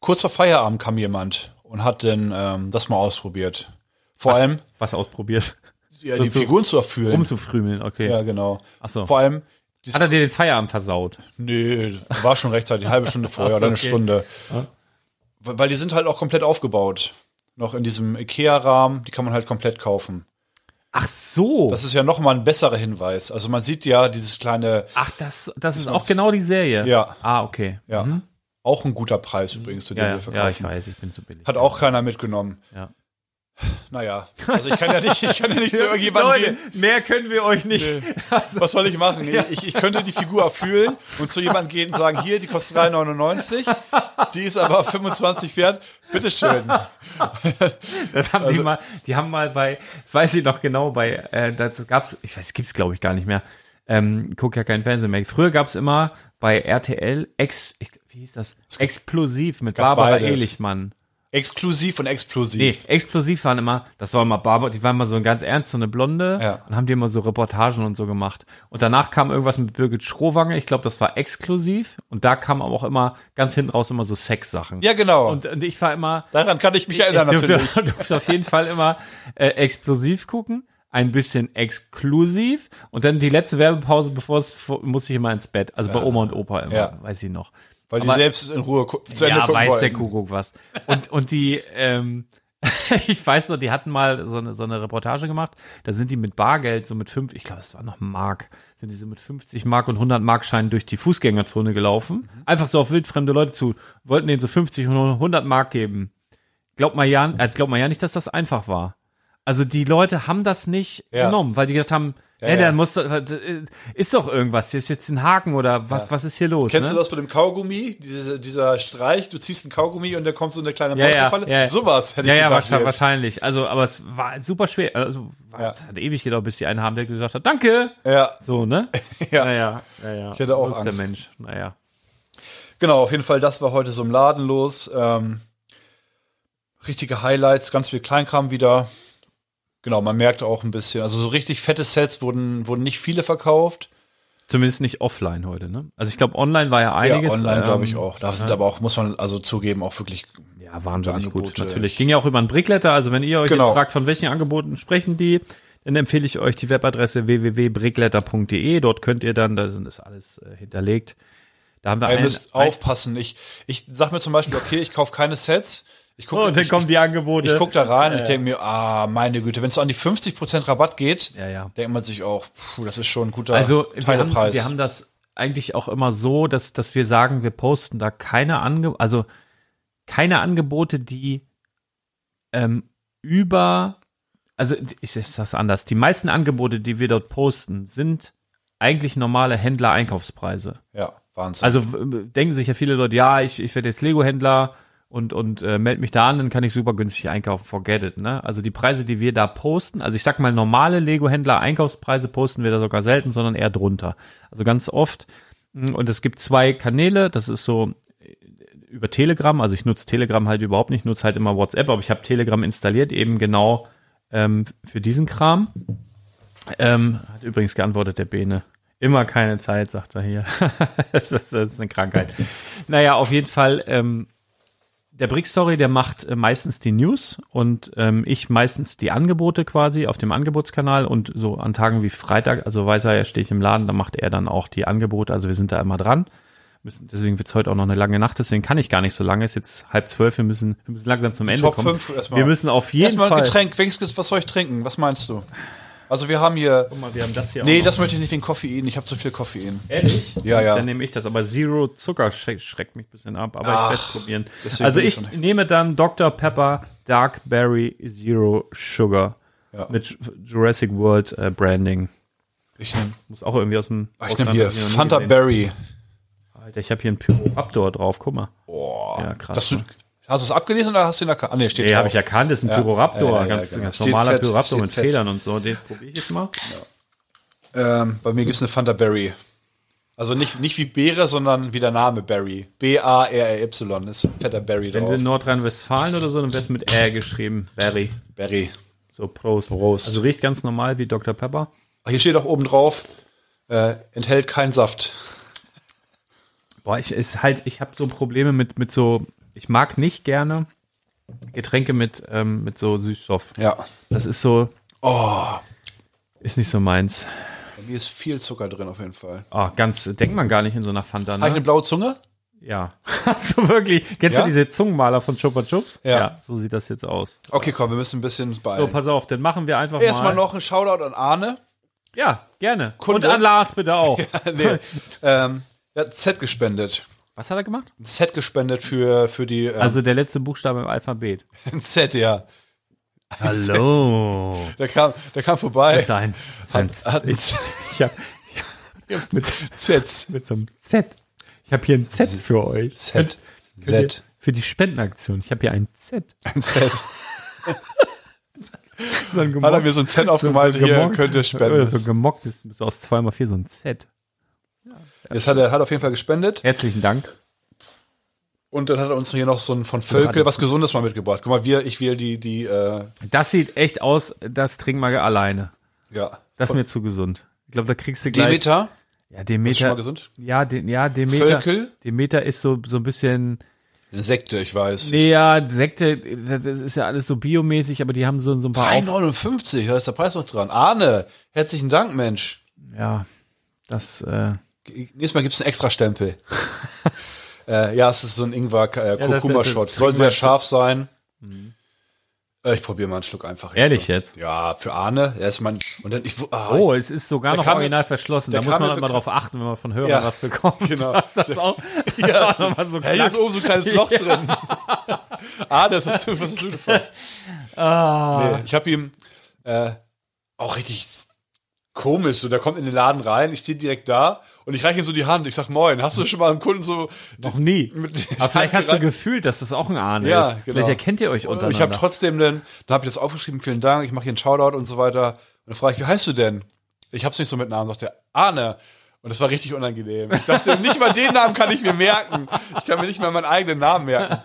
S4: kurz vor Feierabend kam jemand und hat denn ähm, das mal ausprobiert. Vor allem
S3: Was ausprobiert.
S4: ja,
S3: so
S4: die
S3: zu-
S4: Figuren zu erfüllen.
S3: Rumzufrümeln, okay.
S4: ja, genau.
S3: Ach so.
S4: Vor allem,
S3: Hat er dir den Feierabend versaut?
S4: nee, war schon rechtzeitig, eine halbe Stunde vorher
S3: Ach so,
S4: oder eine
S3: okay.
S4: Stunde. Weil weil die sind halt auch komplett aufgebaut. Noch in diesem IKEA-Rahmen, die kann man halt komplett kaufen.
S3: Ach so.
S4: Das ist ja nochmal ein besserer Hinweis. Also man sieht ja dieses kleine,
S3: Ach, das, das ist auch genau die Serie.
S4: Ja.
S3: Ah, okay.
S4: ja, auch ein guter Preis übrigens, zu dem
S3: Ja, ja,
S4: wir verkaufen.
S3: ja, ich weiß, ich bin zu billig.
S4: Hat auch keiner mitgenommen.
S3: Ja.
S4: Naja, also ich kann ja nicht, ich kann ja nicht zu irgendjemandem gehen.
S3: mehr können wir euch nicht.
S4: Was soll ich machen? Ich, ich könnte die Figur fühlen und zu jemandem gehen und sagen, hier, die kostet 3,99, die ist aber 25 wert. Bitteschön.
S3: Das haben
S4: Also-
S3: die mal, die haben mal bei, das weiß ich noch genau, bei, äh, das gab's, ich weiß, gibt's glaube ich gar nicht mehr. Ähm, guck ja keinen Fernsehen mehr. Früher gab's immer bei RTL Ex, ich, wie hieß das? Explosiv mit
S4: gab
S3: Barbara
S4: beides.
S3: Ehlichmann.
S4: Exklusiv und
S3: Nee,
S4: explosiv.
S3: explosiv waren immer, das war immer Barbara, die waren mal so ganz ernst, so eine Blonde
S4: Ja.
S3: und haben die immer so Reportagen und so gemacht. Und danach kam irgendwas mit Birgit Schrowange, ich glaube, das war exklusiv und da kam aber auch immer ganz hinten raus immer so Sexsachen.
S4: Ja, genau.
S3: Und, und ich war immer,
S4: Daran kann ich mich erinnern
S3: ich
S4: natürlich.
S3: durfte, durfte auf jeden Fall immer äh, explosiv gucken, ein bisschen exklusiv und dann die letzte Werbepause, bevor es vor- musste ich immer ins Bett. Also bei Oma und Opa immer,
S4: Ja.
S3: weiß ich noch.
S4: Weil die
S3: Aber-
S4: selbst in Ruhe gu- zu Ende
S3: ja,
S4: gucken
S3: weiß der ne?
S4: wollten.
S3: Kuckuck was. Und, und die, ähm, ich weiß noch, die hatten mal so eine, so eine Reportage gemacht, da sind die mit Bargeld, so mit fünf, ich glaube, es war noch Mark, sind die so mit 50 Mark und 100 Mark Scheinen durch die Fußgängerzone gelaufen.
S4: Mhm.
S3: Einfach so auf wildfremde Leute zu, wollten denen so 50 und 100 Mark geben. Glaubt mal ja, als glaubt man ja nicht, dass das einfach war. Also die Leute haben das nicht
S4: Ja.
S3: genommen, weil die gedacht haben, ja,
S4: ja.
S3: dann muss doch- äh, ist doch irgendwas, hier ist jetzt ein Haken oder was, was ist hier los?
S4: Kennst
S3: ne?
S4: du das mit dem Kaugummi? Diese, dieser Streich, du ziehst einen Kaugummi und da kommt so eine kleine
S3: Ja, ja,
S4: Beutefalle.
S3: ja.
S4: Sowas hätte
S3: ja,
S4: ich
S3: ja,
S4: gedacht.
S3: wahrscheinlich,
S4: jetzt.
S3: wahrscheinlich. Also, aber es war super schwer. Also, war,
S4: Ja.
S3: es hat ewig gedauert, bis die einen haben, der gesagt hat, danke.
S4: Ja,
S3: So, ne?
S4: Ja.
S3: Naja, naja. Ich
S4: hätte auch
S3: ist
S4: Angst.
S3: der Mensch. Naja.
S4: Genau, auf jeden Fall, das war heute so im Laden los. Ähm, richtige Highlights, ganz viel Kleinkram wieder. Genau, man merkt auch ein bisschen. Also so richtig fette Sets wurden, wurden nicht viele verkauft.
S3: Zumindest nicht offline heute, ne? Also, ich glaube, online war ja
S4: Ja,
S3: einiges.
S4: online glaube
S3: ähm,
S4: ich auch. Da sind aber auch, muss man also zugeben, auch wirklich
S3: Ja, wahnsinnig gut.
S4: Angebote.
S3: Natürlich. Ging ja auch über einen Brickletter. Also, wenn ihr euch
S4: Genau.
S3: jetzt fragt, von welchen Angeboten sprechen die, dann empfehle ich euch die Webadresse www.brickletter.de. Dort könnt ihr dann, da sind das alles äh, hinterlegt. Da haben wir
S4: Ihr
S3: einen,
S4: müsst
S3: ein-
S4: aufpassen. Ich, ich sag mir zum Beispiel, okay, ich kaufe keine Sets. Ich guck,
S3: Oh, und dann
S4: ich,
S3: kommen die Angebote.
S4: ich, ich guck da rein und denke mir, ah, meine Güte, wenn es an die 50% Rabatt geht,
S3: Ja, ja.
S4: denkt man sich auch, puh, das ist schon ein guter
S3: Also wir haben,
S4: Teilepreis.
S3: wir haben das eigentlich auch immer so, dass, dass wir sagen, wir posten da keine Angebote, also keine Angebote, die ähm, über, also ich sage das anders, die meisten Angebote, die wir dort posten, sind eigentlich normale Händler-Einkaufspreise.
S4: Ja, Wahnsinn.
S3: Also w- denken sich ja viele Leute, ja, ich, ich werde jetzt Lego-Händler und, und äh, melde mich da an, dann kann ich super günstig einkaufen, forget it. Ne? Also die Preise, die wir da posten, also ich sag mal, normale Lego-Händler-Einkaufspreise posten wir da sogar selten, sondern eher drunter. Also ganz oft. mm, Und es gibt zwei Kanäle, das ist so äh, über Telegram, also ich nutze Telegram halt überhaupt nicht, nutze halt immer WhatsApp, aber ich habe Telegram installiert, eben genau ähm, für diesen Kram. Ähm, hat übrigens geantwortet, der Bene. Immer keine Zeit, sagt er hier. das, ist, das ist eine Krankheit. Naja, auf jeden Fall, ähm, der Brick Story, der macht äh, meistens die News und ähm, ich meistens die Angebote quasi auf dem Angebotskanal und so an Tagen wie Freitag, also weiß er, stehe ich im Laden, da macht er dann auch die Angebote, also wir sind da immer dran. Müssen, deswegen wird's heute auch noch eine lange Nacht, deswegen kann ich gar nicht so lange. Ist jetzt halb zwölf, wir müssen, wir müssen langsam zum Ende
S4: Top
S3: kommen.
S4: fünf erstmal.
S3: wir müssen auf jeden
S4: Erstmal ein
S3: Fall.
S4: Getränk. Welches, was soll ich trinken? Was meinst du? Also wir haben hier.
S3: Guck mal, wir haben das hier
S4: Nee,
S3: auch
S4: das
S3: noch.
S4: möchte ich nicht wegen Koffein. Ich habe zu viel Koffein.
S3: Ehrlich?
S4: Ja, ja.
S3: Dann nehme ich das. Aber Zero Zucker schre- schreckt mich ein bisschen ab, aber ich
S4: Ach,
S3: werde es probieren.
S4: deswegen
S3: Also
S4: will ich's
S3: ich
S4: noch nicht.
S3: nehme dann Dr. Pepper Dark Berry Zero Sugar
S4: Ja.
S3: mit Ju- Jurassic World äh, Branding.
S4: Ich nehme
S3: Muss auch irgendwie aus dem.
S4: Ah, ich nehm
S3: Ausland,
S4: hier
S3: hab ich noch nie
S4: Fanta
S3: gesehen.
S4: Berry.
S3: Alter, ich habe hier einen Pyro-Raptor drauf, guck mal.
S4: Boah.
S3: Ja, krass,
S4: Das du,
S3: ne?
S4: hast du es abgelesen oder hast du ihn erkannt? Ah, nee, steht
S3: Nee,
S4: drauf.
S3: habe ich erkannt, das ist ein
S4: Ja,
S3: Pyroraptor,
S4: ja, ja,
S3: ganz,
S4: genau.
S3: ganz
S4: Steht
S3: normaler
S4: fett,
S3: Pyroraptor
S4: steht
S3: mit
S4: fett.
S3: Federn und so. Den probiere ich jetzt mal.
S4: Ähm, bei mir gibt's eine Fanta Berry. Also nicht, nicht wie Beere, sondern wie der Name Berry. B-A-R-R-Y ist ein fetter Berry
S3: Wenn du in
S4: drauf.
S3: Nordrhein-Westfalen oder so, dann wär's mit Ä geschrieben. Berry.
S4: Berry.
S3: So, Prost. Prost. Also riecht ganz normal wie Dr. Pepper.
S4: Ach, Hier steht auch oben drauf, äh, enthält keinen Saft.
S3: Boah, ich ist halt, ich habe so Probleme mit mit so, ich mag nicht gerne Getränke mit ähm, mit so Süßstoff.
S4: Ja.
S3: Das ist so,
S4: Oh,
S3: ist nicht so meins.
S4: bei mir ist viel Zucker drin auf jeden Fall.
S3: Ah, ganz denkt man gar nicht in so einer Fanta.
S4: Habe ich eine
S3: Ne?
S4: blaue Zunge?
S3: Ja, hast du wirklich? Kennst
S4: Ja?
S3: du diese Zungenmaler von Chupa Chups?
S4: Ja.
S3: so sieht das jetzt aus.
S4: Okay, komm, wir müssen ein bisschen
S3: So,
S4: beeilen.
S3: pass auf, dann machen wir einfach mal.
S4: Erstmal noch ein Shoutout an Arne.
S3: Ja, gerne.
S4: Kunde.
S3: Und an Lars bitte auch.
S4: nee, ähm, er hat ein Set gespendet.
S3: Was hat er gemacht?
S4: Ein Set gespendet für, für die. Ähm,
S3: Also der letzte Buchstabe im Alphabet.
S4: ein Set, ja.
S3: Hallo.
S4: Der kam, der kam vorbei.
S3: Sein. Sein.
S4: Hat, hat ein
S3: Ich,
S4: Z-
S3: ich hab, ich hab mit,
S4: Sets.
S3: mit so einem Z. Ich habe hier ein Z für euch.
S4: Set.
S3: Für, für, die,
S4: Set.
S3: für die Spendenaktion. Ich habe hier ein Z.
S4: Ein Set.
S3: So ein
S4: Hat er
S3: gemockt-
S4: mir so ein Set aufgemalt, hier
S3: gemockt-
S4: könnt ihr
S3: Oder so ein
S4: spenden.
S3: gemocktes, so aus 2x4, so ein Z.
S4: Das hat er hat er auf jeden Fall gespendet.
S3: Herzlichen Dank.
S4: Und dann hat er uns hier noch so ein von Völkel was Gesundes mal mitgebracht. Guck mal, wir, ich will die, die, äh,
S3: Das sieht echt aus, das trinken wir alleine.
S4: ja.
S3: Das ist mir zu gesund. Ich glaube, da kriegst du gleich.
S4: Demeter.
S3: Ja,
S4: Ist schon mal
S3: Demeter.
S4: gesund?
S3: Ja, De, ja, Demeter.
S4: Völkel?
S3: Demeter ist so, so ein bisschen.
S4: Eine Sekte, ich weiß.
S3: Nee, ja, Sekte, das ist ja alles so biomäßig, aber die haben so, so ein paar. Auf
S4: 3,59, da ist der Preis noch dran. Arne, herzlichen Dank, Mensch.
S3: ja, das. Äh,
S4: Nächstes Mal gibt es einen extra Stempel. äh, ja, es ist so ein ingwer äh,
S3: das-
S4: kurkuma
S3: das-
S4: shot
S3: das-
S4: Soll sehr scharf sein. Äh, ich probiere mal einen Schluck einfach.
S3: Ehrlich jetzt?
S4: Ja, für Arne. Er ist mein. Und dann, ich, ah,
S3: Oh,
S4: ich,
S3: es ist sogar
S4: Der
S3: noch
S4: kam mir-
S3: original verschlossen. Da
S4: der
S3: muss
S4: kam
S3: man
S4: mir
S3: immer
S4: bekannt-
S3: drauf achten, wenn man von Hörern
S4: Ja,
S3: was bekommt.
S4: genau.
S3: Dass das auch, das
S4: Ja.
S3: auch nochmal so
S4: hey, hier ist um-
S3: knackt.
S4: oben so ein kleines Loch drin. Arne, das hast du, was hast du davon?
S3: Ah.
S4: Nee, ich habe ihm äh, auch richtig komisch, so der kommt in den Laden rein, ich stehe direkt da und ich reiche ihm so die Hand. Ich sag, moin, hast du schon mal einem Kunden so
S3: Noch nie.
S4: mit
S3: Aber vielleicht hast du
S4: Hand gereicht?
S3: gefühlt, dass das auch ein Ahne
S4: Ja,
S3: ist.
S4: genau.
S3: Vielleicht erkennt ihr euch
S4: Und ich habe
S3: untereinander.
S4: trotzdem dann, dann habe ich das aufgeschrieben, vielen Dank, ich mache hier einen Shoutout und so weiter. Und dann frage ich, wie heißt du denn? Ich habe es nicht so mit Namen, sagt der Arne. Und das war richtig unangenehm. Ich dachte, nicht mal den Namen kann ich mir merken. Ich kann mir nicht mal meinen eigenen Namen merken.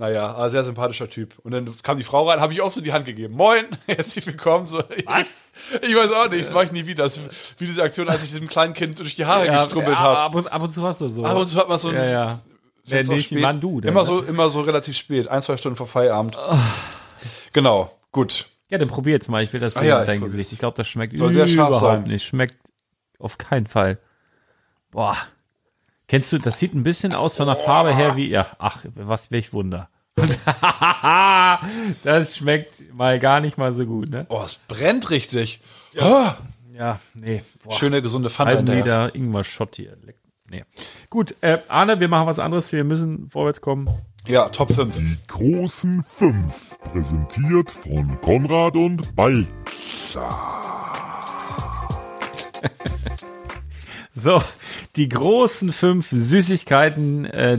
S4: Naja, aber sehr sympathischer Typ. Und dann kam die Frau rein, habe ich auch so die Hand gegeben. Moin, herzlich willkommen. So,
S3: Was?
S4: Ich weiß auch nicht, das mache ich nie wieder. Das, wie diese Aktion, als ich diesem kleinen Kind durch die Haare
S3: Ja,
S4: gestrubbelt
S3: ja,
S4: habe.
S3: Ab, und- ab und zu hast du so.
S4: Ab und zu hat man so ein,
S3: ja, ja. Der
S4: Jetzt auch
S3: nächste
S4: spät.
S3: Äh, Mann du. Dann,
S4: Immer
S3: ne?
S4: so, immer so relativ spät, ein, zwei Stunden vor Feierabend. Genau, gut.
S3: Ja, dann probier jetzt mal. Ich will das
S4: Ah,
S3: sehen
S4: ja,
S3: in
S4: ich
S3: dein
S4: probier's.
S3: Gesicht. Ich glaube, das schmeckt
S4: Soll sehr
S3: überhaupt
S4: scharf sein.
S3: nicht. Schmeckt auf keinen Fall. Boah. Kennst du, das sieht ein bisschen aus von der Farbe her wie, ja, ach, was, welch Wunder. das schmeckt mal gar nicht mal so gut, ne?
S4: Oh, es brennt richtig. Ah,
S3: Ja, nee. Boah.
S4: Schöne, gesunde Pfanne
S3: Halben
S4: hinterher.
S3: Liter Ingwer Schott hier. Leck- Nee. Gut, äh, Arne, wir machen was anderes. Wir müssen vorwärts kommen.
S4: Ja, Top 5.
S5: Die großen fünf, präsentiert von Konrad und Balk.
S3: So, die großen fünf Süßigkeiten, äh,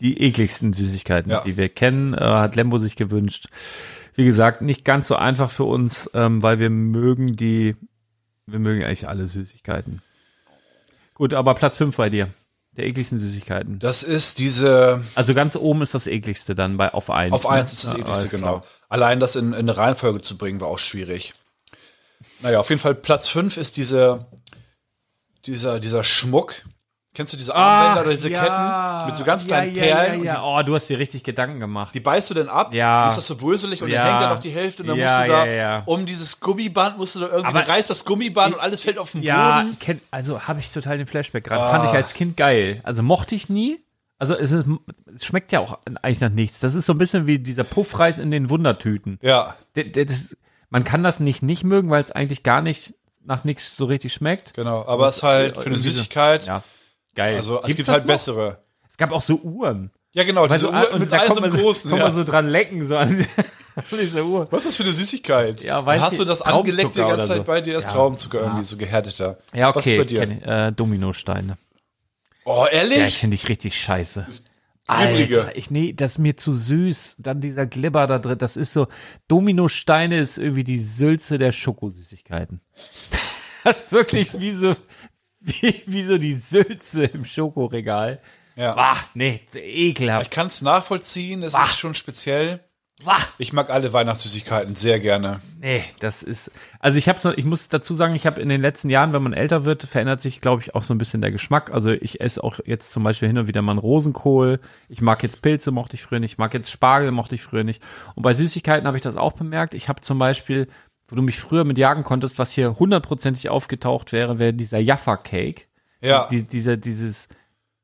S3: die ekligsten Süßigkeiten,
S4: Ja.
S3: die wir kennen, äh, hat Lembo sich gewünscht. Wie gesagt, nicht ganz so einfach für uns, ähm, weil wir mögen die, wir mögen eigentlich alle Süßigkeiten. Gut, aber Platz fünf bei dir. Der ekligsten Süßigkeiten.
S4: Das ist diese,
S3: Also ganz oben ist das ekligste dann bei auf eins.
S4: auf
S3: ne?
S4: eins ist das
S3: Ja,
S4: ekligste,
S3: alles
S4: genau.
S3: klar.
S4: Allein das in, in eine Reihenfolge zu bringen, war auch schwierig. Naja, auf jeden Fall Platz 5 ist diese, dieser, dieser Schmuck. Kennst du diese Armbänder
S3: Ach,
S4: oder diese
S3: ja.
S4: Ketten mit so ganz kleinen
S3: ja, ja,
S4: Perlen?
S3: Ja, ja. Oh, du hast dir richtig Gedanken gemacht.
S4: Die beißt du denn ab,
S3: Ja.
S4: ist das so bröselig und
S3: Ja.
S4: dann hängt da noch die Hälfte und dann
S3: Ja,
S4: musst du da
S3: ja, ja.
S4: um dieses Gummiband musst du da irgendwie,
S3: Aber-
S4: du reißt das Gummiband und alles fällt auf den
S3: Ja,
S4: Boden. Ah.
S3: kenn, also habe ich total den Flashback gerade. Fand ich als Kind geil. Also mochte ich nie. Also es, ist, es schmeckt ja auch eigentlich nach nichts. Das ist so ein bisschen wie dieser Puffreis in den Wundertüten.
S4: Ja,
S3: Der- der- das- man kann das nicht nicht mögen, weil es eigentlich gar nicht nach nichts so richtig schmeckt.
S4: genau. Aber es ist halt für eine
S3: Irgendwie so-
S4: Süßigkeit.
S3: Ja, geil.
S4: Also es
S3: Gibt's
S4: gibt
S3: das
S4: halt
S3: noch?
S4: bessere.
S3: Es gab auch so Uhren.
S4: Ja, genau, diese
S3: Weil so-
S4: Uhr mit
S3: da
S4: einem so
S3: kommt
S4: einem
S3: man-
S4: großen.
S3: Kommt
S4: Ja.
S3: man so dran lecken, so an, an dieser Uhr.
S4: Was ist das für eine Süßigkeit?
S3: Ja, weiß
S4: Und hast
S3: ich-
S4: du das
S3: Traubenzucker
S4: angeleckt die
S3: oder
S4: ganze
S3: so.
S4: Zeit bei dir, das
S3: Ja.
S4: Traubenzucker irgendwie so gehärteter?
S3: Ja, okay.
S4: Was ist bei dir?
S3: kenn ich. äh, Dominosteine.
S4: Oh,
S3: Ja,
S4: ehrlich?
S3: finde ich richtig scheiße.
S4: Klebrige.
S3: Alter, ich, nee, das ist mir zu süß. Dann dieser Glibber da drin, das ist so, Dominosteine ist irgendwie die Sülze der Schokosüßigkeiten. Das ist wirklich wie so, wie, wie so die Sülze im Schokoregal.
S4: Ja.
S3: Wah, nee,
S4: Ich
S3: ekelhaft.
S4: kann es nachvollziehen, das
S3: Wah.
S4: ist schon speziell.
S3: Wah,
S4: Ich mag alle Weihnachtssüßigkeiten sehr gerne.
S3: nee, das ist, also ich hab's, noch- ich muss dazu sagen, ich habe in den letzten Jahren, wenn man älter wird, verändert sich, glaube ich, auch so ein bisschen der Geschmack. Also ich esse auch jetzt zum Beispiel hin und wieder mal einen Rosenkohl. Ich mag jetzt Pilze, mochte ich früher nicht. Ich mag jetzt Spargel, mochte ich früher nicht. Und bei Süßigkeiten habe ich das auch bemerkt. Ich habe zum Beispiel, wo du mich früher mit jagen konntest, was hier hundertprozentig aufgetaucht wäre, wäre dieser Jaffa-Cake.
S4: Ja,
S3: Die, dieser, dieses,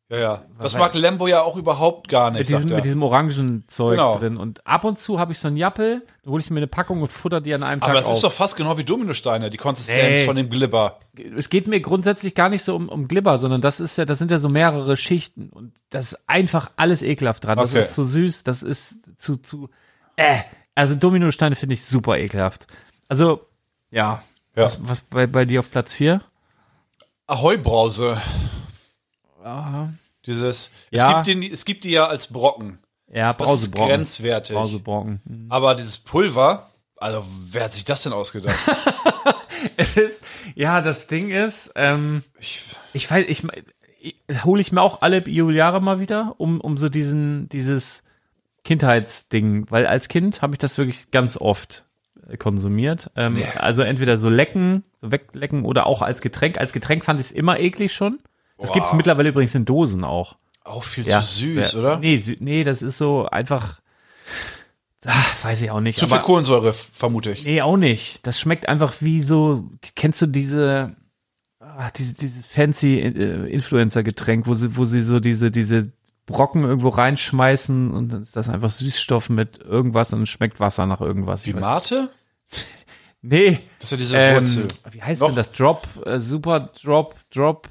S4: ja, ja. Das
S3: weiß
S4: mag Lembo ja auch überhaupt gar nicht,
S3: mit diesem,
S4: sagt er.
S3: mit diesem Orangenzeug
S4: Genau.
S3: drin. Und ab und zu habe ich so einen Jappel, dann hole ich mir eine Packung und futter die an einem
S4: Aber
S3: Tag
S4: das
S3: auf.
S4: ist doch fast genau wie Dominosteine, die Konsistenz
S3: Nee.
S4: von dem Glibber.
S3: es geht mir grundsätzlich gar nicht so um, um Glibber, sondern das ist ja, das sind ja so mehrere Schichten und das ist einfach alles ekelhaft dran.
S4: Okay.
S3: Das ist zu süß, das ist zu, zu, äh, also Dominosteine finde ich super ekelhaft. Also, ja.
S4: Ja.
S3: Was, was bei, bei dir auf Platz 4?
S4: Ahoi-Brause. Dieses,
S3: Ja.
S4: es, gibt die, es gibt die ja als Brocken.
S3: Ja,
S4: Das ist
S3: Brausebrocken.
S4: grenzwertig.
S3: Brausebrocken. Mhm.
S4: Aber dieses Pulver, also wer hat sich das denn ausgedacht?
S3: Es ist, ja, das Ding ist, ähm,
S4: Ich,
S3: Ich weiß, ich, ich hole ich mir auch alle Jubeljahre mal wieder, um, um so diesen, dieses Kindheitsding, weil als Kind habe ich das wirklich ganz oft äh, konsumiert. Ähm, Also entweder so lecken, so weglecken oder auch als Getränk. Als Getränk fand ich es immer eklig schon. Das gibt es mittlerweile übrigens in Dosen auch.
S4: auch viel
S3: Ja.
S4: zu süß,
S3: Ja.
S4: oder?
S3: Nee, sü nee, das ist so einfach, ah, weiß ich auch nicht.
S4: Zu viel
S3: aber-
S4: Kohlensäure, f- vermute ich.
S3: Nee, auch nicht. Das schmeckt einfach wie so, kennst du diese, ah, diese dieses fancy äh, Influencer-Getränk, wo sie, wo sie so diese, diese Brocken irgendwo reinschmeißen und dann ist das einfach Süßstoff mit irgendwas und schmeckt Wasser nach irgendwas.
S4: Die
S3: Ich weiß-
S4: Mate?
S3: nee.
S4: Das ist ja diese
S3: Ähm,
S4: Wurzel.
S3: wie heißt
S4: Noch?
S3: denn das? Drop, äh, Super Drop, Drop,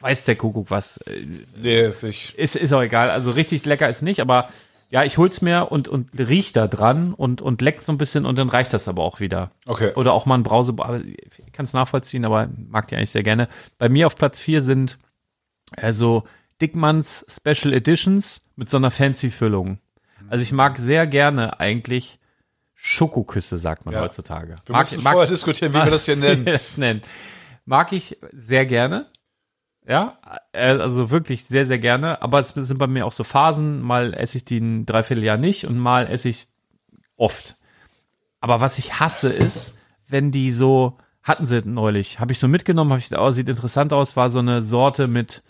S3: weiß der Kuckuck was. Äh,
S4: Nee, ich,
S3: Ist, ist auch egal. Also richtig lecker ist nicht, aber ja, ich hol's mir und, und riech da dran und, und leck so ein bisschen und dann reicht das aber auch wieder.
S4: okay.
S3: Oder auch mal ein Brause. aber Ich kann es nachvollziehen, aber mag die eigentlich sehr gerne. Bei mir auf Platz 4 sind also Dickmanns Special Editions mit so einer fancy Füllung. Also ich mag sehr gerne eigentlich Schokoküsse, sagt man
S4: Ja.
S3: heutzutage.
S4: Wir mussten vorher diskutieren, wie wir das hier
S3: wie wir
S4: nennen.
S3: das nennen. Mag ich sehr gerne. Ja, äh, also wirklich sehr, sehr gerne. Aber es sind bei mir auch so Phasen. Mal esse ich die ein Dreivierteljahr nicht und mal esse ich oft. Aber was ich hasse ist, wenn die so, hatten sie neulich, habe ich so mitgenommen, habe ich gedacht, oh, sieht interessant aus, war so eine Sorte mit,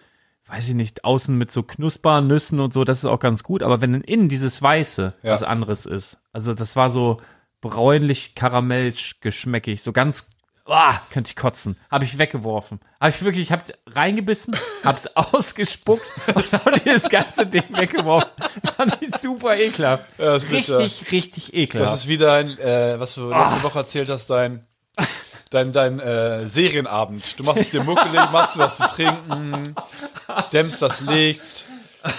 S3: weiß ich nicht, außen mit so Knuspernüssen und so, das ist auch ganz gut, aber wenn dann innen dieses Weiße
S4: Ja.
S3: was anderes ist, also das war so bräunlich karamellisch geschmeckig, so ganz, ah, könnte ich kotzen, habe ich weggeworfen. Habe ich wirklich, ich habe reingebissen, habe es ausgespuckt und habe das ganze Ding weggeworfen. Fand ich super ekelhaft.
S4: Ja, das wird,
S3: richtig, richtig ekelhaft. Ah.
S4: Das ist wie dein, äh, was du letzte Woche erzählt hast, dein, dein, dein äh, Serienabend. Du machst es dir muckelig, machst dir was zu trinken, dämmst das Licht,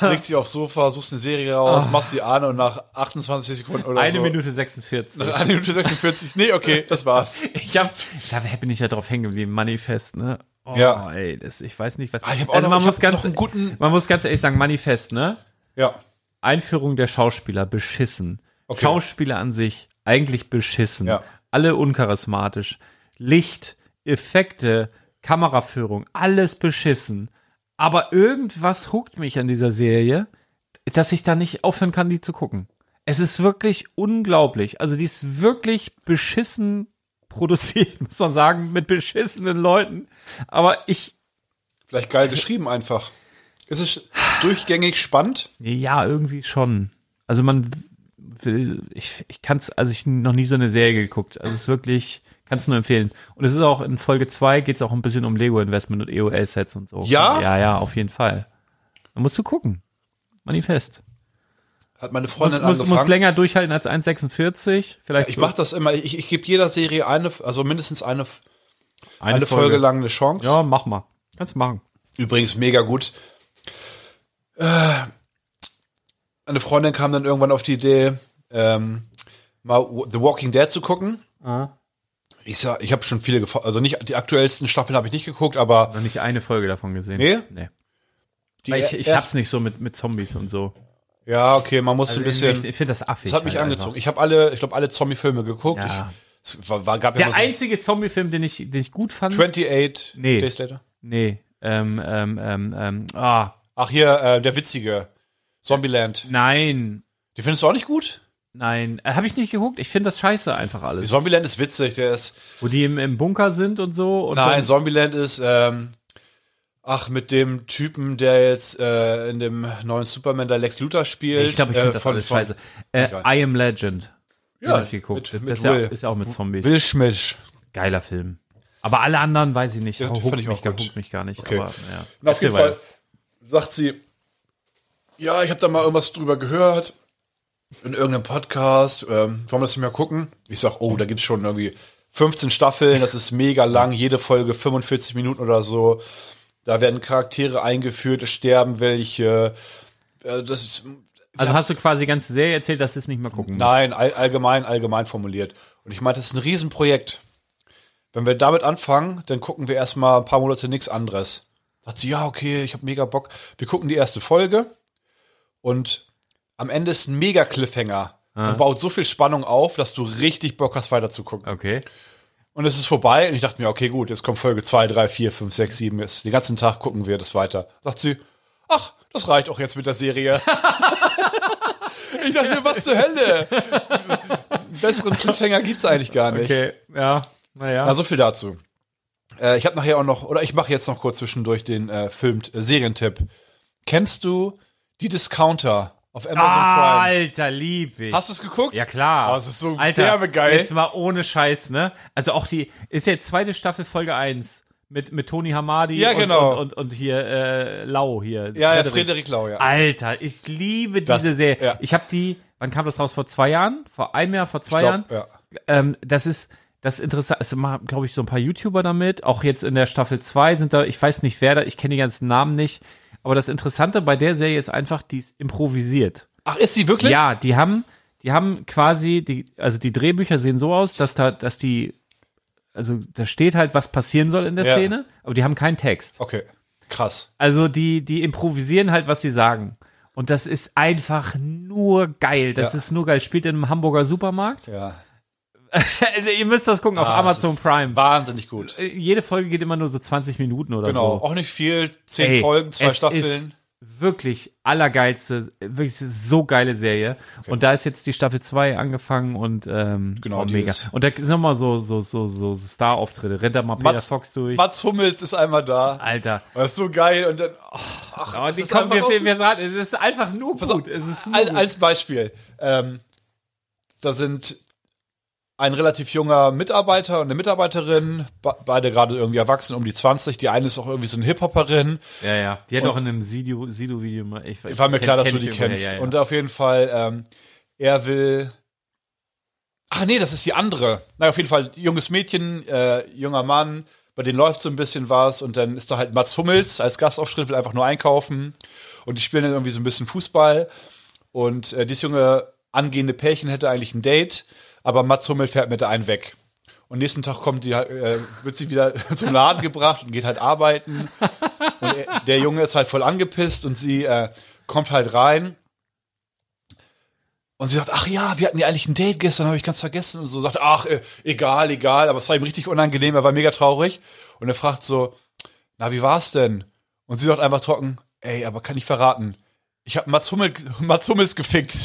S4: legst sie aufs Sofa, suchst eine Serie raus, machst sie an und nach 28 Sekunden oder
S3: Ah. Eine
S4: so.
S3: Minute 46.
S4: Eine Minute 46. Nee, okay, das war's.
S3: Ich hab, da bin ich ja drauf hängen geblieben, Manifest, ne? Oh,
S4: Ja.
S3: ey, das, ich weiß nicht, was. Also
S4: Ah, ich hab auch noch-
S3: man,
S4: ich
S3: muss
S4: hab
S3: ganz,
S4: noch einen guten-
S3: man muss ganz ehrlich sagen, Manifest, ne?
S4: Ja.
S3: Einführung der Schauspieler, beschissen.
S4: Okay.
S3: Schauspieler an sich, eigentlich beschissen.
S4: Ja.
S3: Alle uncharismatisch. Licht, Effekte, Kameraführung, alles beschissen. Aber irgendwas huckt mich an dieser Serie, dass ich da nicht aufhören kann, die zu gucken. Es ist wirklich unglaublich. Also die ist wirklich beschissen produziert, muss man sagen, mit beschissenen Leuten. Aber ich,
S4: Vielleicht geil geschrieben einfach. Es ist durchgängig spannend.
S3: Ja, irgendwie schon. Also man will, ich, ich kann es, also ich noch nie so eine Serie geguckt. Also es ist wirklich, kann es nur empfehlen. Und es ist auch in Folge 2 geht es auch ein bisschen um Lego-Investment und EOL-Sets und so.
S4: Ja?
S3: Ja, ja, auf jeden Fall. Da musst du gucken. Manifest.
S4: Hat meine
S3: Muss,
S4: Freundin
S3: muss, muss
S4: angefangen.
S3: länger durchhalten als 1,46. Vielleicht
S4: ich mache das immer. Ich, ich gebe jeder Serie eine, also mindestens eine,
S3: eine,
S4: eine, Folge. lang eine Chance.
S3: Ja, mach mal. Kannst du machen.
S4: Übrigens mega gut. Äh, eine Freundin kam dann irgendwann auf die Idee, ähm, mal W- The Walking Dead zu gucken.
S3: Ah.
S4: Ich sag, ich habe schon viele gefo- also nicht die aktuellsten Staffeln habe ich nicht geguckt, aber
S3: Noch nicht eine Folge davon gesehen.
S4: Nee?
S3: Nee.
S4: die
S3: Weil ich, ich
S4: erst-
S3: hab's nicht so mit, mit Zombies und so.
S4: Ja, okay, man muss
S3: Also
S4: ein bisschen.
S3: ich ich finde das affig.
S4: das hat mich
S3: halt
S4: angezogen.
S3: einfach.
S4: Ich habe alle, ich glaube alle Zombie-Filme geguckt.
S3: Ja.
S4: Ich, es war, war, gab ja
S3: Der
S4: nur so
S3: einzige Zombie-Film, den ich, den ich gut fand,
S4: 28
S3: Nee.
S4: Days Later.
S3: Nee, ähm, ähm, ähm, ähm, ah,
S4: Ach hier äh, der witzige Zombieland.
S3: nein,
S4: Die findest du auch nicht gut?
S3: nein, äh, habe ich nicht geguckt. Ich finde das scheiße einfach alles.
S4: Zombieland ist witzig. Der ist
S3: Wo die im, im Bunker sind und so. Und
S4: Nein,
S3: dann,
S4: Zombieland ist, ähm, ach, mit dem Typen, der jetzt äh, in dem neuen Superman der Lex Luthor spielt.
S3: ich glaube, ich finde
S4: äh,
S3: das
S4: von-
S3: alles
S4: von
S3: scheiße. Äh,
S4: Egal.
S3: I Am Legend. Den
S4: Ja,
S3: hab ich geguckt.
S4: mit- mit
S3: das ist ja,
S4: Will.
S3: ist ja auch mit Zombies.
S4: Will Schmisch.
S3: Geiler Film. Aber alle anderen weiß ich nicht.
S4: Ja,
S3: Ja,
S4: die
S3: huckt
S4: fand ich
S3: mich,
S4: auch
S3: gar-
S4: gut.
S3: huckt mich gar nicht.
S4: Okay.
S3: Aber, ja.
S4: Und auf
S3: Erzähl
S4: jeden
S3: weiter.
S4: Fall sagt sie, ja, ich habe da mal irgendwas drüber gehört in irgendeinem Podcast. Ähm, wollen wir das nicht mehr gucken? Ich sag, oh, da gibt's schon irgendwie 15 Staffeln. Das ist mega lang. Jede Folge 45 Minuten oder so. Da werden Charaktere eingeführt, es sterben welche. Äh, das ist
S3: Also hast du quasi die ganze Serie erzählt, dass du es nicht mehr gucken musst.
S4: Nein, all, allgemein, allgemein formuliert. Und ich meinte, das ist ein Riesenprojekt. Wenn wir damit anfangen, dann gucken wir erstmal ein paar Monate nichts anderes. Sagt sie, ja, okay, ich habe mega Bock. Wir gucken die erste Folge und am Ende ist ein mega Cliffhanger und baut so viel Spannung auf, dass du richtig Bock hast, weiterzugucken.
S3: Okay.
S4: Und es ist vorbei und ich dachte mir, okay, gut, jetzt kommt Folge 2, 3, 4, 5, 6, 7. Jetzt, den ganzen Tag gucken wir das weiter. Sagt sie, ach, das reicht auch jetzt mit der Serie. ich dachte mir, was zur Hölle? Besseren Cliffhanger gibt's eigentlich gar nicht.
S3: Okay, ja, naja.
S4: Na, so viel dazu. Äh, ich habe nachher auch noch, oder ich mache jetzt noch kurz zwischendurch den äh, Film äh, Serientipp. Kennst du die Discounter auf Amazon
S3: ah,
S4: Prime?
S3: Alter, lieb ich.
S4: Hast du es geguckt?
S3: Ja, klar.
S4: Oh, das ist so derbe geil.
S3: Jetzt mal ohne Scheiß, ne? Also auch die, ist jetzt zweite Staffel Folge 1 mit, mit Toni Hamadi
S4: Ja,
S3: und,
S4: genau.
S3: und, und, und hier äh, Lau hier.
S4: ja, ja, Frederik Lau, ja.
S3: Alter, ich liebe
S4: Das-
S3: diese Serie.
S4: ja.
S3: Ich habe die, wann kam das raus? Vor zwei Jahren? Vor einem Jahr, vor zwei
S4: Ich glaub,
S3: Jahren?
S4: ja.
S3: Ähm, das ist. Das ist interessant, es machen, glaube ich, so ein paar YouTuber damit. Auch jetzt in der Staffel 2 sind da, ich weiß nicht wer da, ich kenne die ganzen Namen nicht. Aber das Interessante bei der Serie ist einfach, die ist improvisiert.
S4: Ach, ist sie wirklich?
S3: Ja, die haben, die haben quasi, die, also die Drehbücher sehen so aus, dass da, dass die, also da steht halt, was passieren soll in der
S4: Ja.
S3: Szene, aber die haben keinen Text.
S4: Okay, krass.
S3: Also die, die improvisieren halt, was sie sagen. Und das ist einfach nur geil. Das
S4: Ja.
S3: ist nur geil. Spielt in einem Hamburger Supermarkt.
S4: Ja.
S3: Also ihr müsst das gucken auf
S4: Ah, das
S3: Amazon
S4: ist
S3: Prime.
S4: Wahnsinnig gut.
S3: Äh, Jede Folge geht immer nur so 20 Minuten oder
S4: Genau,
S3: so.
S4: auch nicht viel. Zehn
S3: Ey,
S4: Folgen, zwei
S3: es
S4: Staffeln.
S3: Ist wirklich allergeilste, wirklich es ist so geile Serie. Und da ist jetzt die Staffel 2 angefangen und ähm,
S4: Genau,
S3: oh,
S4: die
S3: mega.
S4: ist-
S3: Und da sind nochmal so, so, so, so Star-Auftritte. Rennt da mal Peter
S4: Mats-
S3: Fox durch.
S4: Mats Hummels ist einmal da.
S3: Alter.
S4: Das ist so geil. Und dann,
S3: Ah. Oh, Aber
S4: das
S3: die
S4: ist
S3: kommen wir,
S4: einfach
S3: wir,
S4: auch
S3: wir sagen, es ist einfach nur
S4: Pass auf,
S3: gut. Es ist nur
S4: al-
S3: gut.
S4: als Beispiel, ähm, da sind ein relativ junger Mitarbeiter und eine Mitarbeiterin, be beide gerade irgendwie erwachsen, um die 20. Die eine ist auch irgendwie so eine Hip-Hopperin.
S3: ja, ja. Die hat auch in einem Sido- Sido-Video mal. Ich,
S4: War mir
S3: kenn-
S4: klar, dass
S3: kenn
S4: du die
S3: ich irgendwoher,
S4: kennst.
S3: Ja, ja.
S4: Und auf jeden Fall, ähm, er will ähm, Ach nee, das ist die andere. Na, auf jeden Fall, junges Mädchen, äh, junger Mann, bei denen läuft so ein bisschen was und dann ist da halt Mats Hummels als Gastauftritt, will einfach nur einkaufen und die spielen dann irgendwie so ein bisschen Fußball und äh, dieses junge angehende Pärchen hätte eigentlich ein Date, aber Mats Hummel fährt mit der einen weg. Und nächsten Tag kommt die, äh, wird sie wieder zum Laden gebracht und geht halt arbeiten. Und er, der Junge ist halt voll angepisst und sie äh, kommt halt rein und sie sagt, ach ja, wir hatten ja eigentlich ein Date gestern, habe ich ganz vergessen. Und so sagt, ach, äh, egal, egal. Aber es war ihm richtig unangenehm, er war mega traurig. Und er fragt so, na, wie war's denn? Und sie sagt einfach trocken, ey, aber kann ich verraten, ich habe Mats, Hummel, Mats Hummels gefickt.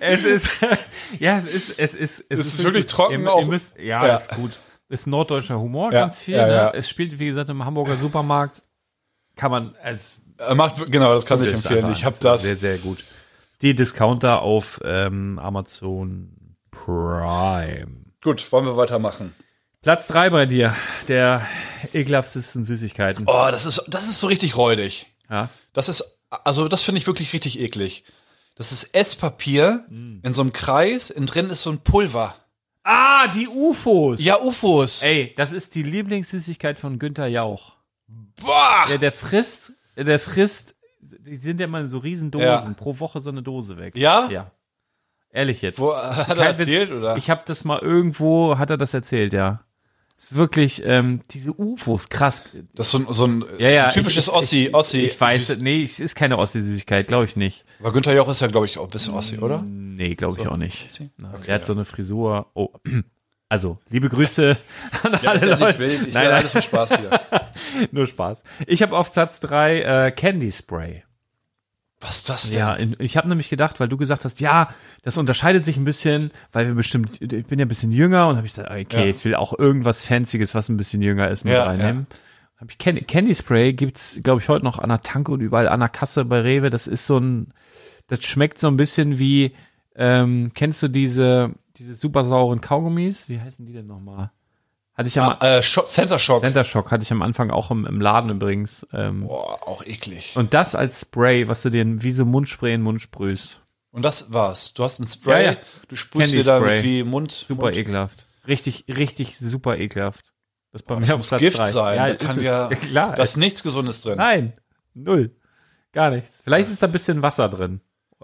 S3: Es ist, ja, es ist, es ist, es,
S4: ist wirklich trocken
S3: ihr,
S4: auch.
S3: Ihr müsst, ja,
S4: Ja.
S3: ist gut. Ist norddeutscher Humor,
S4: Ja,
S3: ganz viel.
S4: ja,
S3: ne?
S4: ja.
S3: Es spielt, wie gesagt, im Hamburger Supermarkt. Kann man als
S4: Er macht, genau, das kann ich
S3: ist
S4: empfehlen.
S3: einfach-
S4: Ich habe
S3: ist
S4: das.
S3: Sehr, sehr gut. Die Discounter auf ähm, Amazon Prime.
S4: Gut, wollen wir weitermachen.
S3: Platz drei bei dir, der ekelhaftesten Süßigkeiten.
S4: Oh, das ist, das ist so richtig räudig.
S3: Ja.
S4: Das ist, also das finde ich wirklich richtig eklig. Das ist Esspapier
S3: Mm.
S4: in so einem Kreis, innen drin ist so ein Pulver.
S3: Ah, die UFOs.
S4: Ja, UFOs.
S3: Ey, das ist die Lieblingssüßigkeit von Günther Jauch.
S4: Boah!
S3: Der, der frisst, der frisst, die sind ja mal so riesen Dosen,
S4: Ja.
S3: pro Woche so eine Dose weg.
S4: Ja?
S3: Ja. Ehrlich jetzt.
S4: Wo, äh, hat er
S3: Kein Witz.
S4: erzählt, oder?
S3: Ich habe das mal irgendwo, hat er das erzählt, ja. Ist wirklich, ähm, diese UFOs, krass.
S4: das ist so, ein- so ein,
S3: Ja, ja.
S4: so ein typisches
S3: ich, ich,
S4: Ossi.
S3: Ich,
S4: Ossi
S3: ich weiß,
S4: Süß-
S3: nee, es ist keine Ossi-Süßigkeit, glaube ich nicht.
S4: Aber Günther Joch ist ja, glaube ich, auch ein bisschen Ossi,
S3: Mm.
S4: oder?
S3: Nee, glaube ich auch nicht.
S4: Ossi?
S3: Na,
S4: Okay,
S3: er hat
S4: ja.
S3: so eine Frisur. Oh. Also, liebe Grüße an alle
S4: ist ja nicht
S3: Leute.
S4: wild. Ich
S3: nein,
S4: sehe
S3: nein,
S4: alles mit Spaß hier.
S3: nur Spaß. Ich habe auf Platz drei äh, Candy Spray.
S4: Was ist das denn?
S3: Ja, in, ich habe nämlich gedacht, weil du gesagt hast, ja, das unterscheidet sich ein bisschen, weil wir bestimmt, ich bin ja ein bisschen jünger und habe ich gesagt, okay,
S4: Ja.
S3: ich will auch irgendwas Fancyes, was ein bisschen jünger ist, mit
S4: Ja,
S3: reinnehmen. Hab ich Candy, Candy Spray gibt's, glaube ich, heute noch an der Tanke und überall an der Kasse bei Rewe. Das ist so ein, das schmeckt so ein bisschen wie, ähm, kennst du diese, diese super sauren Kaugummis? Wie heißen die denn nochmal? Hatte ich ja mal,
S4: Ah, äh, Scho Center Shock.
S3: Center Shock hatte ich am Anfang auch im, im Laden übrigens. Ähm,
S4: Boah, auch eklig.
S3: und das als Spray, was du dir in- wie so Mundspray in den Mund sprühst.
S4: Und das war's. Du hast ein Spray,
S3: Ja, ja.
S4: du sprühst
S3: Candy
S4: dir damit
S3: Spray.
S4: wie Mund.
S3: Super
S4: Mund.
S3: ekelhaft. Richtig, richtig super ekelhaft. Das, ist bei
S4: Das
S3: auf
S4: muss
S3: Platz
S4: Gift
S3: drei.
S4: sein.
S3: Ja,
S4: da
S3: ist
S4: kann
S3: es.
S4: ja,
S3: ja klar.
S4: da ist nichts Gesundes drin.
S3: Nein, null. Gar nichts. Vielleicht ist da ein bisschen Wasser drin.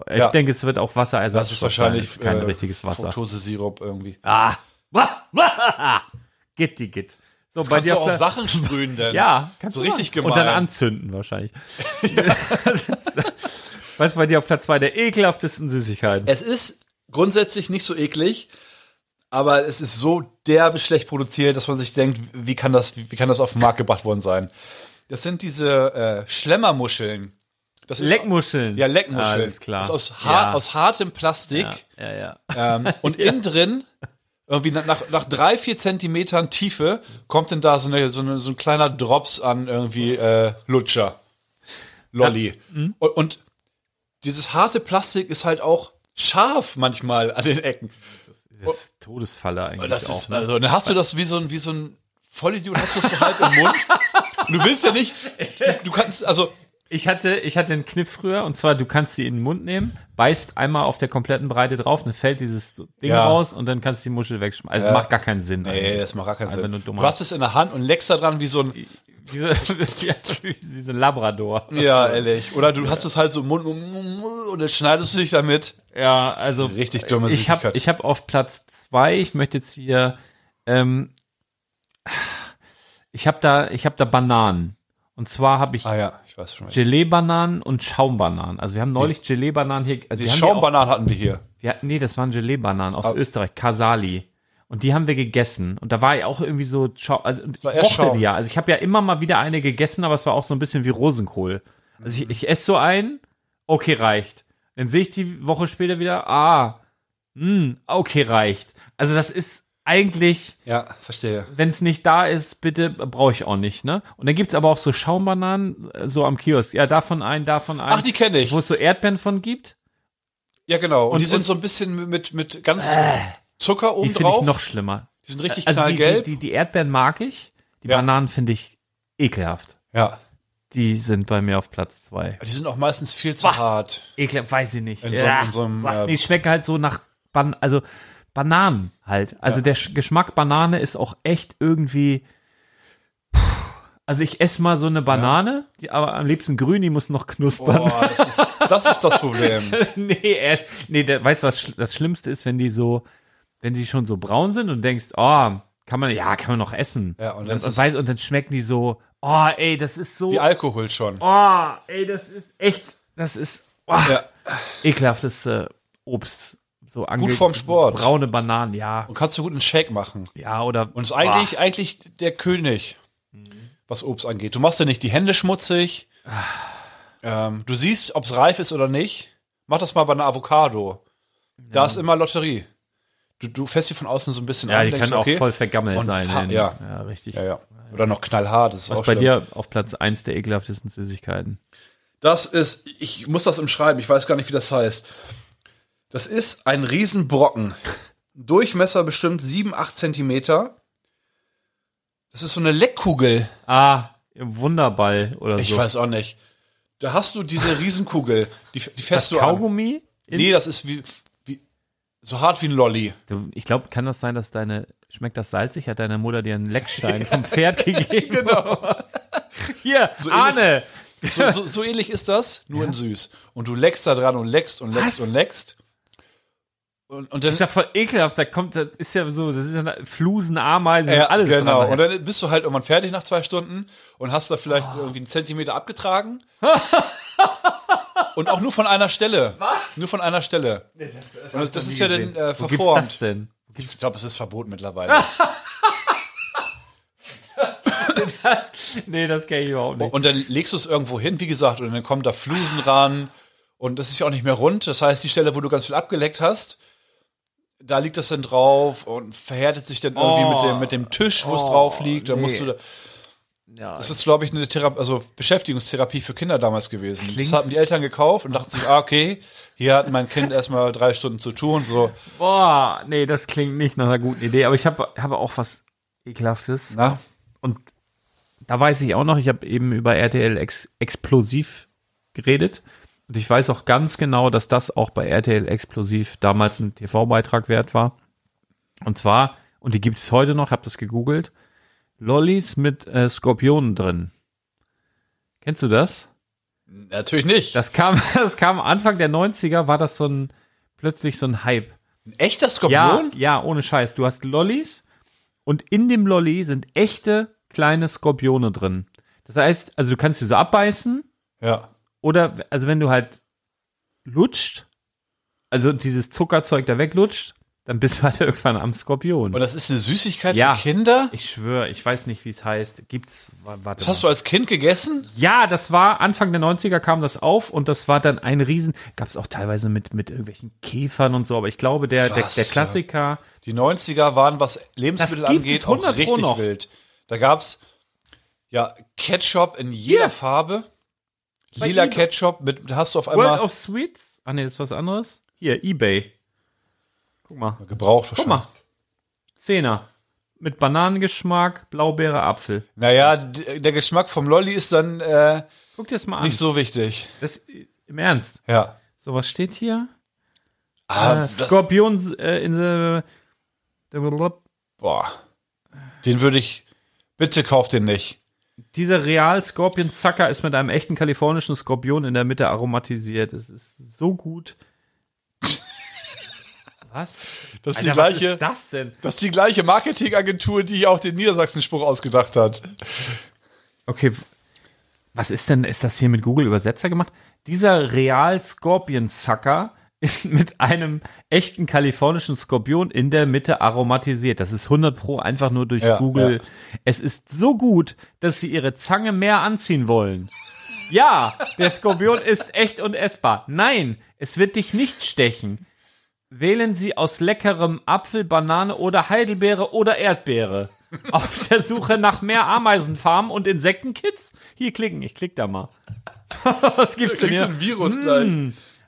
S3: Ich
S4: Ja.
S3: denke, es wird auch Wasserersatz.
S4: Das ist
S3: sein.
S4: wahrscheinlich
S3: kein
S4: äh,
S3: richtiges Wasser.
S4: Fructosesirup irgendwie.
S3: Ah. Wah, wah. Gitti, git. So,
S4: Das kannst du auch auf
S3: Fla-
S4: Sachen sprühen denn.
S3: Ja, kannst
S4: So
S3: du
S4: richtig
S3: machen.
S4: gemein.
S3: Und dann anzünden wahrscheinlich. Was bei dir auf Platz zwei der ekelhaftesten Süßigkeiten?
S4: Es ist grundsätzlich nicht so eklig, aber es ist so derbe schlecht produziert, dass man sich denkt, wie kann das, wie kann das auf den Markt gebracht worden sein? Das sind diese äh, Schlemmermuscheln. Das ist-
S3: Leckmuscheln.
S4: Ja, Leckmuscheln.
S3: Alles klar.
S4: Das Ist aus, har
S3: ja.
S4: aus hartem Plastik.
S3: Ja, ja.
S4: Ähm, und innen drin, irgendwie nach- nach, nach drei, vier Zentimetern Tiefe, kommt denn da so, eine, so, eine, so ein kleiner Drops an irgendwie äh, Lutscher. Lolli. und, und dieses harte Plastik ist halt auch scharf manchmal an den Ecken.
S3: Das ist Todesfalle eigentlich
S4: Und das
S3: auch.
S4: ist,
S3: ne?
S4: also, dann hast du das wie so ein, wie so ein Vollidiot, hast du das so halb im Mund. Und du willst ja nicht, du, du kannst, also,
S3: Ich hatte, ich hatte einen Kniff früher und zwar, du kannst sie in den Mund nehmen, beißt einmal auf der kompletten Breite drauf, dann fällt dieses Ding
S4: Ja.
S3: raus und dann kannst du die Muschel wegschmeißen. Also es macht gar keinen Sinn.
S4: ey,
S3: eigentlich.
S4: das macht gar keinen
S3: Einfach
S4: Sinn.
S3: nur dummer-
S4: Du hast es in der Hand und leckst da dran wie so ein,
S3: Wie so, wie wie so ein Labrador.
S4: ja, ehrlich. Oder du hast es halt so im Mund und dann schneidest du dich damit.
S3: Ja, also
S4: Richtig dumme
S3: ich habe
S4: Süßigkeit.
S3: ich hab auf Platz zwei, ich möchte jetzt hier, ähm, ich habe da, ich habe da Bananen und zwar habe ich
S4: Ah ja, ich weiß schon. was-
S3: Gelee-Bananen und Schaumbananen. Also wir haben neulich Gelee-Bananen hier. Also
S4: Die
S3: wir haben die auch-
S4: Schaumbananen hatten wir hier.
S3: Wir hatten, nee, das waren Gelee-Bananen aus Österreich, Kasali. Und die haben wir gegessen. Und da war ja auch irgendwie so, Schau- also ich
S4: war eher
S3: mochte
S4: Schaum.
S3: die ja. Also ich habe ja immer mal wieder eine gegessen, aber es war auch so ein bisschen wie Rosenkohl. Also
S4: Mhm.
S3: ich, ich esse so einen, okay, reicht. Dann sehe ich die Woche später wieder, ah, mh, okay, reicht. Also das ist eigentlich,
S4: Ja, verstehe.
S3: wenn es nicht da ist, bitte äh, brauche ich auch nicht, ne? Und dann gibt's aber auch so Schaumbananen, äh, so am Kiosk. Ja, davon einen, davon einen.
S4: Ach, die kenne ich.
S3: Wo es so Erdbeeren von gibt.
S4: Ja, genau. Und,
S3: Und-
S4: die sind
S3: und- Äh,
S4: so ein bisschen mit, mit ganz Zucker
S3: Die
S4: oben
S3: finde ich
S4: drauf.
S3: noch schlimmer.
S4: Die sind richtig
S3: also die,
S4: knallgelb.
S3: Die, die, die Erdbeeren mag ich, die
S4: Ja.
S3: Bananen finde ich ekelhaft.
S4: ja.
S3: die sind bei mir auf Platz zwei.
S4: Die sind auch meistens viel zu hart.
S3: Ekel, weiß ich nicht.
S4: In so-
S3: ja.
S4: in so einem,
S3: Ach,
S4: äh,
S3: nee, schmecken halt so nach Ban also Bananen halt. Also der Sch- Geschmack Banane ist auch echt irgendwie. Puh. Also ich esse mal so eine Banane, die, aber am liebsten grün, die muss noch knuspern.
S4: Boah, das ist das, ist das Problem.
S3: nee, äh, nee, da, weißt du, was schl- das Schlimmste ist, wenn die so, wenn die schon so braun sind und denkst, oh, kann man, ja, kann man noch essen.
S4: Ja, und dann ist
S3: und,
S4: es-
S3: weiß, und dann schmecken die so, oh, ey, das ist so,
S4: Wie Alkohol schon.
S3: oh, ey, das ist echt, das ist, oh,
S4: Ja.
S3: ekelhafteste Obst. So ange
S4: Gut vorm Sport.
S3: So braune Bananen, ja.
S4: Und kannst du gut einen Shake machen.
S3: Ja, oder.
S4: Und ist
S3: Boah.
S4: eigentlich, eigentlich der König, was Obst angeht. Du machst dir nicht die Hände schmutzig. Ähm, du siehst, ob es reif ist oder nicht. Mach das mal bei einer Avocado. Da ist immer Lotterie. Du, du fährst die von außen so ein bisschen
S3: Ja,
S4: an.
S3: die
S4: denkst,
S3: kann auch
S4: okay.
S3: voll vergammelt
S4: Und
S3: sein.
S4: fa-
S3: in-
S4: ja.
S3: ja, richtig.
S4: ja, ja. Oder noch knallhart, das ist
S3: Was
S4: auch
S3: bei
S4: schlimm.
S3: dir auf Platz 1 der ekelhaftesten Süßigkeiten?
S4: Das ist, ich muss das umschreiben, ich weiß gar nicht, wie das heißt. Das ist ein Riesenbrocken. Durchmesser bestimmt 7, 8 Zentimeter. Das ist so eine Leckkugel.
S3: Ah, Wunderball oder
S4: Ich
S3: so.
S4: weiß auch nicht. Also Da hast du diese Riesenkugel, die, die fährst
S3: das
S4: du an.
S3: Kaugummi? In-
S4: Nee, das ist wie, wie so hart wie ein Lolli.
S3: Du, Ich glaube, kann das sein, dass deine. Schmeckt das salzig? Hat deine Mutter dir einen Leckstein vom Pferd gegeben?
S4: Genau.
S3: Hier,
S4: So ähnlich-
S3: Arne!
S4: So, so, so ähnlich ist das, nur in süß. Und du leckst da dran und leckst und leckst
S3: Was?
S4: und leckst. Und, und dann
S3: Ist ja voll ekelhaft. Da kommt, das ist ja so, das ist ja Flusen, Ameisen,
S4: Ja,
S3: alles.
S4: genau.
S3: Dran.
S4: Und dann bist du halt irgendwann fertig nach zwei Stunden und hast da vielleicht
S3: Ah.
S4: irgendwie einen Zentimeter abgetragen. und auch nur von einer Stelle. Was? Nur von einer Stelle. und das, ist ja dann äh,
S3: Wo gibt's das
S4: verformt.
S3: denn?
S4: Ich glaube, es ist verboten mittlerweile.
S3: Nee, das kenne ich überhaupt nicht.
S4: und dann legst du es irgendwo hin, wie gesagt, und dann kommen da Flusen ran. Und das ist ja auch nicht mehr rund. Das heißt, die Stelle, wo du ganz viel abgeleckt hast, da liegt das dann drauf und verhärtet sich dann irgendwie
S3: Oh.
S4: mit, dem, mit dem Tisch, wo es drauf liegt. Dann musst du da,
S3: Ja,
S4: Das ist, glaube ich, eine Thera also Beschäftigungstherapie für Kinder damals gewesen. Das haben die Eltern gekauft und dachten sich, ah, okay, hier hat mein Kind erstmal drei Stunden zu tun. So,
S3: boah, nee, das klingt nicht nach einer guten Idee, aber ich habe habe auch was ekelhaftes
S4: na,
S3: und da weiß ich auch noch, ich habe eben über RTL Ex Explosiv geredet und ich weiß auch ganz genau, dass das auch bei RTL Explosiv damals ein TV-Beitrag wert war. Und zwar und die gibt es heute noch, habe das gegoogelt. Lollis mit äh, Skorpionen drin. Kennst du das?
S4: natürlich nicht.
S3: Das kam, das kam Anfang der 90er, war das so ein, plötzlich so ein Hype.
S4: Ein echter
S3: Ja,
S4: Skorpion?
S3: ja, ohne Scheiß. Du hast Lollis und in dem Lolli sind echte kleine Skorpione drin. Das heißt, also du kannst sie so abbeißen
S4: Ja.
S3: oder, also wenn du halt lutscht, also dieses Zuckerzeug da weglutscht, dann bist du halt irgendwann am Skorpion.
S4: Und das ist eine Süßigkeit
S3: Ja.
S4: für Kinder?
S3: ich schwöre, ich weiß nicht, wie es heißt. Gibt's, wa- warte
S4: Das
S3: mal.
S4: hast du als Kind gegessen?
S3: Ja, das war Anfang der 90er kam das auf und das war dann ein Riesen. Gab es auch teilweise mit, mit irgendwelchen Käfern und so, aber ich glaube, der, der,
S4: Was?
S3: der Klassiker.
S4: Die 90er waren, was Lebensmittel
S3: Das gibt es
S4: angeht, auch
S3: 100 Pro
S4: richtig
S3: noch.
S4: wild. Da gab's ja Ketchup in jeder
S3: Hier.
S4: Farbe.
S3: Bei
S4: Lila
S3: eBay.
S4: Ketchup mit hast du auf
S3: World
S4: einmal
S3: of Sweets? Ah, nee, das ist was anderes. Hier, Ebay. Guck mal.
S4: gebraucht
S3: Guck mal. Zehner. Mit Bananengeschmack, Blaubeere, Apfel.
S4: Naja, d- der Geschmack vom Lolli ist dann äh,
S3: Guck dir das mal an.
S4: nicht so wichtig.
S3: das, Im Ernst.
S4: Ja.
S3: So, was steht hier?
S4: Ah,
S3: äh,
S4: das,
S3: Skorpion äh, in the, the
S4: boah. Den würde ich. Bitte kauft den nicht.
S3: Dieser Real Scorpion Zucker ist mit einem echten kalifornischen Skorpion in der Mitte aromatisiert. Es ist so gut. Was?
S4: Das ist die
S3: was
S4: gleiche-
S3: ist das denn?
S4: Das ist die gleiche Marketingagentur, die auch den Niedersachsen-Spruch ausgedacht hat.
S3: Okay. Was ist denn, ist das hier mit Google Übersetzer gemacht? Dieser Real Scorpion Zucker ist mit einem echten kalifornischen Skorpion in der Mitte aromatisiert. Das ist 100 Pro einfach nur durch
S4: Ja,
S3: Google.
S4: ja.
S3: Es ist so gut, dass sie ihre Zange mehr anziehen wollen. Ja, der Skorpion ist echt und essbar. Nein, es wird dich nicht stechen. Wählen Sie aus leckerem Apfel, Banane oder Heidelbeere oder Erdbeere. Auf der Suche nach mehr Ameisenfarmen und Insektenkids? Hier klicken, ich klick da mal. was gibt's denn hier?
S4: Virus gleich.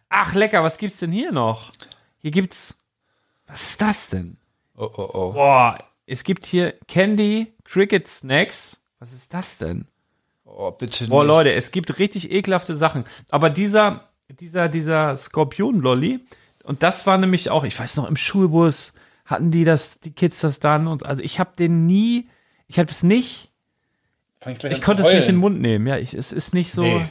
S3: Ach lecker, was gibt's denn hier noch? Hier gibt's Was ist das denn?
S4: Oh, oh, oh.
S3: Boah, es gibt hier Candy Cricket Snacks. Was ist das denn?
S4: Oh, bitte
S3: Boah,
S4: nicht.
S3: Leute, es gibt richtig ekelhafte Sachen. Aber dieser, dieser, dieser Skorpion-Lolli, und das war nämlich auch, ich weiß noch, im Schulbus hatten die das, die Kids das dann. Und also ich habe den nie, ich habe das nicht,
S4: Fang gleich
S3: ich
S4: an zu
S3: konnte es nicht in den
S4: heulen.
S3: Mund nehmen. Ja, ich, es ist nicht so.
S4: Nee.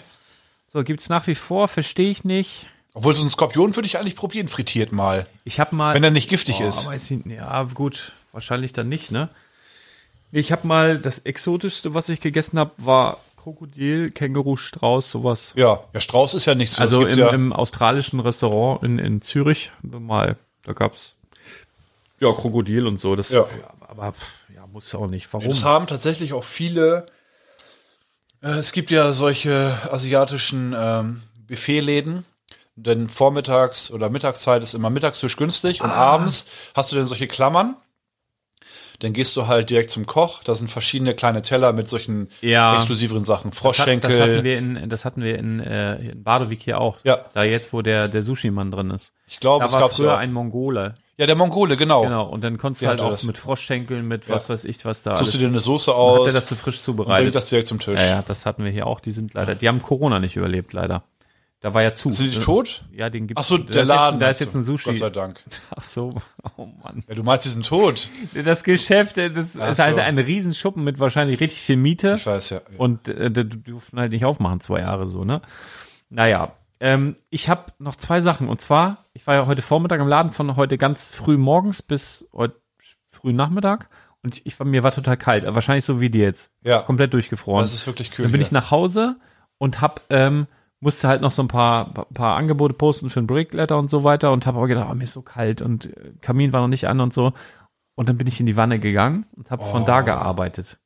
S3: So, gibt's nach wie vor, verstehe ich nicht.
S4: Obwohl, so einen Skorpion würde ich eigentlich probieren, frittiert mal.
S3: Ich habe mal.
S4: Wenn er nicht giftig
S3: Oh,
S4: ist.
S3: Weiß ich, ja, gut, wahrscheinlich dann nicht, ne? Ich habe mal das exotischste, was ich gegessen habe, war Krokodil, Känguru, Strauß, sowas.
S4: Ja, ja, Strauß ist ja nicht so.
S3: Also
S4: das
S3: im,
S4: gibt's ja,
S3: im australischen Restaurant in, in Zürich mal, da gab's ja Krokodil und so. Das,
S4: Ja.
S3: Aber pff, ja, muss auch nicht. Warum?
S4: das haben tatsächlich auch viele. Äh, es gibt ja solche asiatischen ähm, Buffetläden. Denn vormittags oder Mittagszeit ist immer Mittagstisch günstig und
S3: Ah.
S4: abends hast du dann solche Klammern. Dann gehst du halt direkt zum Koch. Da sind verschiedene kleine Teller mit solchen
S3: Ja.
S4: exklusiveren Sachen.
S3: Das, hat, das hatten
S4: Froschschenkel.
S3: wir in, das hatten wir in, äh, in Badowik hier auch.
S4: Ja. Oh,
S3: Da jetzt, wo der, der Sushi-Mann drin ist.
S4: Ich glaube,
S3: Da
S4: es
S3: war
S4: gab
S3: früher
S4: so.
S3: ein Mongole.
S4: Ja, der Mongole, genau.
S3: Genau. Und dann konntest du
S4: Der
S3: halt
S4: hatte
S3: auch
S4: das.
S3: mit Froschschenkeln, mit was weiß ich, was da
S4: Suchst du dir eine Soße
S3: Hat er
S4: aus
S3: das so frisch
S4: und bringt
S3: zubereitet?
S4: das direkt zum Tisch.
S3: ja, ja, das hatten wir hier auch. Die sind leider, die haben Corona nicht überlebt, leider. Da war ja zu.
S4: Sind die tot?
S3: Ja, den gibt's.
S4: Ach so,
S3: da
S4: der
S3: ist
S4: Laden.
S3: Jetzt, da ist
S4: meinst
S3: jetzt
S4: du.
S3: ein Sushi.
S4: Gott sei Dank.
S3: Ach so, oh Mann.
S4: Ja, du meinst diesen Tod.
S3: Das Geschäft, das ist
S4: Ach
S3: halt
S4: so.
S3: ein Riesenschuppen mit wahrscheinlich richtig viel Miete.
S4: Ich weiß ja.
S3: Und äh, die durften halt nicht aufmachen, zwei Jahre so, ne? Naja, ähm, ich habe noch zwei Sachen. Und zwar, ich war ja heute Vormittag im Laden von heute ganz früh morgens bis heute früh Nachmittag. Und ich, ich, war- mir war total kalt, aber wahrscheinlich so wie dir jetzt.
S4: Ja.
S3: Komplett durchgefroren.
S4: Das ist wirklich kühl.
S3: Dann bin
S4: hier.
S3: ich nach Hause und hab, ähm, musste halt noch so ein paar, pa- paar Angebote posten für ein Breakletter und so weiter und habe aber gedacht, oh, mir ist so kalt und äh, Kamin war noch nicht an und so. Und dann bin ich in die Wanne gegangen und habe von da gearbeitet.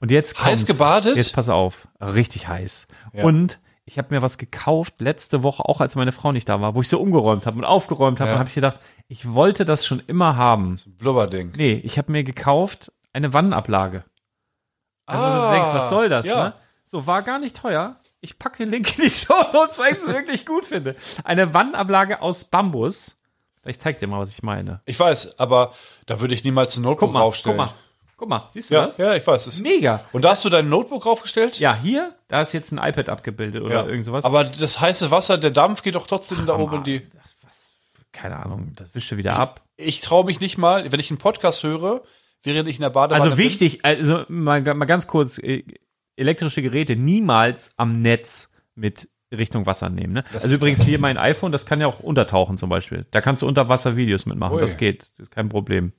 S3: Und jetzt
S4: Oh. Heiß
S3: kommt's.
S4: gebadet?
S3: Jetzt pass auf, richtig heiß. Und ich habe mir was gekauft letzte Woche, auch als meine Frau nicht da war, wo ich so umgeräumt habe und aufgeräumt habe.
S4: Ja.
S3: Und habe ich gedacht, ich wollte das schon immer haben.
S4: Blubberding.
S3: Nee, ich habe mir gekauft eine Wannenablage. Also du denkst, was soll das?
S4: Ah, ja.
S3: Ne? So, war gar nicht teuer. Ich packe den Link in die Show Notes, weil ich es wirklich gut finde. Eine Wannenablage aus Bambus. Ich zeig dir mal, was ich meine.
S4: Ich weiß, aber da würde ich niemals ein Notebook
S3: Guck mal, guck
S4: draufstellen.
S3: mal, guck mal, siehst du
S4: Ja,
S3: das?
S4: ja, ich weiß es.
S3: Mega.
S4: Und da hast du dein Notebook draufgestellt?
S3: Ja, hier, da ist jetzt ein iPad abgebildet oder irgend sowas.
S4: Aber das heiße Wasser, der Dampf geht doch trotzdem da oben in die.
S3: Ach, ah, was? Keine Ahnung, das wische wieder ab.
S4: Ich traue mich nicht mal, wenn ich einen Podcast höre, während ich in der Badewanne
S3: Also wichtig, also mal, mal ganz kurz, äh, elektrische Geräte niemals am Netz mit Richtung Wasser nehmen. Ne?
S4: Das
S3: Also
S4: ist
S3: übrigens hier mein iPhone, das kann ja auch untertauchen zum Beispiel. Da kannst du unter Wasser Videos mitmachen.
S4: Ui.
S3: Das geht, das ist kein Problem.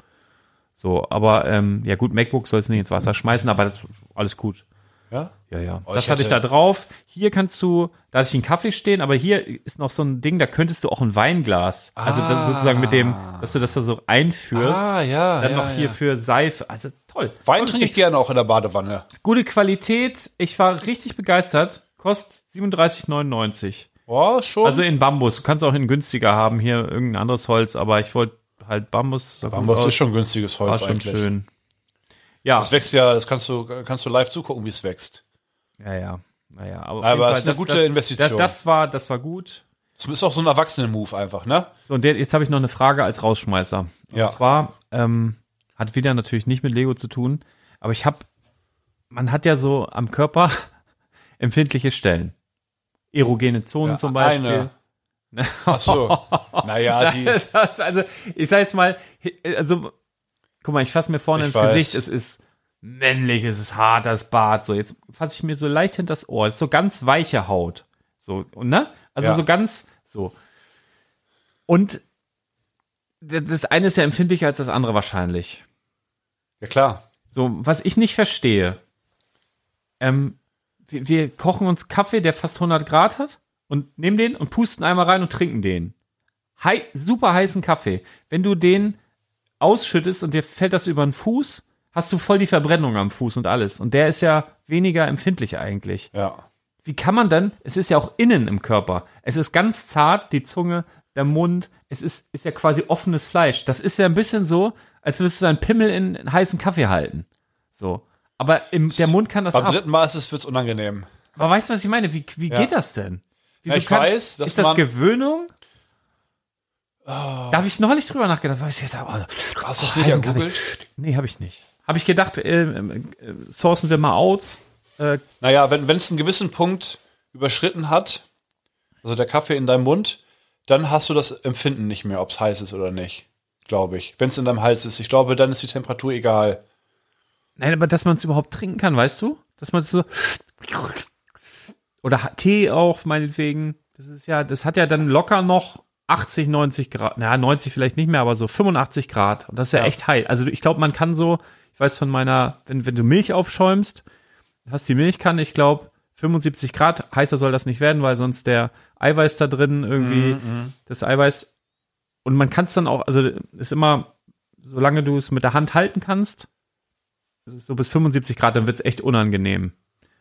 S3: So, aber ähm, ja gut, MacBook soll es nicht ins Wasser schmeißen, aber das alles gut.
S4: bin. Ja?
S3: Ja, ja.
S4: Oh,
S3: das
S4: ich
S3: hatte ich da
S4: hätte-
S3: drauf. Hier kannst du, da hatte ich einen Kaffee stehen, aber hier ist noch so ein Ding, da könntest du auch ein Weinglas, also das sozusagen mit dem, dass du das da so einführst.
S4: Ah, ja.
S3: Dann
S4: ja,
S3: noch hier
S4: ja.
S3: für Seife. Also toll.
S4: Wein trinke ich gerne auch in der Badewanne.
S3: Gute Qualität. Ich war richtig begeistert. Kostet 37,99.
S4: Oh, schon.
S3: Also in Bambus. Du kannst auch in günstiger haben. Hier irgendein anderes Holz. Aber ich wollte halt Bambus. sah gut
S4: Bambus
S3: aus,
S4: ist schon günstiges
S3: war
S4: Holz
S3: schon
S4: eigentlich.
S3: schön. Ja.
S4: Das wächst ja, das kannst du, kannst du live zugucken, wie es wächst.
S3: ja, ja. Naja, aber, auf
S4: Aber
S3: jeden
S4: es ist eine gute Investition.
S3: Das, das, war, das war gut.
S4: Das ist auch so ein Erwachsenen-Move einfach, ne?
S3: So, und der, jetzt habe ich noch eine Frage als Rausschmeißer. Und
S4: Ja.
S3: zwar, ähm, hat wieder natürlich nicht mit Lego zu tun, aber ich habe, man hat ja so am Körper empfindliche Stellen. Erogene Zonen
S4: Ja,
S3: zum Beispiel.
S4: Eine. Ach so. Naja, die,
S3: Das- das- also, ich sag jetzt mal, also, guck mal, ich fasse mir vorne
S4: Ich
S3: ins
S4: weiß.
S3: Gesicht, es ist männlich, es ist hart, das Bart, so, jetzt fasse ich mir so leicht hinter das Ohr, es ist so ganz weiche Haut, so, und, ne? Also
S4: Ja.
S3: so ganz, so. Und d- das eine ist ja empfindlicher als das andere wahrscheinlich.
S4: ja klar.
S3: So, was ich nicht verstehe, ähm, wir, wir kochen uns Kaffee, der fast 100 Grad hat und nehmen den und pusten einmal rein und trinken den. Hei super heißen Kaffee. Wenn du den ausschüttest und dir fällt das über den Fuß, hast du voll die Verbrennung am Fuß und alles. Und der ist ja weniger empfindlich eigentlich.
S4: Ja.
S3: Wie kann man dann, es ist ja auch innen im Körper, es ist ganz zart, die Zunge, der Mund, es ist, ist ja quasi offenes Fleisch. Das ist ja ein bisschen so, als würdest du deinen Pimmel in, in heißen Kaffee halten. So. Aber im, der Mund kann das
S4: Beim
S3: ab.
S4: dritten Mal ist es wird's unangenehm.
S3: Aber weißt du, was ich meine? Wie, wie
S4: Ja.
S3: geht das denn? Wieso
S4: ich weiß, dass
S3: ist das
S4: man- Oh.
S3: Gewöhnung? Da habe ich neulich drüber nachgedacht. Was ich jetzt, oh,
S4: Hast du es nicht
S3: heißen Kaffee.
S4: ergoogelt?
S3: Nee, habe ich nicht. Habe ich gedacht, äh, äh, äh, sourcen wir mal aus. Äh,
S4: Naja, wenn es einen gewissen Punkt überschritten hat, also der Kaffee in deinem Mund, dann hast du das Empfinden nicht mehr, ob es heiß ist oder nicht. Glaube ich. Wenn es in deinem Hals ist. Ich glaube, dann ist die Temperatur egal.
S3: nein, aber dass man es überhaupt trinken kann, weißt du? Dass man es so. Oder ha- Tee auch, meinetwegen. Das ist ja, das hat ja dann locker noch 80, 90 Grad. Na, 90 vielleicht nicht mehr, aber so 85 Grad. Und das ist ja,
S4: Ja.
S3: echt heiß. Also ich glaube, man kann so, ich weiß von meiner, wenn, wenn du Milch aufschäumst, hast die Milchkanne, ich glaube, 75 Grad, heißer soll das nicht werden, weil sonst der Eiweiß da drin irgendwie, das Eiweiß. Und man kann es dann auch, also ist immer, solange du es mit der Hand halten kannst, das ist so bis 75 Grad, dann wird es echt unangenehm.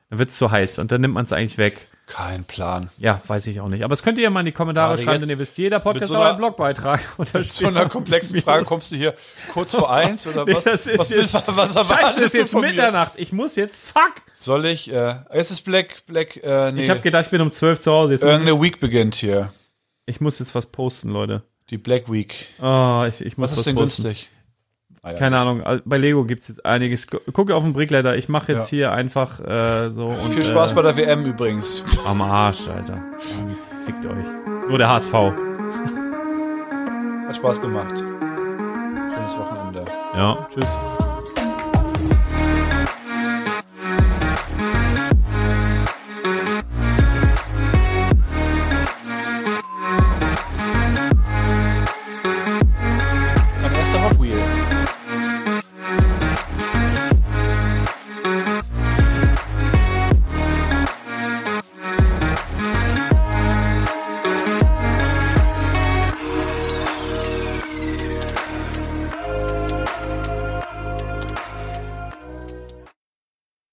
S3: Dann wird es zu heiß und dann nimmt man es eigentlich weg.
S4: Kein Plan.
S3: Ja, weiß ich auch nicht. Aber das könnt ihr ja mal in die Kommentare
S4: Gerade
S3: schreiben,
S4: jetzt
S3: denn ihr wisst, jeder Podcast
S4: so
S3: hat
S4: einer-
S3: einen Blogbeitrag. Und da
S4: Mit so einer komplexen Frage kommst du hier kurz vor eins oder
S3: Nee,
S4: was?
S3: das ist
S4: was,
S3: jetzt-
S4: was, was
S3: Scheiße, es
S4: erwartest
S3: ist
S4: du
S3: jetzt
S4: von mir?
S3: Mitternacht. Ich muss jetzt, fuck.
S4: Soll ich, äh, es ist Black, Black, äh, nee. Äh,
S3: Ich habe gedacht, ich bin um 12 zu Hause. Jetzt muss ich,
S4: Irgendeine Week beginnt hier.
S3: ich muss jetzt was posten, Leute.
S4: Die Black Week.
S3: Oh, ich, ich muss
S4: Was ist denn
S3: posten.
S4: günstig? Ah, ja.
S3: Keine Ahnung, also bei Lego gibt's jetzt einiges. Gu- Guckt auf den Brickleiter, ich mache jetzt
S4: Ja.
S3: hier einfach äh, so. Und,
S4: Viel Spaß
S3: äh,
S4: bei der WM übrigens.
S3: Am Arsch, Alter. Mann, Fickt euch. Nur der HSV.
S4: Hat Spaß gemacht. Schönes Wochenende.
S3: Ja, tschüss.